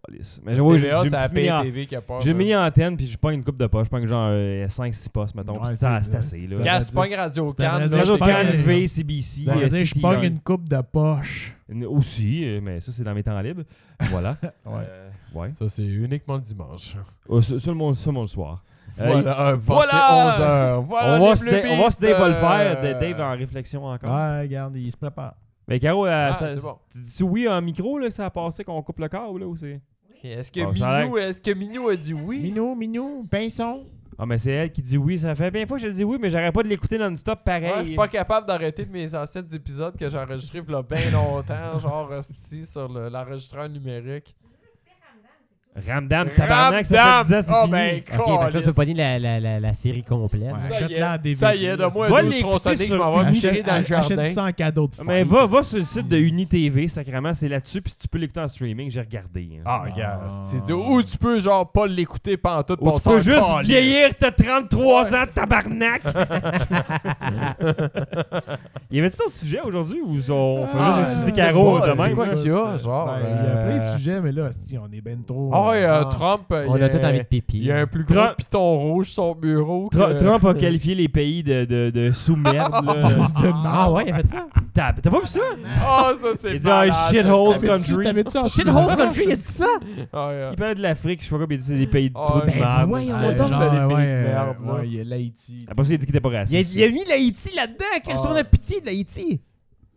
Speaker 3: calisse. Mais oui, j'ai
Speaker 2: TVA,
Speaker 3: j'ai
Speaker 2: c'est la
Speaker 3: une mini-
Speaker 2: PTV qui a peur.
Speaker 3: J'ai
Speaker 2: là.
Speaker 3: mis une antenne, puis je pogne une coupe de poche. Je pogne genre 5-6 postes, mettons.
Speaker 1: Ouais,
Speaker 3: puis
Speaker 1: c'est-
Speaker 3: c'est c'est assez, là.
Speaker 1: Gars,
Speaker 2: Gars, c'est pas une radio
Speaker 1: C'est la
Speaker 2: can.
Speaker 1: radio
Speaker 2: là, je
Speaker 3: Radio
Speaker 2: t'ai
Speaker 1: Can.
Speaker 2: gagné.
Speaker 3: V, CBC,
Speaker 1: Je
Speaker 3: euh, CTI.
Speaker 1: pogne une coupe de poche.
Speaker 3: Une- Aussi, euh, mais ça, c'est dans mes temps libres. Voilà.
Speaker 1: Ouais.
Speaker 3: Euh, ouais.
Speaker 2: Ça, c'est uniquement le dimanche.
Speaker 3: Oh, se- seulement, seulement le soir. Euh,
Speaker 2: Voilà, euh,
Speaker 3: voilà!
Speaker 2: passé 11 heures. Voilà
Speaker 3: on, va
Speaker 2: les
Speaker 3: se
Speaker 2: Blue
Speaker 3: on va
Speaker 2: Beats,
Speaker 3: se Dave va le faire.
Speaker 2: euh,
Speaker 3: De- Dave en réflexion encore.
Speaker 1: Ah, regarde, il se prépare.
Speaker 3: Mais Caro, euh,
Speaker 2: Ah,
Speaker 3: ça-
Speaker 2: c'est bon.
Speaker 3: tu dis oui à un micro là, que ça a passé qu'on coupe le câble là, ou c'est.
Speaker 2: Est-ce que,
Speaker 3: Bon, ça a l'air-
Speaker 2: Minou, est-ce que Minou a dit oui?
Speaker 1: Minou, Minou, pinson.
Speaker 3: Ah, mais c'est elle qui dit oui. Ça fait bien fois que je dis oui, mais j'arrête pas de l'écouter non-stop pareil.
Speaker 2: Ouais, je suis pas capable d'arrêter mes anciens épisodes que j'ai enregistrés il y a bien longtemps, genre hostie, sur le- l'enregistreur numérique.
Speaker 3: Ramdam, Ah, tabarnak, ça fait 10 ans, c'est
Speaker 2: Oh,
Speaker 3: fini.
Speaker 2: ben,
Speaker 4: Ok, fait que ça,
Speaker 3: Ah,
Speaker 2: câlisse.
Speaker 4: c'est pas ni la, la, la, la série complète.
Speaker 1: Ouais.
Speaker 2: Ça y
Speaker 1: Achète-la en
Speaker 2: est,
Speaker 1: DVD,
Speaker 2: ça y est,
Speaker 1: là.
Speaker 2: donne-moi
Speaker 3: Va
Speaker 2: un 12
Speaker 3: l'écouter
Speaker 2: tronçonné que je
Speaker 3: sur-
Speaker 2: vais avoir viré dans le jardin.
Speaker 1: achète ça en cadeau de fête.
Speaker 3: Mais va, va sur le site de UniTV, sacrément, c'est là-dessus, puis si tu peux l'écouter en streaming, j'ai regardé. hein.
Speaker 2: Ah, gars, c'est- ou tu peux genre pas l'écouter pendant tout
Speaker 3: Ou
Speaker 2: pour
Speaker 3: tu peux juste vieillir, t'as 33 ans, tabarnak! Il y avait-tu d'autres sujets aujourd'hui ou on fait
Speaker 1: Ah,
Speaker 3: juste
Speaker 1: je
Speaker 3: insulter
Speaker 1: sais
Speaker 3: Caro
Speaker 1: pas,
Speaker 3: de
Speaker 1: c'est
Speaker 3: même?
Speaker 2: quoi
Speaker 3: là?
Speaker 2: qu'il y a, genre,
Speaker 1: Ben, Il y a plein
Speaker 2: euh,
Speaker 1: de sujets, mais là, hostie, on est ben trop.
Speaker 2: Ah, ouais, euh,
Speaker 1: Ah.
Speaker 2: Trump, euh,
Speaker 4: On
Speaker 2: il
Speaker 4: a
Speaker 2: est-
Speaker 4: tout envie de pipi.
Speaker 2: Il y a un plus gros
Speaker 3: Trump-
Speaker 2: piton rouge sur son bureau. que-
Speaker 3: Tru- Trump a qualifié les pays de, de, de sous-merde. là.
Speaker 1: De
Speaker 4: Ah
Speaker 1: marde.
Speaker 4: ouais, il a fait ça.
Speaker 3: T'as t'as pas vu ça?
Speaker 2: Ah, ça, c'est
Speaker 3: Il dit un
Speaker 2: malade.
Speaker 3: shithole
Speaker 1: T'avais-tu-
Speaker 3: country.
Speaker 1: T'avais-tu en
Speaker 4: Shit Hole Country, il a dit ça.
Speaker 2: Ah, ouais.
Speaker 3: Il parlait de l'Afrique, je sais pas quoi, puis il dit c'est des pays de
Speaker 2: Ah,
Speaker 3: trous de
Speaker 2: ben
Speaker 3: merde.
Speaker 4: voyons
Speaker 1: Ah,
Speaker 4: Ouais,
Speaker 1: genre,
Speaker 4: donc,
Speaker 2: ça, les pays de
Speaker 1: ouais,
Speaker 2: merde,
Speaker 1: euh,
Speaker 2: là.
Speaker 1: ouais, il y a l'Haïti.
Speaker 3: Après ça, il dit qu'il était pas
Speaker 4: Il a,
Speaker 3: raciste.
Speaker 4: il a mis l'Haïti là-dedans. Qu'est-ce qu'on a pitié de l'Haïti?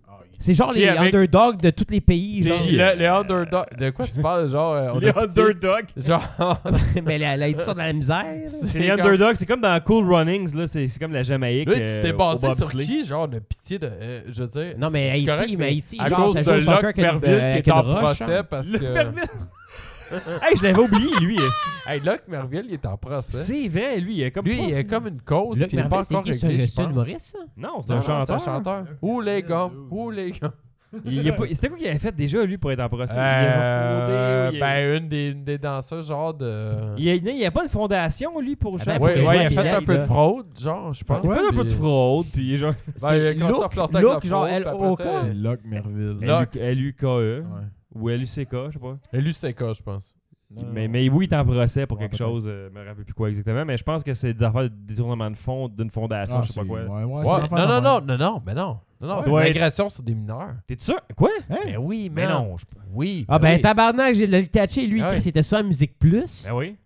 Speaker 1: Ah, il-
Speaker 4: C'est genre
Speaker 2: Puis
Speaker 4: les
Speaker 2: avec-
Speaker 4: underdogs de tous les pays.
Speaker 2: C'est
Speaker 4: genre.
Speaker 3: J-
Speaker 2: le, le underdog. De quoi tu parles, genre euh, on
Speaker 3: Les
Speaker 2: a pitié-
Speaker 3: underdogs.
Speaker 2: Genre.
Speaker 4: Mais la- l'Haïti sort de la misère.
Speaker 3: C'est les underdogs, c'est comme dans Cool Runnings, là, c'est c'est comme la Jamaïque.
Speaker 2: Là,
Speaker 3: euh,
Speaker 2: tu t'es
Speaker 3: au
Speaker 2: basé sur
Speaker 3: bobsleigh.
Speaker 2: qui, genre, on a pitié de. euh, je veux dire.
Speaker 4: Non,
Speaker 2: c'est-
Speaker 4: mais
Speaker 2: c'est
Speaker 4: Haïti,
Speaker 2: correct,
Speaker 4: mais Haïti,
Speaker 2: À
Speaker 4: genre,
Speaker 2: cause
Speaker 4: ça
Speaker 2: de
Speaker 4: joue au soccer
Speaker 2: Locke
Speaker 4: avec une-
Speaker 2: Merville
Speaker 4: avec
Speaker 2: qui est
Speaker 4: une
Speaker 2: en
Speaker 4: roche,
Speaker 2: procès
Speaker 4: hein.
Speaker 2: parce
Speaker 3: Le
Speaker 2: que.
Speaker 3: Merville. hey, je l'avais oublié, lui. est-ce.
Speaker 2: Hey, Locke Merville, il est en procès.
Speaker 3: C'est vrai, lui, il a comme.
Speaker 2: Lui, il y a comme une cause
Speaker 4: Luc
Speaker 2: qui n'est pas
Speaker 4: Merville, c'est
Speaker 2: encore
Speaker 4: qui
Speaker 2: réglée.
Speaker 4: ce-
Speaker 2: je
Speaker 4: ce
Speaker 2: pense.
Speaker 4: humoriste? ça?
Speaker 3: Non, c'est
Speaker 2: Non,
Speaker 3: un
Speaker 2: non, c'est
Speaker 3: chanteur.
Speaker 2: chanteur.
Speaker 1: Luc
Speaker 2: Ou les gars.
Speaker 1: Merville,
Speaker 2: Ou les gars.
Speaker 3: Il- il a pas- C'était quoi qu'il avait fait déjà, lui, pour être en procès Il a refondé,
Speaker 2: Euh,
Speaker 3: ou il a-
Speaker 2: Ben, une des- une des danseuses, genre de.
Speaker 3: Il n'y a, pas de fondation, lui, pour
Speaker 4: Attends,
Speaker 3: genre-
Speaker 4: faut
Speaker 2: Ouais,
Speaker 4: que je
Speaker 2: ouais, il
Speaker 4: vois
Speaker 2: a fait
Speaker 4: Bill
Speaker 2: un peu de
Speaker 4: Gates.
Speaker 2: fraude, genre, je pense.
Speaker 3: Il fait un peu de
Speaker 2: puis-
Speaker 3: fraude, puis genre.
Speaker 2: Ben, il a
Speaker 4: C'est
Speaker 2: commencé à
Speaker 4: Look-
Speaker 2: flirter avec la
Speaker 4: Look, genre,
Speaker 2: fraude, puis après
Speaker 4: L.O.K..
Speaker 2: ça,
Speaker 1: C'est Locke Merville.
Speaker 2: Locke.
Speaker 3: LUKE
Speaker 1: Ouais.
Speaker 3: E, ou LUCK, je sais pas.
Speaker 2: Elle lui, c'est quoi, je pense.
Speaker 3: Mais, mais oui, il est en procès pour
Speaker 1: Euh, Ouais,
Speaker 3: quelque
Speaker 1: peut-être.
Speaker 3: chose, euh, je me rappelle plus quoi exactement, mais je pense que c'est des affaires de détournement de fonds d'une fondation,
Speaker 1: Ah,
Speaker 3: je sais pas
Speaker 1: c'est-
Speaker 3: quoi.
Speaker 1: ouais, ouais, c'est
Speaker 2: Ouais.
Speaker 1: une affaire
Speaker 2: Non, non,
Speaker 1: de même.
Speaker 2: non, non, non, mais non. Non, non,
Speaker 3: Ouais.
Speaker 2: c'est une
Speaker 3: Ouais.
Speaker 2: agression sur des mineurs.
Speaker 3: T'es sûr Quoi
Speaker 1: Hein?
Speaker 2: Ben oui,
Speaker 3: Mais
Speaker 2: man.
Speaker 3: non, je-
Speaker 2: Oui.
Speaker 4: Ah ben
Speaker 2: oui.
Speaker 4: tabarnak, j'ai le catché lui,
Speaker 2: Ah ouais.
Speaker 4: Chris, c'était ça à Musique Plus.
Speaker 3: Ben oui.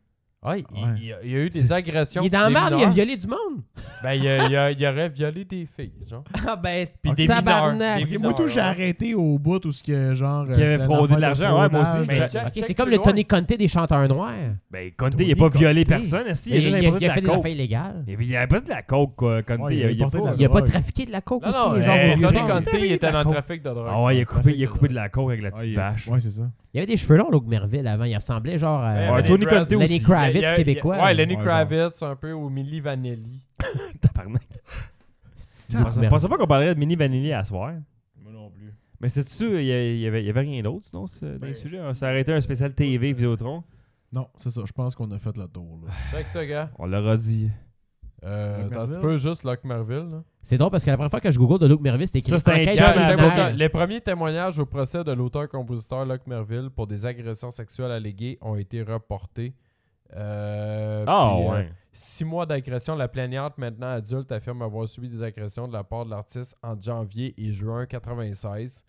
Speaker 2: Ah, il,
Speaker 1: Ouais.
Speaker 2: il y a, il y a eu des
Speaker 4: C'est-
Speaker 2: agressions.
Speaker 4: Il est
Speaker 2: sur
Speaker 4: dans la
Speaker 2: des
Speaker 4: merde, il a
Speaker 2: mineurs.
Speaker 4: violé du monde.
Speaker 2: Ben, il, y a- il y a- il aurait violé des filles, genre.
Speaker 4: Ah ben
Speaker 2: Puis des mineurs,
Speaker 4: tabarnak.
Speaker 2: des
Speaker 1: Ok, Moi, tout, j'ai
Speaker 2: ouais.
Speaker 1: arrêté au bout où ce que genre. euh,
Speaker 3: Qui avait
Speaker 1: c'était une
Speaker 3: fraudé
Speaker 1: affaire
Speaker 3: de l'argent, ouais, moi
Speaker 1: fraudage.
Speaker 3: aussi,
Speaker 1: Ben,
Speaker 3: mais-
Speaker 2: Jack-
Speaker 4: Ok, c'est
Speaker 2: Jack
Speaker 4: comme le
Speaker 2: Taylor.
Speaker 4: Tony Conte des chanteurs noirs.
Speaker 3: Ben, Conte,
Speaker 1: Tony
Speaker 3: il a pas
Speaker 1: Conte.
Speaker 3: violé personne, est-ce qu'il a
Speaker 4: Il, il, a,
Speaker 3: juste
Speaker 4: il a
Speaker 3: importé de
Speaker 4: fait des
Speaker 3: la
Speaker 4: affaires
Speaker 3: coke
Speaker 4: illégales.
Speaker 3: Il avait- il avait pas de la coke, quoi, Conte.
Speaker 1: Ouais, il
Speaker 3: il
Speaker 1: avait
Speaker 3: a- il a
Speaker 1: porté de
Speaker 3: pas-
Speaker 1: la
Speaker 4: Il a pas
Speaker 1: drogue.
Speaker 4: trafiqué de la coke
Speaker 2: Non,
Speaker 4: aussi,
Speaker 2: non,
Speaker 4: genre.
Speaker 2: euh,
Speaker 4: au
Speaker 2: Tony
Speaker 4: Liban.
Speaker 2: Conte, il était dans le trafic de drogue.
Speaker 3: Ah ouais, il a coupé, il a
Speaker 1: Trafic de
Speaker 3: coupé de la coke avec la
Speaker 1: Ah,
Speaker 3: petite
Speaker 1: il-
Speaker 3: vache.
Speaker 1: Ouais, c'est ça.
Speaker 4: Il avait des cheveux longs, Luke Merville, avant. Il ressemblait genre à
Speaker 2: Ouais,
Speaker 3: Ouais,
Speaker 2: Lenny
Speaker 3: Tony Conte
Speaker 2: Kravitz.
Speaker 4: Lenny
Speaker 3: aussi.
Speaker 2: Il y a- il y
Speaker 4: Kravitz
Speaker 2: a-
Speaker 4: québécois.
Speaker 2: Ouais, Lenny
Speaker 1: Ouais, genre.
Speaker 2: Kravitz, un peu, ou Milli Vanilli.
Speaker 3: Tabarnak. Je
Speaker 4: Luke
Speaker 3: pensais-
Speaker 4: Merville.
Speaker 3: pensais pas qu'on parlerait de Mini Vanilli à soir.
Speaker 1: Moi non plus.
Speaker 3: Mais c'est-tu sûr, il y, a- il y avait, il y avait rien d'autre sinon, c'est- dans les
Speaker 1: Ben,
Speaker 3: sujets?
Speaker 1: si.
Speaker 3: hein? Ça aurait été un spécial TV, Vidéotron.
Speaker 1: Non, c'est ça. Je pense qu'on a fait le tour. là.
Speaker 2: Fait que ça, gars.
Speaker 3: On l'aura dit.
Speaker 2: Euh,
Speaker 1: Locke
Speaker 2: attends, tu
Speaker 1: Merville.
Speaker 2: peux juste Locke Merville, là.
Speaker 4: C'est drôle parce que la première fois que je google de Luke Merville, c'était écrit
Speaker 3: Ça, c'était un
Speaker 4: enquête
Speaker 3: gars,
Speaker 2: Gars,
Speaker 3: Jean
Speaker 2: j'aime
Speaker 4: criminelle.
Speaker 2: pas ça. Les premiers témoignages au procès de l'auteur-compositeur Locke Merville pour des agressions sexuelles alléguées ont été reportés. Euh,
Speaker 3: Ah
Speaker 2: puis, euh,
Speaker 3: ouais.
Speaker 2: Six mois d'agression. La plaignante, maintenant adulte, affirme avoir subi des agressions de la part de l'artiste entre janvier et juin 96.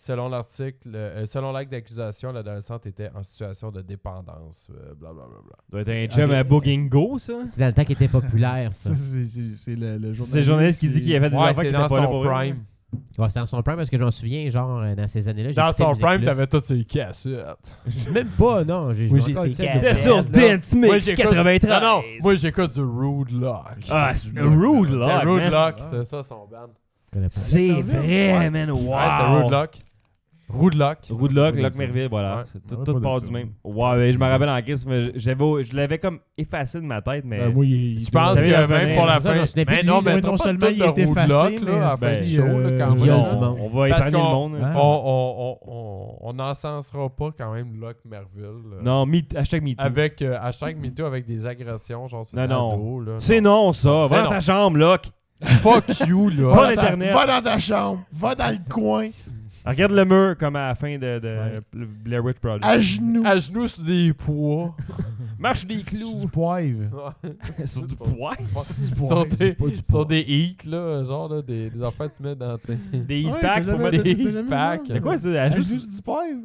Speaker 2: Selon l'article, euh, selon l'acte d'accusation, l'adolescente était en situation de dépendance. euh, Blablabla.
Speaker 3: doit être un chum
Speaker 4: ok.
Speaker 3: à Bogingo, ça.
Speaker 4: C'est dans le temps qui était populaire, ça.
Speaker 1: Ça, c'est- c'est c'est le le journaliste.
Speaker 3: C'est le journaliste qui dit qu'il a fait des
Speaker 2: Ouais,
Speaker 3: affaires qui
Speaker 2: c'est
Speaker 3: étaient
Speaker 2: dans
Speaker 3: pas là
Speaker 2: son
Speaker 3: pour lui.
Speaker 2: prime.
Speaker 4: Ouais, c'est dans son prime parce que je m'en souviens, genre, euh, dans ces années-là.
Speaker 2: Dans
Speaker 4: j'écoutais
Speaker 2: son
Speaker 4: Musique
Speaker 2: prime,
Speaker 4: Plus.
Speaker 2: t'avais toutes ses cassettes.
Speaker 4: Même pas, non. J'ai
Speaker 2: Moi,
Speaker 4: j'ai
Speaker 2: j'ai
Speaker 4: encore
Speaker 2: ses
Speaker 4: le titre de
Speaker 2: cassettes.
Speaker 4: la
Speaker 2: C'était sur
Speaker 4: cassette, là.
Speaker 3: Dance
Speaker 2: Moi,
Speaker 3: Mix
Speaker 2: j'écoute du-
Speaker 3: 93.
Speaker 2: Non, non, moi j'écoute du Rude Lock.
Speaker 3: Ah, c'est Rude
Speaker 2: C'est
Speaker 3: Lock.
Speaker 2: Rude
Speaker 3: man.
Speaker 2: Lock, c'est ça son band.
Speaker 4: Je connais pas.
Speaker 3: C'est
Speaker 1: Ouais.
Speaker 3: vrai, man.
Speaker 2: Ouais, c'est
Speaker 3: Wow.
Speaker 2: Rude Lock. Roux de Locke.
Speaker 3: Roux de Locke,
Speaker 2: Ouais.
Speaker 3: Locke Merville, voilà.
Speaker 2: Ouais.
Speaker 3: C'est
Speaker 1: On
Speaker 3: tout,
Speaker 1: avait
Speaker 3: tout
Speaker 1: pas
Speaker 3: part
Speaker 1: dit
Speaker 3: du
Speaker 1: ça.
Speaker 3: même. Ouais, mais je me rappelle en crise, mais j'avais- je l'avais comme effacé de ma tête, mais.
Speaker 1: Ben, moi, il-
Speaker 2: Je
Speaker 1: il-
Speaker 2: pense
Speaker 1: il-
Speaker 2: que
Speaker 3: savez,
Speaker 2: même pour la
Speaker 4: c'est ça, je
Speaker 2: fin.
Speaker 4: me souvenais plus
Speaker 2: Mais
Speaker 4: de
Speaker 2: non,
Speaker 4: lui,
Speaker 1: là.
Speaker 2: mais
Speaker 1: Non
Speaker 2: non
Speaker 1: seulement il
Speaker 2: de
Speaker 1: était
Speaker 2: Roux de Locke,
Speaker 1: facile, mais
Speaker 2: là, à
Speaker 1: ben,
Speaker 2: fin du show, là, quand
Speaker 1: euh,
Speaker 2: même.
Speaker 4: Viol
Speaker 1: non.
Speaker 4: du monde.
Speaker 3: on va
Speaker 2: Parce
Speaker 3: épargner le
Speaker 2: qu'on-
Speaker 3: monde. là.
Speaker 1: Hein?
Speaker 2: On, on, on, on, on n'encensera pas quand même Locke Merville. là.
Speaker 3: Non, me, hashtag MeToo.
Speaker 2: Avec euh, hashtag MeToo avec des agressions, genre sur
Speaker 3: Non,
Speaker 2: le
Speaker 3: non.
Speaker 2: dos, là.
Speaker 3: C'est non, ça.
Speaker 2: C'est
Speaker 3: Va dans
Speaker 2: non.
Speaker 3: ta chambre, Locke.
Speaker 2: Fuck you,
Speaker 1: Va
Speaker 2: là.
Speaker 3: Pas
Speaker 1: dans ta-
Speaker 3: l'Internet.
Speaker 1: Va dans ta chambre, va dans le coin,
Speaker 3: Regarde le mur comme à la fin de, de
Speaker 1: Ouais.
Speaker 3: le Blair Witch Project.
Speaker 1: à genoux.
Speaker 2: À genoux sur des poids.
Speaker 3: Marche des
Speaker 1: Sur du
Speaker 3: clous.
Speaker 1: poivre.
Speaker 3: Sur du
Speaker 2: Sur-
Speaker 3: poids.
Speaker 1: Du
Speaker 2: Sur
Speaker 1: poivre,
Speaker 2: des,
Speaker 1: pas du
Speaker 2: sur
Speaker 1: poivre.
Speaker 2: des hits, là, genre là, des, des affaires que tu mets dans tes.
Speaker 3: Des
Speaker 1: Ouais,
Speaker 3: heat
Speaker 1: t'as
Speaker 3: packs pour
Speaker 1: jamais-
Speaker 3: mettre
Speaker 1: t'as-
Speaker 3: des
Speaker 1: t'as
Speaker 3: heat
Speaker 1: jamais vu
Speaker 2: packs.
Speaker 1: ça?
Speaker 3: C'est quoi ça? Elle
Speaker 1: À
Speaker 3: juste-
Speaker 1: genoux sur du poivre.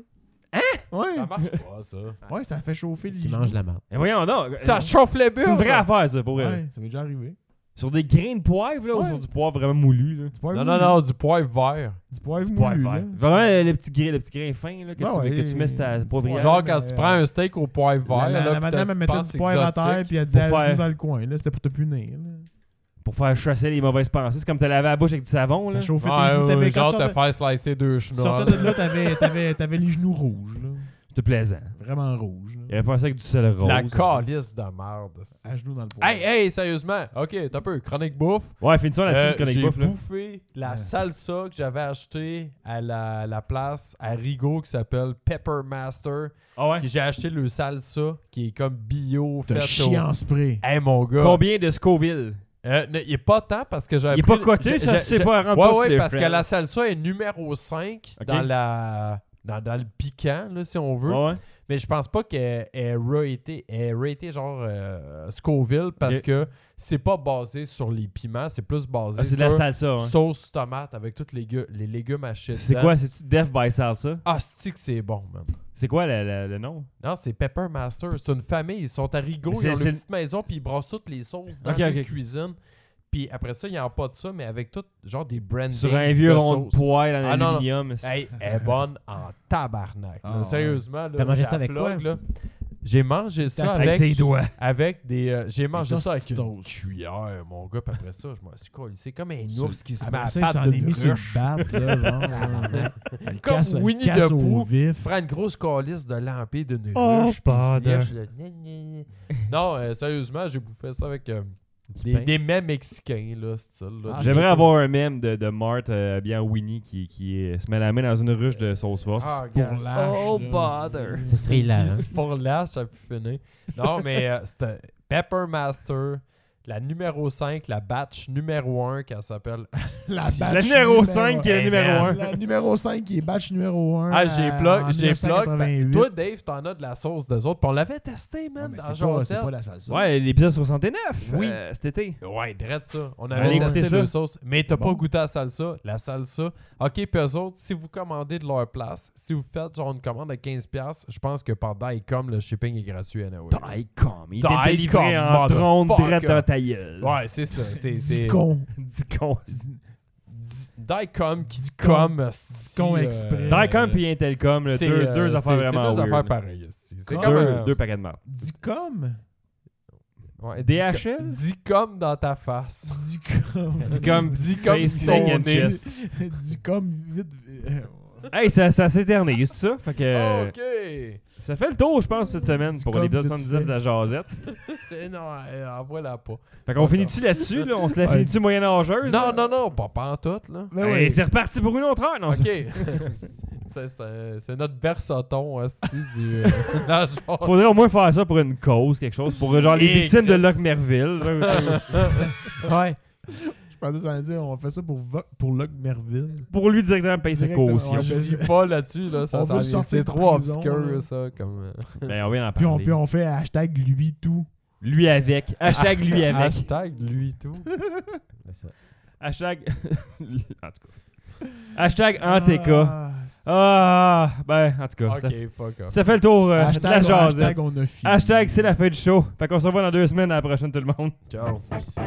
Speaker 1: Hein?
Speaker 2: Ça
Speaker 1: Ouais.
Speaker 2: marche pas, ça.
Speaker 1: Ouais, ça Euh, fait chauffer les
Speaker 4: Qui
Speaker 1: genoux.
Speaker 4: mange de la merde.
Speaker 3: Mais Voyons, non.
Speaker 2: Ça chauffe les burnes!
Speaker 3: C'est une vraie affaire, ça, pour elle.
Speaker 1: Ouais, ça m'est déjà arrivé.
Speaker 3: Sur des grains de poivre, là, ou
Speaker 1: Ouais.
Speaker 3: sur du poivre vraiment moulu, là.
Speaker 1: Du poivre
Speaker 2: Non, non,
Speaker 1: moulu.
Speaker 2: non, du poivre vert.
Speaker 1: Du poivre
Speaker 3: Du
Speaker 1: moulu.
Speaker 3: poivre vert.
Speaker 1: là.
Speaker 3: Vraiment, euh, le petit grain, le petit grain fin, là, que,
Speaker 1: Ouais,
Speaker 3: tu,
Speaker 1: ouais,
Speaker 3: que tu mets sur ta
Speaker 1: du
Speaker 3: poivrière.
Speaker 1: poivre.
Speaker 2: Genre
Speaker 1: mais,
Speaker 2: quand tu
Speaker 1: euh,
Speaker 2: prends un steak au poivre
Speaker 1: La-
Speaker 2: vert,
Speaker 1: la-
Speaker 2: là,
Speaker 1: la
Speaker 2: puis
Speaker 1: madame,
Speaker 2: t'as-
Speaker 1: elle
Speaker 2: tu
Speaker 1: mettait
Speaker 2: penses
Speaker 1: du poivre à terre,
Speaker 2: exotique.
Speaker 1: puis elle disait,
Speaker 3: Pour
Speaker 1: à genoux
Speaker 3: faire-
Speaker 1: dans le coin. Là, c'était pour te punir. là.
Speaker 3: Pour faire chasser les mauvaises pensées. C'est comme te laver la bouche avec du savon,
Speaker 1: Ça
Speaker 3: là.
Speaker 1: chauffait
Speaker 2: Ouais,
Speaker 1: tes genoux.
Speaker 2: ouais,
Speaker 1: T'avais quand
Speaker 2: genre
Speaker 1: tu
Speaker 2: te
Speaker 1: sortais-
Speaker 2: faire slicer deux
Speaker 1: tu
Speaker 2: chenolles.
Speaker 1: sortais de là, t'avais- t'avais t'avais les genoux rouges. là.
Speaker 3: C'était plaisant.
Speaker 1: Vraiment rouges. là.
Speaker 3: Il avait pensé avec du sel rose.
Speaker 2: La calice de merde.
Speaker 1: À genoux dans le poivre.
Speaker 2: Hey, hey, sérieusement. Ok, t'as un peu. Chronique bouffe.
Speaker 3: Ouais, finissons là-dessus,
Speaker 2: Euh,
Speaker 3: le
Speaker 2: J'ai
Speaker 3: Connect Buff, là.
Speaker 2: bouffé la
Speaker 1: Ouais.
Speaker 2: salsa que j'avais achetée à la, la place à Rigaud qui s'appelle Pepper Master.
Speaker 3: Ah ouais?
Speaker 2: Puis J'ai acheté le salsa qui est comme bio
Speaker 1: T'as
Speaker 2: fait
Speaker 1: chié
Speaker 2: au...
Speaker 1: en spray.
Speaker 2: Hey mon gars.
Speaker 3: Combien de Scoville?
Speaker 2: Euh, ne- il est pas tant parce que j'avais
Speaker 3: Il est
Speaker 2: pris-
Speaker 3: pas coté,
Speaker 2: Euh, j'ai-
Speaker 3: ça,
Speaker 2: j'ai-
Speaker 3: c'est
Speaker 2: j'ai-
Speaker 3: pas rentre pas
Speaker 2: Ouais
Speaker 3: sur
Speaker 2: ouais
Speaker 3: les
Speaker 2: parce que
Speaker 3: friends.
Speaker 2: la salsa est numéro 5
Speaker 3: Ok.
Speaker 2: dans la dans, dans le piquant là, si on veut.
Speaker 3: Ah ouais?
Speaker 2: Mais je pense pas qu'elle ait raté, ait raté genre euh, Scoville parce
Speaker 3: Ok.
Speaker 2: que c'est pas basé sur les piments, c'est plus basé
Speaker 3: Ah, c'est de la
Speaker 2: sur
Speaker 3: salsa, hein.
Speaker 2: sauce tomate avec tous les, gu- les légumes à shit
Speaker 3: C'est
Speaker 2: dedans.
Speaker 3: quoi? C'est-tu Death by Salsa?
Speaker 2: Ah, c'est que c'est bon, man.
Speaker 3: C'est quoi le, le- le nom?
Speaker 2: Non, c'est Pepper Master. C'est une famille. Ils sont à Rigaud,
Speaker 3: Mais
Speaker 2: ils
Speaker 3: c'est-
Speaker 2: ont leur
Speaker 3: c'est-
Speaker 2: petite maison, puis ils brassent toutes les sauces dans
Speaker 3: Ok,
Speaker 2: la
Speaker 3: ok, ok.
Speaker 2: cuisine. Puis après ça, ils en pas de ça, mais avec tout genre des brandings
Speaker 3: Sur un vieux
Speaker 2: de
Speaker 3: rond de
Speaker 2: sauce.
Speaker 3: poêle en
Speaker 2: Ah, non, non.
Speaker 3: aluminium. c'est-
Speaker 2: Hey, elle est bonne en tabarnak. là.
Speaker 1: Ah, ouais.
Speaker 2: Sérieusement, là,
Speaker 4: T'as mangé
Speaker 2: je
Speaker 4: ça
Speaker 2: la
Speaker 4: avec
Speaker 2: plug,
Speaker 4: quoi?
Speaker 2: là. J'ai mangé ça
Speaker 3: Avec
Speaker 2: avec,
Speaker 3: ses doigts.
Speaker 2: avec des. euh, J'ai mangé ça avec une
Speaker 1: tostitos.
Speaker 2: cuillère, mon gars. Puis après ça, je m'en suis collé. C'est comme un
Speaker 1: Sur-
Speaker 2: ours qui se met
Speaker 1: Après
Speaker 2: à
Speaker 1: ça, il
Speaker 2: patte
Speaker 1: s'en
Speaker 2: de
Speaker 1: est mis sur
Speaker 2: ruche.
Speaker 1: le bat, là, genre, ouais, ouais. Elle
Speaker 2: Comme
Speaker 1: casse- elle
Speaker 2: Winnie
Speaker 1: casse
Speaker 2: the Pooh.
Speaker 1: au vif.
Speaker 2: prends une grosse calice de lampée d'une
Speaker 3: Oh,
Speaker 2: ruche. puis
Speaker 3: pas
Speaker 2: il se lèche, là, gna, gna, gna. Non, euh, sérieusement, j'ai bouffé ça avec euh, des,
Speaker 4: pain.
Speaker 2: des mets mexicains, là, style. là.
Speaker 1: Ah,
Speaker 3: J'aimerais
Speaker 1: ok.
Speaker 3: avoir un mème de, de Marthe euh, bien Winnie qui, qui euh, se met la main dans une ruche de sauce force.
Speaker 2: Ah,
Speaker 1: Pour
Speaker 2: gars,
Speaker 1: lâche,
Speaker 2: Oh,
Speaker 1: là.
Speaker 2: bother.
Speaker 4: Ça serait là.
Speaker 2: Puis c'est pour lâche, ça pu finir. Non, mais euh, c'était Pepper Master, la numéro 5, la batch numéro 1, qu'elle s'appelle.
Speaker 1: La
Speaker 3: la
Speaker 1: batch
Speaker 3: numéro 5 qui est la
Speaker 2: Hey,
Speaker 3: numéro
Speaker 2: man.
Speaker 3: 1.
Speaker 1: La numéro 5 qui est batch numéro 1.
Speaker 2: Ah, j'ai plug, j'ai plug. Ben,
Speaker 1: Tout
Speaker 2: Toi, Dave, t'en as de la sauce des autres. Puis on l'avait testé, man, dans
Speaker 1: c'est
Speaker 2: genre
Speaker 1: pas, c'est
Speaker 2: sept.
Speaker 1: pas la salsa.
Speaker 3: Ouais, l'épisode 69.
Speaker 2: Oui.
Speaker 3: euh, cet été.
Speaker 2: Ouais, drette ça. On
Speaker 3: Allez
Speaker 2: avait testé
Speaker 3: goûter
Speaker 2: le
Speaker 3: ça.
Speaker 2: sauce. Mais t'as
Speaker 1: Bon.
Speaker 2: pas goûté à la salsa. La salsa. OK, puis eux autres, si vous commandez de leur place, si vous faites genre une commande à 15$, je pense que par Dicom, le shipping est gratuit anyway.
Speaker 3: Dicom. Il
Speaker 2: Dicom,
Speaker 3: était délivré en drone
Speaker 2: motherfucker.
Speaker 3: direct dans ta gueule.
Speaker 2: Ouais, c'est ça. C'est,
Speaker 1: C'est
Speaker 2: c'est
Speaker 1: con.
Speaker 3: Dicom.
Speaker 2: Di- Dicom qui dit
Speaker 1: Dicom.
Speaker 2: com. esti,
Speaker 1: Dicom
Speaker 2: euh,
Speaker 1: Express.
Speaker 3: Dicom puis Intelcom, là,
Speaker 2: c'est,
Speaker 3: deux,
Speaker 2: euh,
Speaker 3: deux
Speaker 2: c'est-
Speaker 3: affaires vraiment
Speaker 2: C'est deux
Speaker 3: weird.
Speaker 2: affaires pareilles. esti. C'est
Speaker 1: Deux-
Speaker 2: comme euh,
Speaker 3: deux,
Speaker 2: un-
Speaker 3: deux paquets de marde.
Speaker 1: Dis comme.
Speaker 2: euh, ouais,
Speaker 3: DHL?
Speaker 2: Dicom dans ta face.
Speaker 1: Dis comme.
Speaker 3: Dicom,
Speaker 2: Dicom
Speaker 3: Face
Speaker 2: sont
Speaker 3: Neg and
Speaker 2: nés.
Speaker 3: Chest.
Speaker 1: Dis comme vite. euh,
Speaker 3: Hey, ça, ça s'éternise, c'est ça? Fait que,
Speaker 2: Oh,
Speaker 3: euh,
Speaker 2: OK.
Speaker 3: Ça fait le tour, je pense, cette semaine pour
Speaker 1: Dicom,
Speaker 3: l'épisode
Speaker 1: vite
Speaker 3: 79 de la Jazette.
Speaker 2: C'est, non, euh, envoie-la pas.
Speaker 3: Fait qu'on finit-tu là-dessus? Là? On se la
Speaker 1: Ouais.
Speaker 3: finit-tu moyen-âgeuse?
Speaker 2: Non, non, non, pas, pas en tout, là.
Speaker 1: Ben
Speaker 3: Hey,
Speaker 1: ouais.
Speaker 3: c'est reparti pour une autre heure. Non, c'est-
Speaker 2: Ok. c'est, c'est- c'est notre berceton, hostie, du. euh, dans le genre.
Speaker 3: Faudrait au moins faire ça pour une cause, quelque chose, pour euh, genre les
Speaker 2: Et
Speaker 3: victimes de
Speaker 2: Chris.
Speaker 3: Locke Merville. là, euh, ou-
Speaker 4: Ouais.
Speaker 1: Je pensais que ça allait dire on fait ça pour, Vo- pour Locke Merville.
Speaker 3: pour lui directement payer sa
Speaker 1: Directement,
Speaker 3: caution.
Speaker 1: ouais.
Speaker 2: Je dis pas là-dessus, là.
Speaker 1: On
Speaker 2: Ça,
Speaker 1: veut
Speaker 2: ça
Speaker 1: le
Speaker 2: vient-
Speaker 1: sortir
Speaker 2: c'est
Speaker 1: de
Speaker 2: trop
Speaker 1: prison, là.
Speaker 2: obscur, ça. Comme, euh,
Speaker 3: Ben, on vient d'en
Speaker 1: Puis on,
Speaker 3: parler.
Speaker 1: puis on fait hashtag lui tout.
Speaker 3: Lui avec. Hashtag lui avec.
Speaker 2: Hashtag lui tout.
Speaker 3: Hashtag. en tout cas. Hashtag Anteca. Ah, ben, en tout cas. ça-
Speaker 2: ok, fuck off.
Speaker 3: Ça, fait le tour euh, de la
Speaker 1: hashtag,
Speaker 3: Jazette.
Speaker 1: hashtag on a fini.
Speaker 3: Hashtag c'est la fin du show. Fait qu'on se revoit dans deux semaines à la prochaine, tout le monde.
Speaker 2: Ciao.
Speaker 1: Merci.